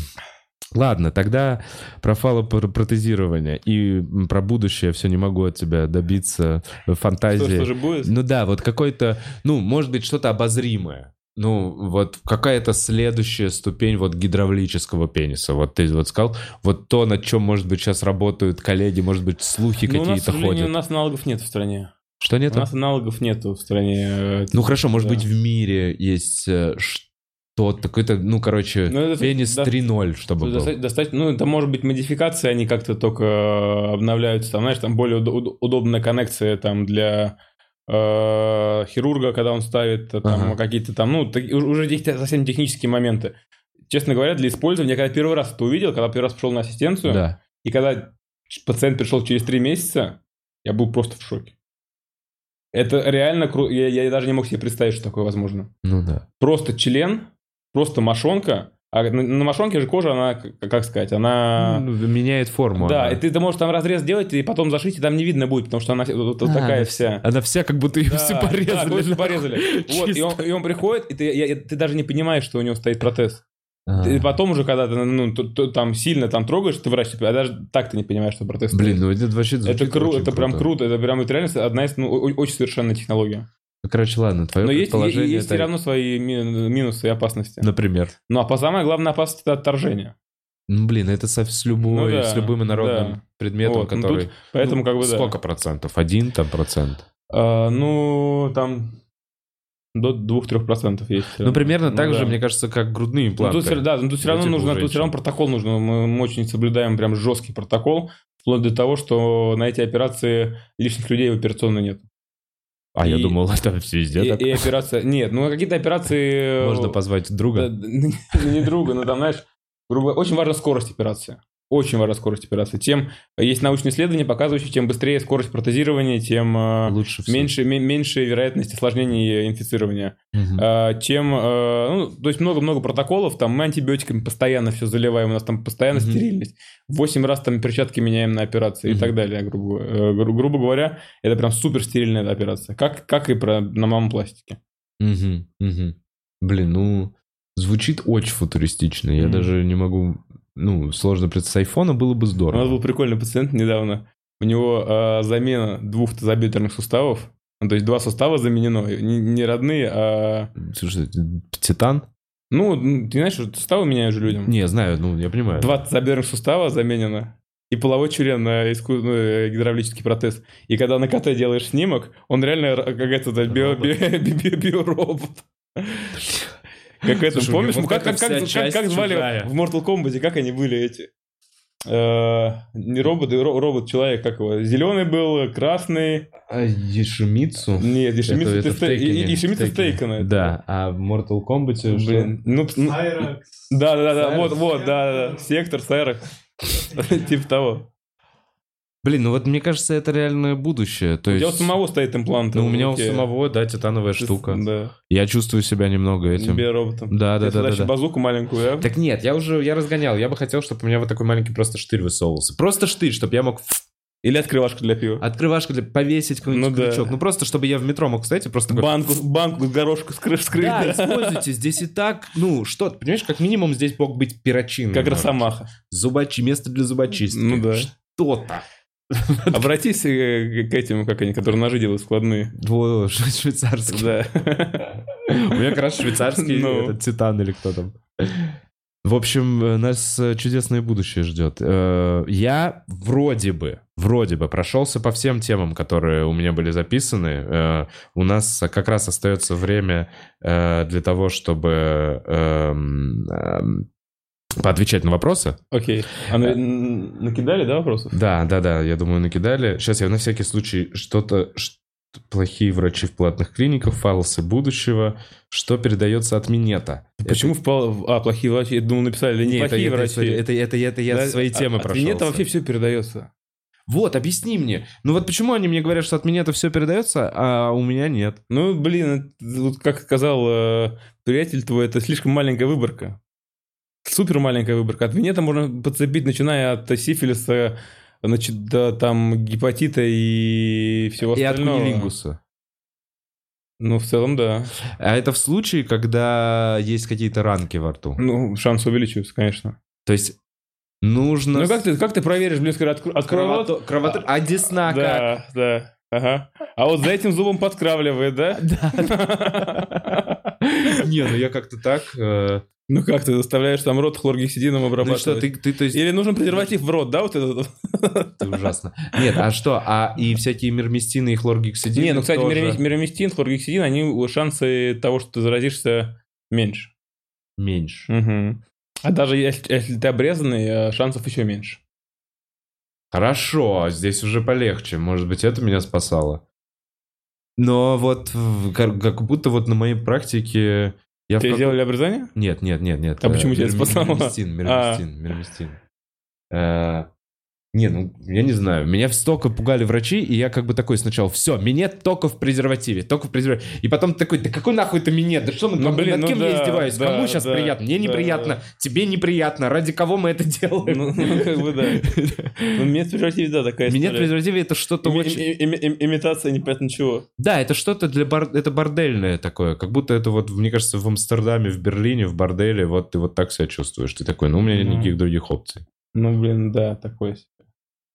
D: Ладно, тогда про фалопротезирование и м, про будущее все не могу от тебя добиться э,
C: Что,
D: фантазии.
C: что же будет?
D: Ну да,
A: Да, вот какой-то, ну, может быть, что-то обозримое. Ну, вот какая-то следующая ступень вот гидравлического пениса. Вот ты вот сказал, вот то, над чем, может быть, сейчас работают коллеги, может быть, слухи
C: Ну, у нас, к
A: какие-то
C: сожалению,
A: ходят.
C: у нас аналогов нет в стране.
A: Что нет?
C: У нас аналогов нету в стране. э,
A: Ну, хорошо, может
C: да.
A: быть, в мире есть э, что-то, какой-то, ну, короче,
C: Ну, это
A: пенис
C: да-
A: 3.0, чтобы был.
C: доста- доста- ну, это может быть модификации, они как-то только э, обновляются. Там, знаешь, там более уд- уд- удобная коннекция там для э, хирурга, когда он ставит э, там
A: Ага.
C: какие-то там, ну, таки- уж- уже тех- совсем технические моменты. Честно говоря, для использования, я когда первый раз это увидел, когда первый раз пришел на ассистенцию,
A: Да.
C: и когда ч- пациент пришел через три месяца, я был просто в шоке. Это реально круто. Я, я даже не мог себе представить, что такое возможно.
A: Ну да.
C: Просто член, просто мошонка. А на, на мошонке же кожа, она, к- как сказать, она...
A: Ну, Меняет форму.
C: А. да,
A: она.
C: и ты, ты можешь там разрез делать, и потом зашить, и там не видно будет, потому что она вся- вот, вот
A: А,
C: такая
A: да.
C: вся.
A: Она вся как будто ее
C: Да,
A: все
C: да,
A: порезали.
C: кожу
A: нахуй.
C: порезали. Вот, и, он,
A: Чисто.
C: и он приходит, и ты, я- я- ты даже не понимаешь, что у него стоит протез.
A: А.
C: Ты потом уже, когда ты ну, то- то- там сильно там трогаешь, ты врач, а даже так ты не понимаешь, что протез стоит.
A: Блин, ну это вообще
C: Это
A: звучит
C: круто,
A: очень
C: это прям круто, это прям вот реально одна из ну, о- очень совершенная технология.
A: Ну, Короче, ладно, твое
C: Но есть,
A: предположение...
C: есть
A: это-
C: все равно свои ми- минусы и опасности.
A: Например.
C: Ну а по самое главное опасность это отторжение.
A: Ну, блин, это со, с, любой,
C: Ну да,
A: с любым инородным
C: да.
A: предметом,
C: Вот, ну,
A: который...
C: тут Поэтому
A: Ну,
C: как бы да.
A: Сколько процентов? Один там процент?
C: А, ну там до 2-3 процентов есть. всё
A: Ну,
C: равно.
A: примерно
C: Ну,
A: так
C: да.
A: же, мне кажется, как грудные
C: Ну,
A: импланты.
C: тут, всё- да, ну, тут все
A: для
C: равно
A: тех
C: нужно,
A: женщин.
C: тут все равно протокол нужно. Мы, мы очень соблюдаем прям жесткий протокол, вплоть до того, что на эти операции лишних людей в операционной нет.
A: А я
C: и-
A: думал, это везде
C: и,
A: так.
C: и операция... Нет, ну какие-то операции... э,
A: Можно позвать друга.
C: Да, н- ну, не друга, но там, знаешь, грубо говоря, очень важна скорость операции. Очень важна скорость операции. Тем есть научные исследования, показывающие, чем быстрее скорость протезирования, тем э,
A: Лучше всего.
C: меньше, ме- меньше вероятность осложнений и инфицирования.
A: Мгм.
C: А, Чем, э, ну, то есть много-много протоколов, там мы антибиотиками постоянно все заливаем, у нас там постоянно
A: Мгм.
C: стерильность. Восемь раз там перчатки меняем на операции и
A: Мгм.
C: так далее, грубо, э, гру- грубо говоря, это прям супер стерильная операция, как, как и про, на мамопластике.
A: Мгм, мгм. Блин, ну, звучит очень футуристично. Я
C: Мгм.
A: даже не могу... Ну, сложно представить. С айфона было бы
C: У нас был
A: здорово.
C: прикольный пациент недавно. У него э, замена двух тазобедренных суставов. Ну, то есть два сустава заменено. и Не, не родные, а...
A: Слушай, Титан?
C: Ну, м, ты знаешь, что суставы меняют же людям.
A: Не, знаю, ну, я понимаю.
C: Два тазобедренных сустава заменено. И половой член на иску- ну, э, гидравлический протез. И когда на КТ делаешь снимок, он реально р- как это, да, био-
A: Робот.
C: би- би- би- биоробот. Как это,
A: Слушай,
C: помнишь,
A: вот
C: ну, как,
A: это
C: как, как,
A: вся
C: как-
A: часть
C: как звали
A: чужая.
C: в Mortal Kombat, как они были эти? Э, не робот, робот-человек, как его? Зеленый был, красный.
A: А Ешемицу?
C: Нет,
A: Это- это
C: Ешемица
A: в Теккене. В Теккене.
C: Стейкона.
A: Да, а в Mortal Kombat...
C: Блин, ну, п- ну,
B: Сайракс.
C: да, да, да, да,
A: Сайрекс.
C: вот, вот, да, да, да, сектор, Сайрекс, типа того.
A: Блин, ну вот мне кажется, это реальное будущее. То
C: У тебя у
A: есть...
C: самого стоит имплант.
A: Ну, у меня у
C: руке.
A: самого, да, титановая штука.
C: Да.
A: Я чувствую себя немного этим.
C: Биороботом.
A: Да, да, да,
C: Ты
A: да,
C: туда еще
A: да.
C: базуку маленькую, да?
A: Так нет, я уже, я разгонял. Я бы хотел, чтобы у меня вот такой маленький просто штырь высовывался. Просто штырь, чтобы я мог ф-
C: Или открывашку для
A: А,
C: пива.
A: открывашку для повесить какой-нибудь
C: Ну да.
A: крючок. Ну просто, чтобы я в метро мог стоять и просто такой...
C: Банку, банку с горошку скрыть. скрыть
A: Да,
C: да.
A: используйте здесь и так, ну что, ты понимаешь, как минимум здесь мог быть перочин.
C: Как
A: раз
C: росомаха.
A: Зубачи, место для зубочистки.
C: Ну да.
A: Что-то.
C: Обратись э, к этим, как они, которые ножи делают складные.
A: Во, ш- швейцарский.
C: Да.
A: У меня как раз швейцарский
C: Ну.
A: этот титан или кто там. В общем, э, нас э, чудесное будущее ждет. Э, Я вроде бы, вроде бы прошелся по всем темам, которые у меня были записаны. Э, У нас как раз остается время э, для того, чтобы эм, эм, поотвечать на вопросы.
C: Окей. А
A: Э.
C: на- н- накидали, да, вопросов?
A: Да, да, да, я думаю, накидали. Сейчас я на всякий случай что-то... ш- Плохие врачи в платных клиниках, фалосы будущего, что передается от минета.
C: Почему впал... в- А, плохие врачи. Я думал, написали. Да не
A: Не, это,
C: плохие
A: это,
C: врачи.
A: это, это, это- это я
C: Да,
A: свои
C: а-
A: темы
C: от
A: прошел.
C: Винета вообще все передается.
A: Вот, объясни мне. Ну вот почему они мне говорят, что от меня это все передается, а у меня нет?
C: Ну, блин, это вот как сказал э, приятель твой, это слишком маленькая выборка. Супер маленькая выборка. От винета можно подцепить, начиная от сифилиса, значит, до там гепатита и всего
A: И от
C: остального.
A: кунилингуса.
C: Ну, в целом, да.
A: А это в случае, когда есть какие-то ранки во рту.
C: Ну, шансы увеличиваются, конечно.
A: То есть Нужно...
C: Ну
A: с-
C: как ты, как ты проверишь, блин, скажи, откро- открывал?
A: Кровото- кровотр- А десна как?
C: Да, да. Ага. А вот за этим зубом подкравливает, да? Да.
A: Не, ну я как-то так... э,
C: Ну как ты заставляешь там рот хлоргексидином
A: Ну и
C: обрабатывать?
A: что, ты, ты, то есть,
C: Или нужен презерватив в рот, да, вот этот? вот?
A: ты ужасно. Нет, а что, а и всякие мирмистины и хлоргексидины
C: Не, ну, кстати,
A: тоже?
C: мирамис- мирамистин, хлоргексидин, они у- шансы того, что ты заразишься, меньше.
A: Меньше.
C: Мгм. А даже если, если ты обрезанный, э, шансов еще меньше.
A: Хорошо, здесь уже полегче. Может быть, это меня спасало. Но вот в- как, как будто вот на моей практике я в
C: Тебе
A: какой-
C: сделали обрезание?
A: Нет, нет, нет, нет.
C: А почему тебя
A: мир-
C: спасало?
A: Мирмистин, мирмистин, мирмистин. Э, Не, ну, я не знаю. Меня столько пугали врачи, и я как бы такой сначала, все, минет только в презервативе, только в презервативе. И потом ты такой, да какой нахуй это минет? Да что мы,
C: Ну,
A: там,
C: блин,
A: над
C: ну
A: кем я
C: да,
A: издеваюсь?
C: да,
A: Кому сейчас
C: да,
A: приятно? Мне
C: да,
A: неприятно,
C: да.
A: тебе неприятно. Ради кого мы это делаем?
C: Ну, ну, как бы да. Ну, минет в презервативе, да, такая
A: Минет в
C: история.
A: презервативе это что-то
C: Ими-
A: очень...
C: им- им- им- Имитация непонятно чего.
A: Да, это что-то для бар... это бордельное такое, как будто это вот, мне кажется, в Амстердаме, в Берлине, в борделе, вот ты вот так себя чувствуешь, ты такой, ну у меня нет
C: Мгм.
A: никаких других опций.
C: Ну, блин, да, такой.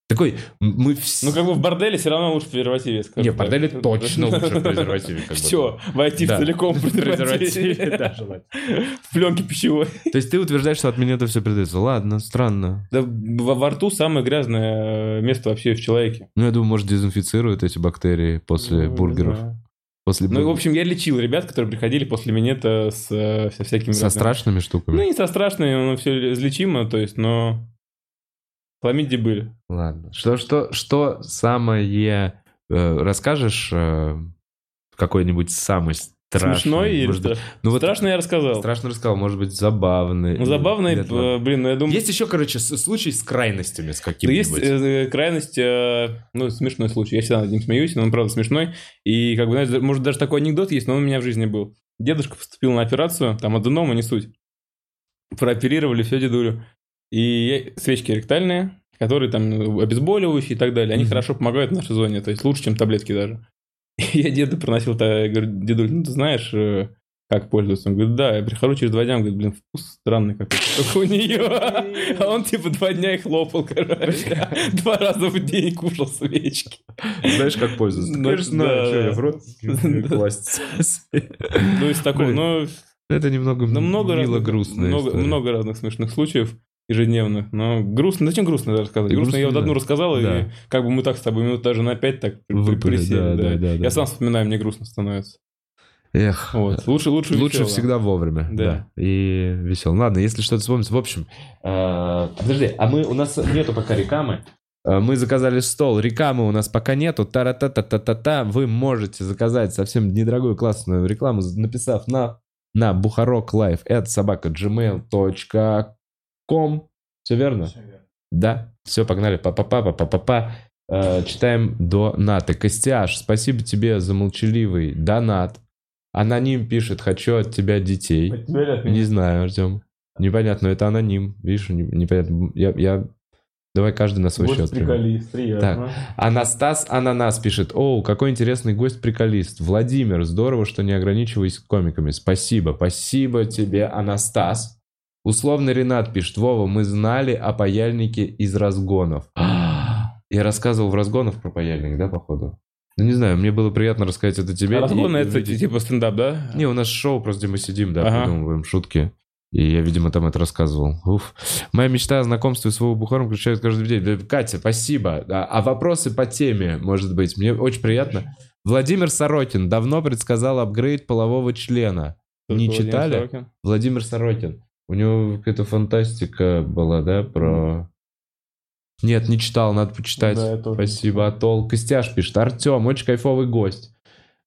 A: Такой, м- мы все...
C: Ну, как бы в борделе все равно лучше в презервативе, скажем
A: Не, в
C: так.
A: борделе точно лучше в презервативе. как будто.
C: Все, войти
A: Да.
C: в целиком в
A: В презервативе,
C: презервативе.
A: да, желательно.
C: В пленке пищевой.
A: То есть ты утверждаешь, что от меня это все передается. Ладно, странно.
C: Да, во, во рту самое грязное э, место вообще в человеке.
A: Ну, я думаю, может, дезинфицируют эти бактерии после
C: Ну, не
A: бургеров.
C: знаю.
A: После
C: Ну, в
A: бургеров.
C: общем, я лечил ребят, которые приходили после минета с э, со всякими...
A: Со
C: разными-
A: страшными
C: Ну,
A: штуками.
C: не со страшными, но все излечимо, то есть, но... Хламиди были.
A: Ладно. Что, что, что самое... э, Расскажешь э, какой-нибудь самой страшный?
C: Смешной или
A: может
C: что?
A: быть? Ну, вот
C: Страшно я рассказал.
A: страшно рассказал, может быть, забавный.
C: Ну, Забавный,
A: Нет,
C: э,
A: ладно.
C: блин, ну, я думаю...
A: Есть еще, короче, с- случай с крайностями с
C: Да есть
A: каким-нибудь.
C: э, крайность, э, ну, смешной случай. Я всегда над ним смеюсь, но он правда смешной. И, как бы, знаешь, может, даже такой анекдот есть, но он у меня в жизни был. Дедушка поступил на операцию, там, аденома, не суть. Прооперировали все дедулю. И я- свечки ректальные, которые там ну, обезболивающие и так далее, они
A: Мгм.
C: хорошо помогают в нашей зоне, то есть лучше, чем таблетки даже. И я деду приносил, та- я говорю, дедуль, ну, ты знаешь, э, как пользоваться? Он говорит, да, я прихожу через два дня, он говорит, блин, вкус странный какой-то, как у нее. А он типа два дня и хлопал, короче. Два раза в день кушал свечки.
A: Знаешь, как пользоваться?
C: Ну,
A: Конечно, знаю,
C: да.
A: что я в рот
C: Да.
A: класть.
C: Ну, из такого,
A: Блин.
C: ну,
A: Это немного
C: ну, много
A: мило
C: разных,
A: грустно.
C: много, много разных смешных случаев ежедневных. Но грустно, зачем грустно даже рассказывать?
A: Да
C: Грустно, я вот
A: грустно,
C: одну
A: да.
C: рассказал, и
A: Да.
C: как бы мы так с тобой минут даже на пять так при- при-
A: Выпали,
C: присели,
A: да,
C: да.
A: да, да, да.
C: Я сам вспоминаю, мне грустно становится.
A: Эх.
C: Вот. Лучше, лучше,
A: Лучше
C: весело.
A: всегда вовремя.
C: Да.
A: Да. И весело. Ладно, если что-то вспомнится. В общем, э, подожди, а мы у нас нету пока рекламы. Э, Мы заказали стол, рекламы у нас пока нету, та та та та та та Вы можете заказать совсем недорогую классную рекламу, написав на, на бухарок лайф at собака gmail.com. Все верно?
E: Всё верно.
A: Да, все, погнали. Па-па-па-па-па-па. Э, читаем донаты. Костяш, спасибо тебе за молчаливый донат. Аноним пишет, хочу от тебя детей.
C: От тебя или А от меня?
A: Не знаю, Артем. Непонятно, это аноним. Видишь, не- непонятно. Я, я- Давай каждый на свой
C: Вот
A: счет. примем.
C: приколист, приятно.
A: Анастас Ананас пишет. Оу, какой интересный гость-приколист. Владимир, здорово, что не ограничиваясь комиками. Спасибо, спасибо тебе, Анастас. Условно Ренат пишет. Вова, мы знали о паяльнике из разгонов. А, Я рассказывал в разгонов про паяльник, да, походу? Ну, не знаю, мне было приятно рассказать это тебе.
C: А
A: и-
C: разгон
A: и
C: это
A: увидеть.
C: типа стендап, да?
A: Не, у нас шоу просто, где мы сидим, да,
C: Ага.
A: придумываем шутки. И я, видимо, там это рассказывал. Уф. Моя мечта о знакомстве с Вовой Бухаром включает каждый день. Да, Катя, спасибо. А, а вопросы по теме, может быть? Мне очень приятно. Владимир Сорокин давно предсказал апгрейд полового члена.
C: Только
A: не
C: Владимир
A: читали?
C: Сорокин.
A: Владимир Сорокин. У него какая-то фантастика была, да, про... Нет, не читал, надо почитать.
C: Да, я тоже не
A: Спасибо, Атол. Костяш пишет. Артем, очень кайфовый гость.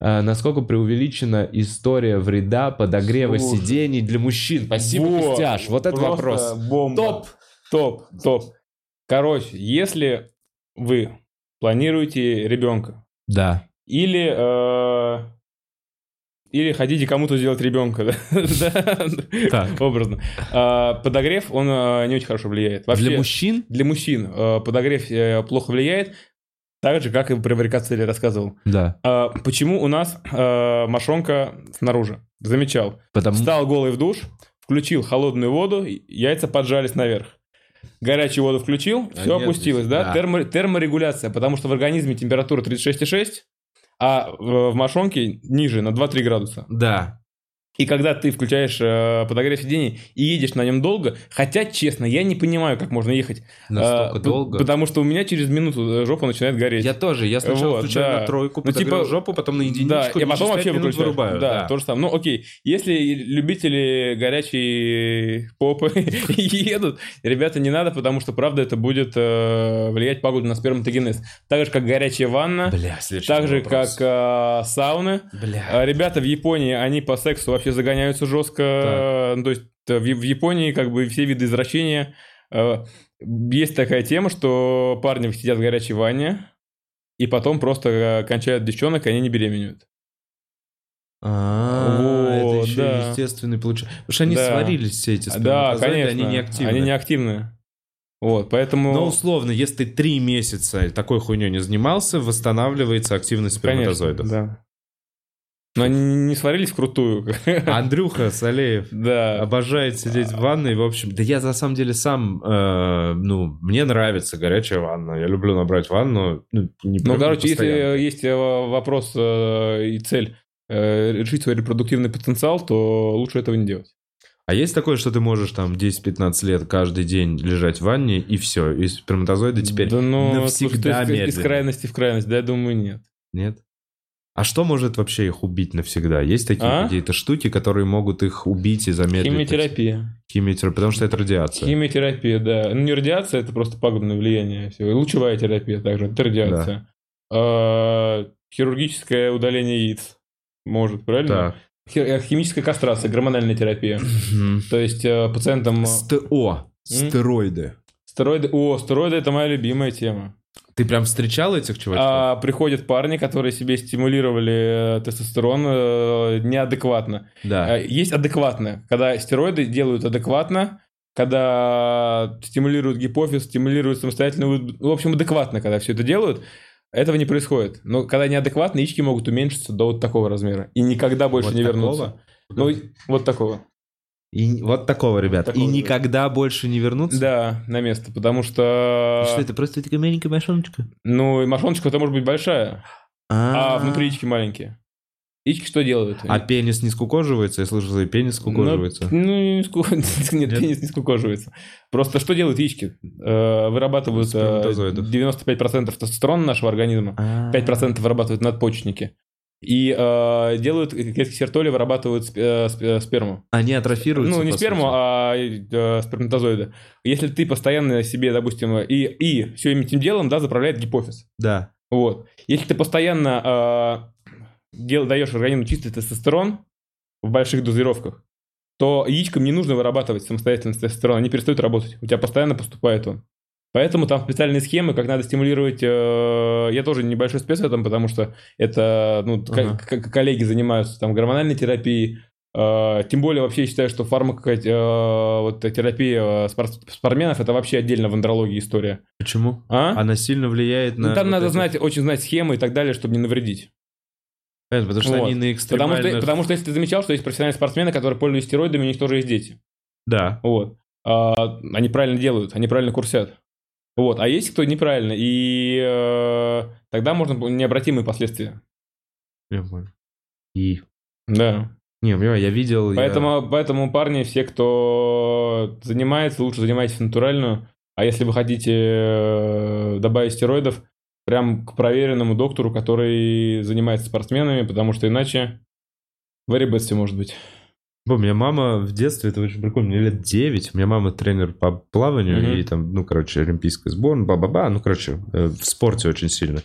A: А, насколько преувеличена история вреда подогрева
C: Слушай.
A: сидений для мужчин? Спасибо,
C: Во,
A: Костяш. Вот это
C: просто
A: вопрос.
C: бомба.
A: Топ.
C: Топ, топ. Короче, если вы планируете ребенка
A: Да.
C: или э, или хотите кому-то сделать ребенка, да, да,
A: Так.
C: образно, а, подогрев он э, не очень хорошо влияет. Вообще,
A: Для мужчин?
C: для мужчин э, подогрев э, плохо влияет, так же как и при варикоцеле рассказывал.
A: Да.
C: А, Почему у нас э, мошонка снаружи? Замечал.
A: Потому
C: Встал голый в душ, включил холодную воду, и яйца поджались наверх. горячую воду включил,
F: А
C: все
F: нет
C: опустилось,
F: здесь,
C: да?
F: да.
C: Термо- терморегуляция, потому что в организме температура 36,6, а в в мошонке ниже, на 2-3 градуса.
A: Да.
C: И когда ты включаешь э, подогрев сидений и едешь на нем долго, хотя, честно, я не понимаю, как можно ехать.
A: Настолько
C: А, п-
A: долго.
C: Потому что у меня через минуту э, жопа начинает гореть.
A: Я тоже. Я сначала
C: Вот,
A: включаю
C: да.
A: на тройку,
C: Ну,
A: подогрел
C: типа,
A: жопу, потом на единичку.
C: Да,
A: и
C: я потом
A: через
C: вообще
A: пять минут
C: выключаю.
A: вырубаю.
C: да,
A: да.
C: то же самое. Ну, окей, если любители горячей попы едут, ребята, не надо, потому что, правда, это будет э, влиять пагубно на сперматогенез. Так же, как горячая ванна,
F: Бля, следующий
C: так же,
F: вопрос.
C: как э, сауны.
F: Бля.
C: А Ребята в Японии, они по сексу вообще загоняются жестко. Ну, То есть э, в в Японии как бы все виды извращения. э, Есть такая тема, что парни сидят в горячей ванне, и потом просто э, кончают девчонок, и они не беременеют.
A: А,
C: Вот,
A: это еще
C: да.
A: естественный получается. Потому что они
C: Да.
A: сварились все эти
C: Да,
A: сперматозоиды,
C: конечно.
A: они не активны. Ну,
C: Они не активны. Вот, поэтому...
A: Но условно, если ты три месяца такой хуйней не занимался, восстанавливается активность
C: конечно,
A: сперматозоидов.
C: да. Но они не сварились вкрутую.
A: Андрюха Салеев
C: Да.
A: обожает сидеть в ванной, в общем, да я на самом деле сам, э, ну, мне нравится горячая ванна, я люблю набрать ванну, ну, не
C: Ну,
A: прям
C: короче, если
A: постоянно.
C: э, есть э, вопрос э, и цель э, решить свой репродуктивный потенциал, то лучше этого не делать.
A: А есть такое, что ты можешь там 10-15 лет каждый день лежать в ванне, и все, и сперматозоиды теперь
C: да, ну,
A: навсегда
C: слушай, то есть из, из
A: медленные.
C: крайности в крайность, да, я думаю, нет.
A: Нет? А что может вообще их убить навсегда? Есть такие
C: А?
A: какие-то штуки, которые могут их убить и замедлить?
C: Химиотерапия.
A: Химиотерапия, потому что это радиация.
C: Химиотерапия, да. Ну, не радиация, это просто пагубное влияние всего. И лучевая терапия также, это радиация. А, Хирургическое удаление яиц. Может, правильно?
A: Да.
C: Хи- э, Химическая кастрация, гормональная терапия. То есть э, пациентам...
A: СТО. Стероиды.
C: Стероиды... О, стероиды это моя любимая тема.
A: Ты прям встречал этих чувачков?
C: А приходят парни, которые себе стимулировали э, тестостерон э, неадекватно.
A: Да.
C: Э, Есть адекватно, когда стероиды делают адекватно, когда стимулируют гипофиз, стимулируют самостоятельную... выб- ну, В общем, адекватно, когда все это делают, этого не происходит. Но когда неадекватно, яички могут уменьшиться до вот такого размера. И никогда больше
A: Вот
C: не
A: такого?
C: вернутся. Ну, и- вот такого.
A: И вот такого, ребят.
C: Такого,
A: и
C: да.
A: никогда больше не вернуться?
C: Да, на место, потому
A: И
C: что...
A: Что это, просто такая маленькая машиночка?
C: Ну, и мошоночка это может быть большая, а внутри яички маленькие. Яички что делают?
A: А пенис не скукоживается? Я слышал, и пенис скукоживается.
C: Ну, ну, не ску- нет,
A: Нет?
C: пенис не скукоживается. Просто что делают яички? Э, Вырабатывают э,
A: Сперматозоидов.
C: 95% тестостерона нашего организма,
A: А.
C: 5% вырабатывают надпочечники. И э, делают, клетки сертоли вырабатывают сп- э, сп- э, сперму.
A: Они атрофируются,
C: Ну, не
A: А по
C: сперму,
A: сути.
C: а э, сперматозоиды. Если ты постоянно себе, допустим, и, и все этим делом, да, заправляет гипофиз.
A: Да.
C: Вот. Если ты постоянно э, дел- даешь организму чистый тестостерон в больших дозировках, то яичкам не нужно вырабатывать самостоятельно тестостерон, они перестают работать. У тебя постоянно поступает он. Поэтому там специальные схемы, как надо стимулировать... э, я тоже небольшой спец в этом, потому что это ну, ко-
A: Ага.
C: к- к- коллеги занимаются там гормональной терапией. э, тем более вообще я считаю, что фармакотерапия вот, терапия э, спорт- спортсменов это вообще отдельно в андрологии история.
A: Почему?
C: А?
A: Она сильно влияет на...
C: Ну, там
A: вот
C: надо
A: эти-
C: знать, очень знать схемы и так далее, чтобы не навредить.
A: Понятно, Потому что
C: Вот.
A: они на
C: Потому что,
A: экстремальных...
C: потому что если ты замечал, что есть профессиональные спортсмены, которые пользуются стероидами, у них тоже есть дети.
A: Да.
C: Вот. А, они правильно делают, они правильно курсят. Вот. А есть кто неправильно, и э, тогда можно бу- необратимые последствия.
A: Я понял. И...
C: Да.
A: Не, понимаю, я видел... я-
C: Поэтому, поэтому, парни, все, кто занимается, лучше занимайтесь натуральную. А если вы хотите э, добавить стероидов, прям к проверенному доктору, который занимается спортсменами, потому что иначе very bad все может быть.
A: Бо, у меня мама в детстве, это очень прикольно, мне лет 9, у меня мама тренер по плаванию,
C: Мгм.
A: и там, ну, короче, олимпийская сборная, ба-ба-ба, ну, короче, э, в спорте очень сильно.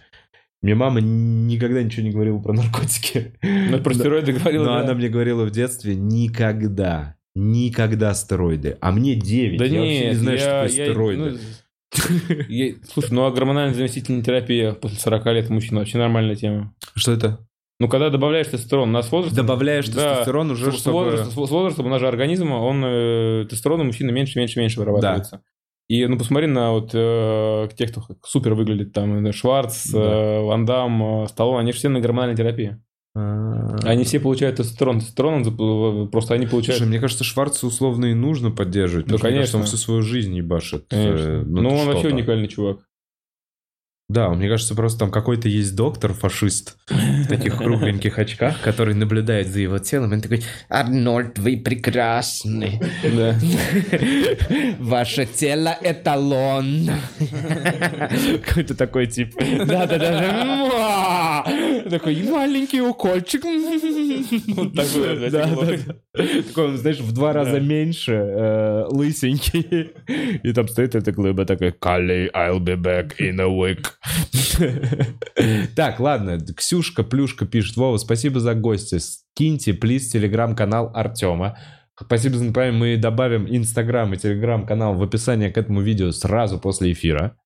A: Мне мама никогда ничего не говорила про наркотики.
C: Но Ну, про стероиды говорил,
A: Но
C: да.
A: она мне говорила в детстве никогда, никогда стероиды. А мне 9,
C: Да
A: я вообще не
C: нет,
A: знаю, что
C: я-
A: такое
C: я-
A: стероиды.
C: ну, я- слушай, ну а гормональная заместительная терапия после 40 лет мужчин вообще нормальная тема.
A: Что это?
C: Ну, когда добавляешь тестостерон, у нас с возрастом
A: Добавляешь
C: Да.
A: тестостерон уже,
C: с,
A: чтобы-
C: возрастом, с возрастом у нас же организма, он э, тестостерон у мужчины меньше, меньше, меньше вырабатывается. И ну посмотри на вот э, тех, кто супер выглядит, там э, Шварц, э,
A: Да.
C: Ван Дамм, э, Сталлоне, они же все на гормональной терапии.
A: А.
C: Они все получают тестостерон. Тестостерон, он зап- э, просто они получают...
A: Слушай, мне кажется, Шварца условно и нужно поддерживать.
C: Да,
A: потому что, мне кажется, он
C: конечно.
A: всю свою жизнь ебашит.
C: Конечно.
A: э, ну,
C: ну, он
A: что-то.
C: вообще уникальный чувак.
A: Да, мне кажется, просто там какой-то есть доктор-фашист в таких кругленьких очках, который наблюдает за его телом, и он такой,
G: Арнольд, вы прекрасны.
C: Да.
G: Ваше тело эталон.
A: какой-то такой тип.
G: Да-да-да. Муа! Такой маленький укольчик.
C: Вот такое, блядь,
A: Да,
C: было.
A: да, да. Такой, он, знаешь, в два раза меньше, э, лысенький. И там стоит эта глыба такая, Калли, I'll be back in a week. Так, ладно, Ксюшка Плюшка пишет, Вова, спасибо за гости. Скиньте, плиз, телеграм-канал Артема. Спасибо за напоминание. Мы добавим Инстаграм и Телеграм-канал в описание к этому видео сразу после эфира.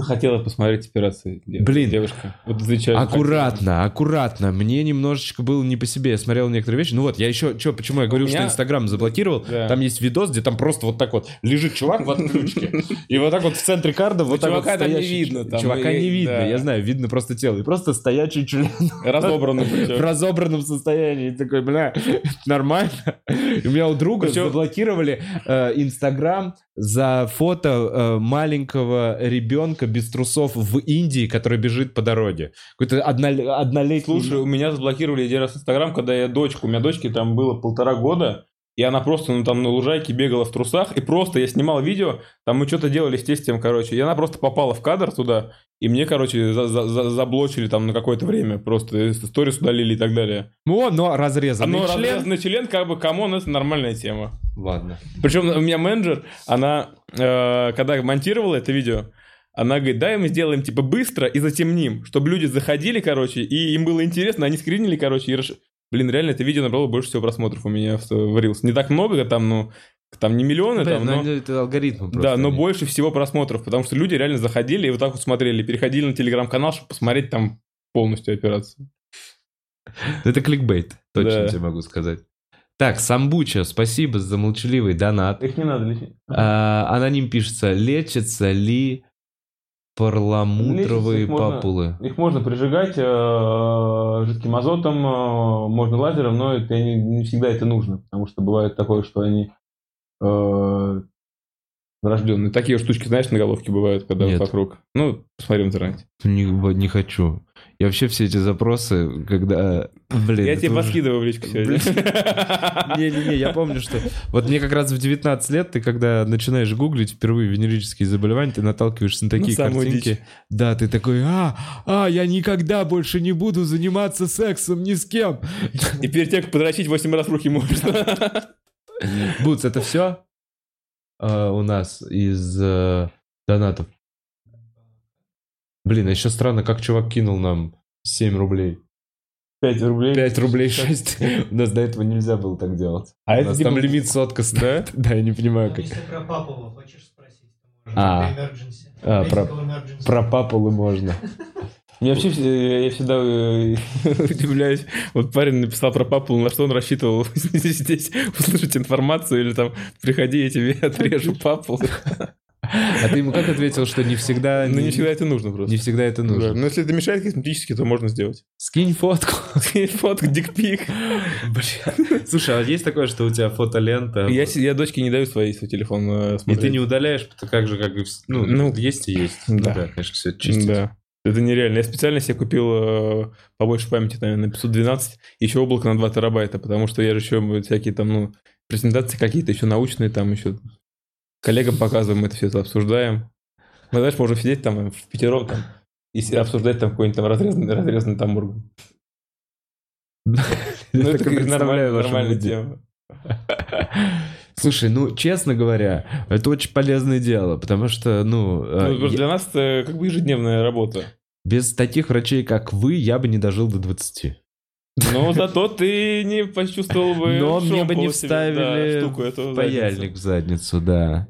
C: Хотела посмотреть операции. дев-
A: Блин.
C: Девушка. Вот замечательно.
A: Аккуратно, аккуратно. Мне немножечко было не по себе. Я смотрел некоторые вещи. Ну вот, я еще... Чё, почему я говорю,
C: меня-
A: что Инстаграм заблокировал?
C: Да.
A: Там есть видос, где там просто вот так вот лежит чувак в отключке. И вот так вот в центре карда вот так вот
C: чувака там не
A: стоящий
C: видно,
A: ч-
C: там,
A: Чувака
C: и-
A: не
C: да.
A: видно, я знаю, видно просто тело. И просто стоячий член
C: Разобранный.
A: в
C: причем.
A: разобранном состоянии. И такой, бля, нормально. И У меня у друга
C: Причем-
A: заблокировали э, Инстаграм за фото э, маленького ребенка без трусов в Индии, который бежит по дороге. Какой-то одно- однолетний...
C: Слушай, у меня заблокировали один раз Инстаграм, когда я дочку, у меня дочке там было полтора года, и она просто ну, там на лужайке бегала в трусах, и просто я снимал видео, там мы что-то делали с тестем, короче, и она просто попала в кадр туда, и мне, короче, за- за- за- заблочили там на какое-то время, просто сторис удалили и так далее.
A: Ну, но разрезанный
C: Но
A: член.
C: разрезанный член, как бы, камон, это нормальная тема.
A: Ладно.
C: Причем у меня менеджер, она, э, когда монтировала это видео, она говорит, давай мы сделаем типа быстро и затемним, чтобы люди заходили, короче, и им было интересно, они скринили, короче, и расш- Блин, реально, это видео набрало больше всего просмотров у меня в, в Reels. Не так много, там, ну, там не миллионы, там, но...
A: ну это алгоритмы
C: Ну, Да, но больше всего просмотров, потому что люди реально заходили и вот так вот смотрели, переходили на телеграм-канал, чтобы посмотреть там полностью операцию.
A: Это кликбейт, точно
C: Да.
A: тебе могу сказать. Так, Самбуча, спасибо за молчаливый донат.
C: Их не надо лечить.
A: А, аноним пишется, лечатся ли
C: Лечится
A: парламутровые
C: их можно-
A: папулы?
C: Их можно прижигать э, жидким азотом, э, можно лазером, но это не, не всегда это нужно, потому что бывает такое, что они э, врожденные. Такие штучки, знаешь, на головке бывают, когда вот
A: Нет.
C: вокруг. Ну, посмотри в интернете.
A: Не, вот не хочу. Я вообще все эти запросы, когда... Блин,
C: Я
A: это
C: тебе
A: уже-
C: поскидываю в личку сегодня.
A: Не-не-не, я помню, что... Вот мне как раз в 19 лет ты, когда начинаешь гуглить впервые венерические заболевания, ты наталкиваешься на такие
C: Ну, самую
A: картинки.
C: дичь.
A: Да, ты такой, а, а, я никогда больше не буду заниматься сексом ни с кем.
C: И перед тем, как подрочить 8 раз руки можно.
A: Бутс, это все у нас из э, донатов? Блин, а еще странно, как чувак кинул нам 7 рублей.
C: 5 рублей.
A: 5 рублей 6. У нас до этого нельзя было так делать.
C: А
A: У
C: это
A: нас
C: типа-
A: там лимит сотка стоит. Да, я не понимаю,
B: Там,
A: как.
B: Если про Папова хочешь спросить, то
A: А.
B: можно. Это emergency.
A: А, про-
B: Medical emergency.
A: Про папулы можно.
C: Мне вообще все- я всегда э, удивляюсь. Вот парень написал про папу, на что он рассчитывал здесь услышать информацию или там приходи, я тебе отрежу папу.
A: А ты ему как ответил, что не всегда...
C: Ну не всегда это нужно
A: не
C: просто.
A: всегда это
C: Да,
A: нужно.
C: Но если это мешает косметически, то можно сделать.
A: Скинь фотку.
C: Фотка, дикпик.
A: Блин. Слушай, а есть такое, что у тебя фотолента?
C: Я, с- я дочке не даю свои свой телефон э,
A: И ты
C: смотреть.
A: не удаляешь, потому как же, как и... вс- Ну,
C: Ну,
A: есть и есть.
C: да.
A: Ну да, конечно, все чистит.
C: Да. Это нереально. Я специально себе купил э, побольше памяти, наверное, 512, еще облако на 2 терабайта, потому что я же еще всякие там, ну, презентации какие-то еще научные, там еще коллегам показываем, это все это обсуждаем. Мы, знаешь, можем сидеть там э, в пятером там, и с- обсуждать там какой-нибудь там разрезанный, разрезанный там орган. Ну,
A: Я
C: это
A: так и
C: как
A: представляю
C: нормальная,
A: вашу
C: нормальная
A: будни.
C: тема.
A: Слушай, ну, честно говоря, это очень полезное дело, потому что, ну, э,
C: Ну, потому что
A: я-
C: для нас это как бы ежедневная работа.
A: без таких врачей, как вы, я бы не дожил до 20.
C: Но зато ты не почувствовал бы
A: Но мне
C: шом
A: бы не
C: по себе, да,
A: вставили
C: штуку эту в задницу.
A: Паяльник в задницу, да.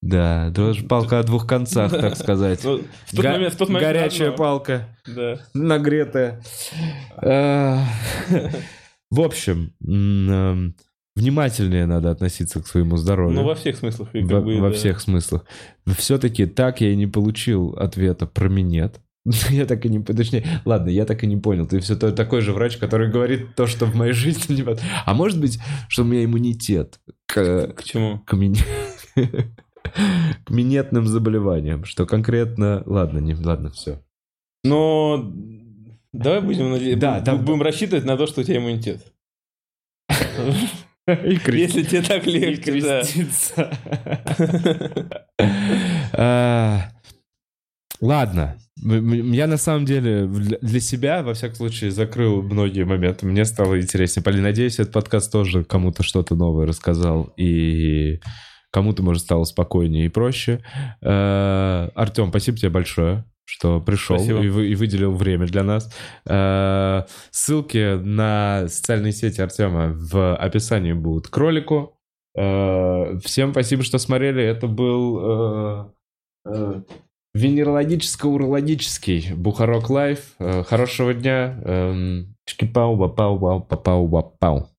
A: Да, дрожь палка о двух концах, так сказать.
C: Ну, в тот
A: Га-
C: момент- в тот момент
A: Горячая
C: одно.
A: палка.
C: Да.
A: нагретая. Э, В общем, м, эм, внимательнее надо относиться к своему здоровью.
C: Ну, во всех смыслах. и как
A: Во-
C: бы,
A: во
C: да.
A: всех смыслах. Все-таки так я и не получил ответа про минет. Ну, Я так и не... Точнее, ладно, я так и не понял. Ты все такой же врач, который говорит то, что в моей жизни не... под- А может быть, что у меня иммунитет к,
C: К чему?
A: к, мин- к минетным заболеваниям, что конкретно... Ладно, не... Ладно, все.
C: Но давай будем наде-
A: Да,
C: бу-
A: там-
C: будем рассчитывать на то, что у тебя иммунитет.
A: И
C: Если тебе так легче, да.
A: А, Ладно. М- м- Я на самом деле для для себя, во всяком случае, закрыл многие моменты. Мне стало интереснее. Полин, надеюсь, этот подкаст тоже кому-то что-то новое рассказал. И кому-то, может, стало спокойнее и проще. Артем, спасибо тебе большое, что пришел
C: Спасибо.
A: и, вы- и выделил время для нас. Э, ссылки на социальные сети Артема в описании будут к ролику. Э, всем спасибо, что смотрели. Это был... э, э, Венерологическо-урологический Бухарок Лайф. Э, Хорошего дня. Эм, Чики-пау-ба-пау-ба-пау-ба-пау.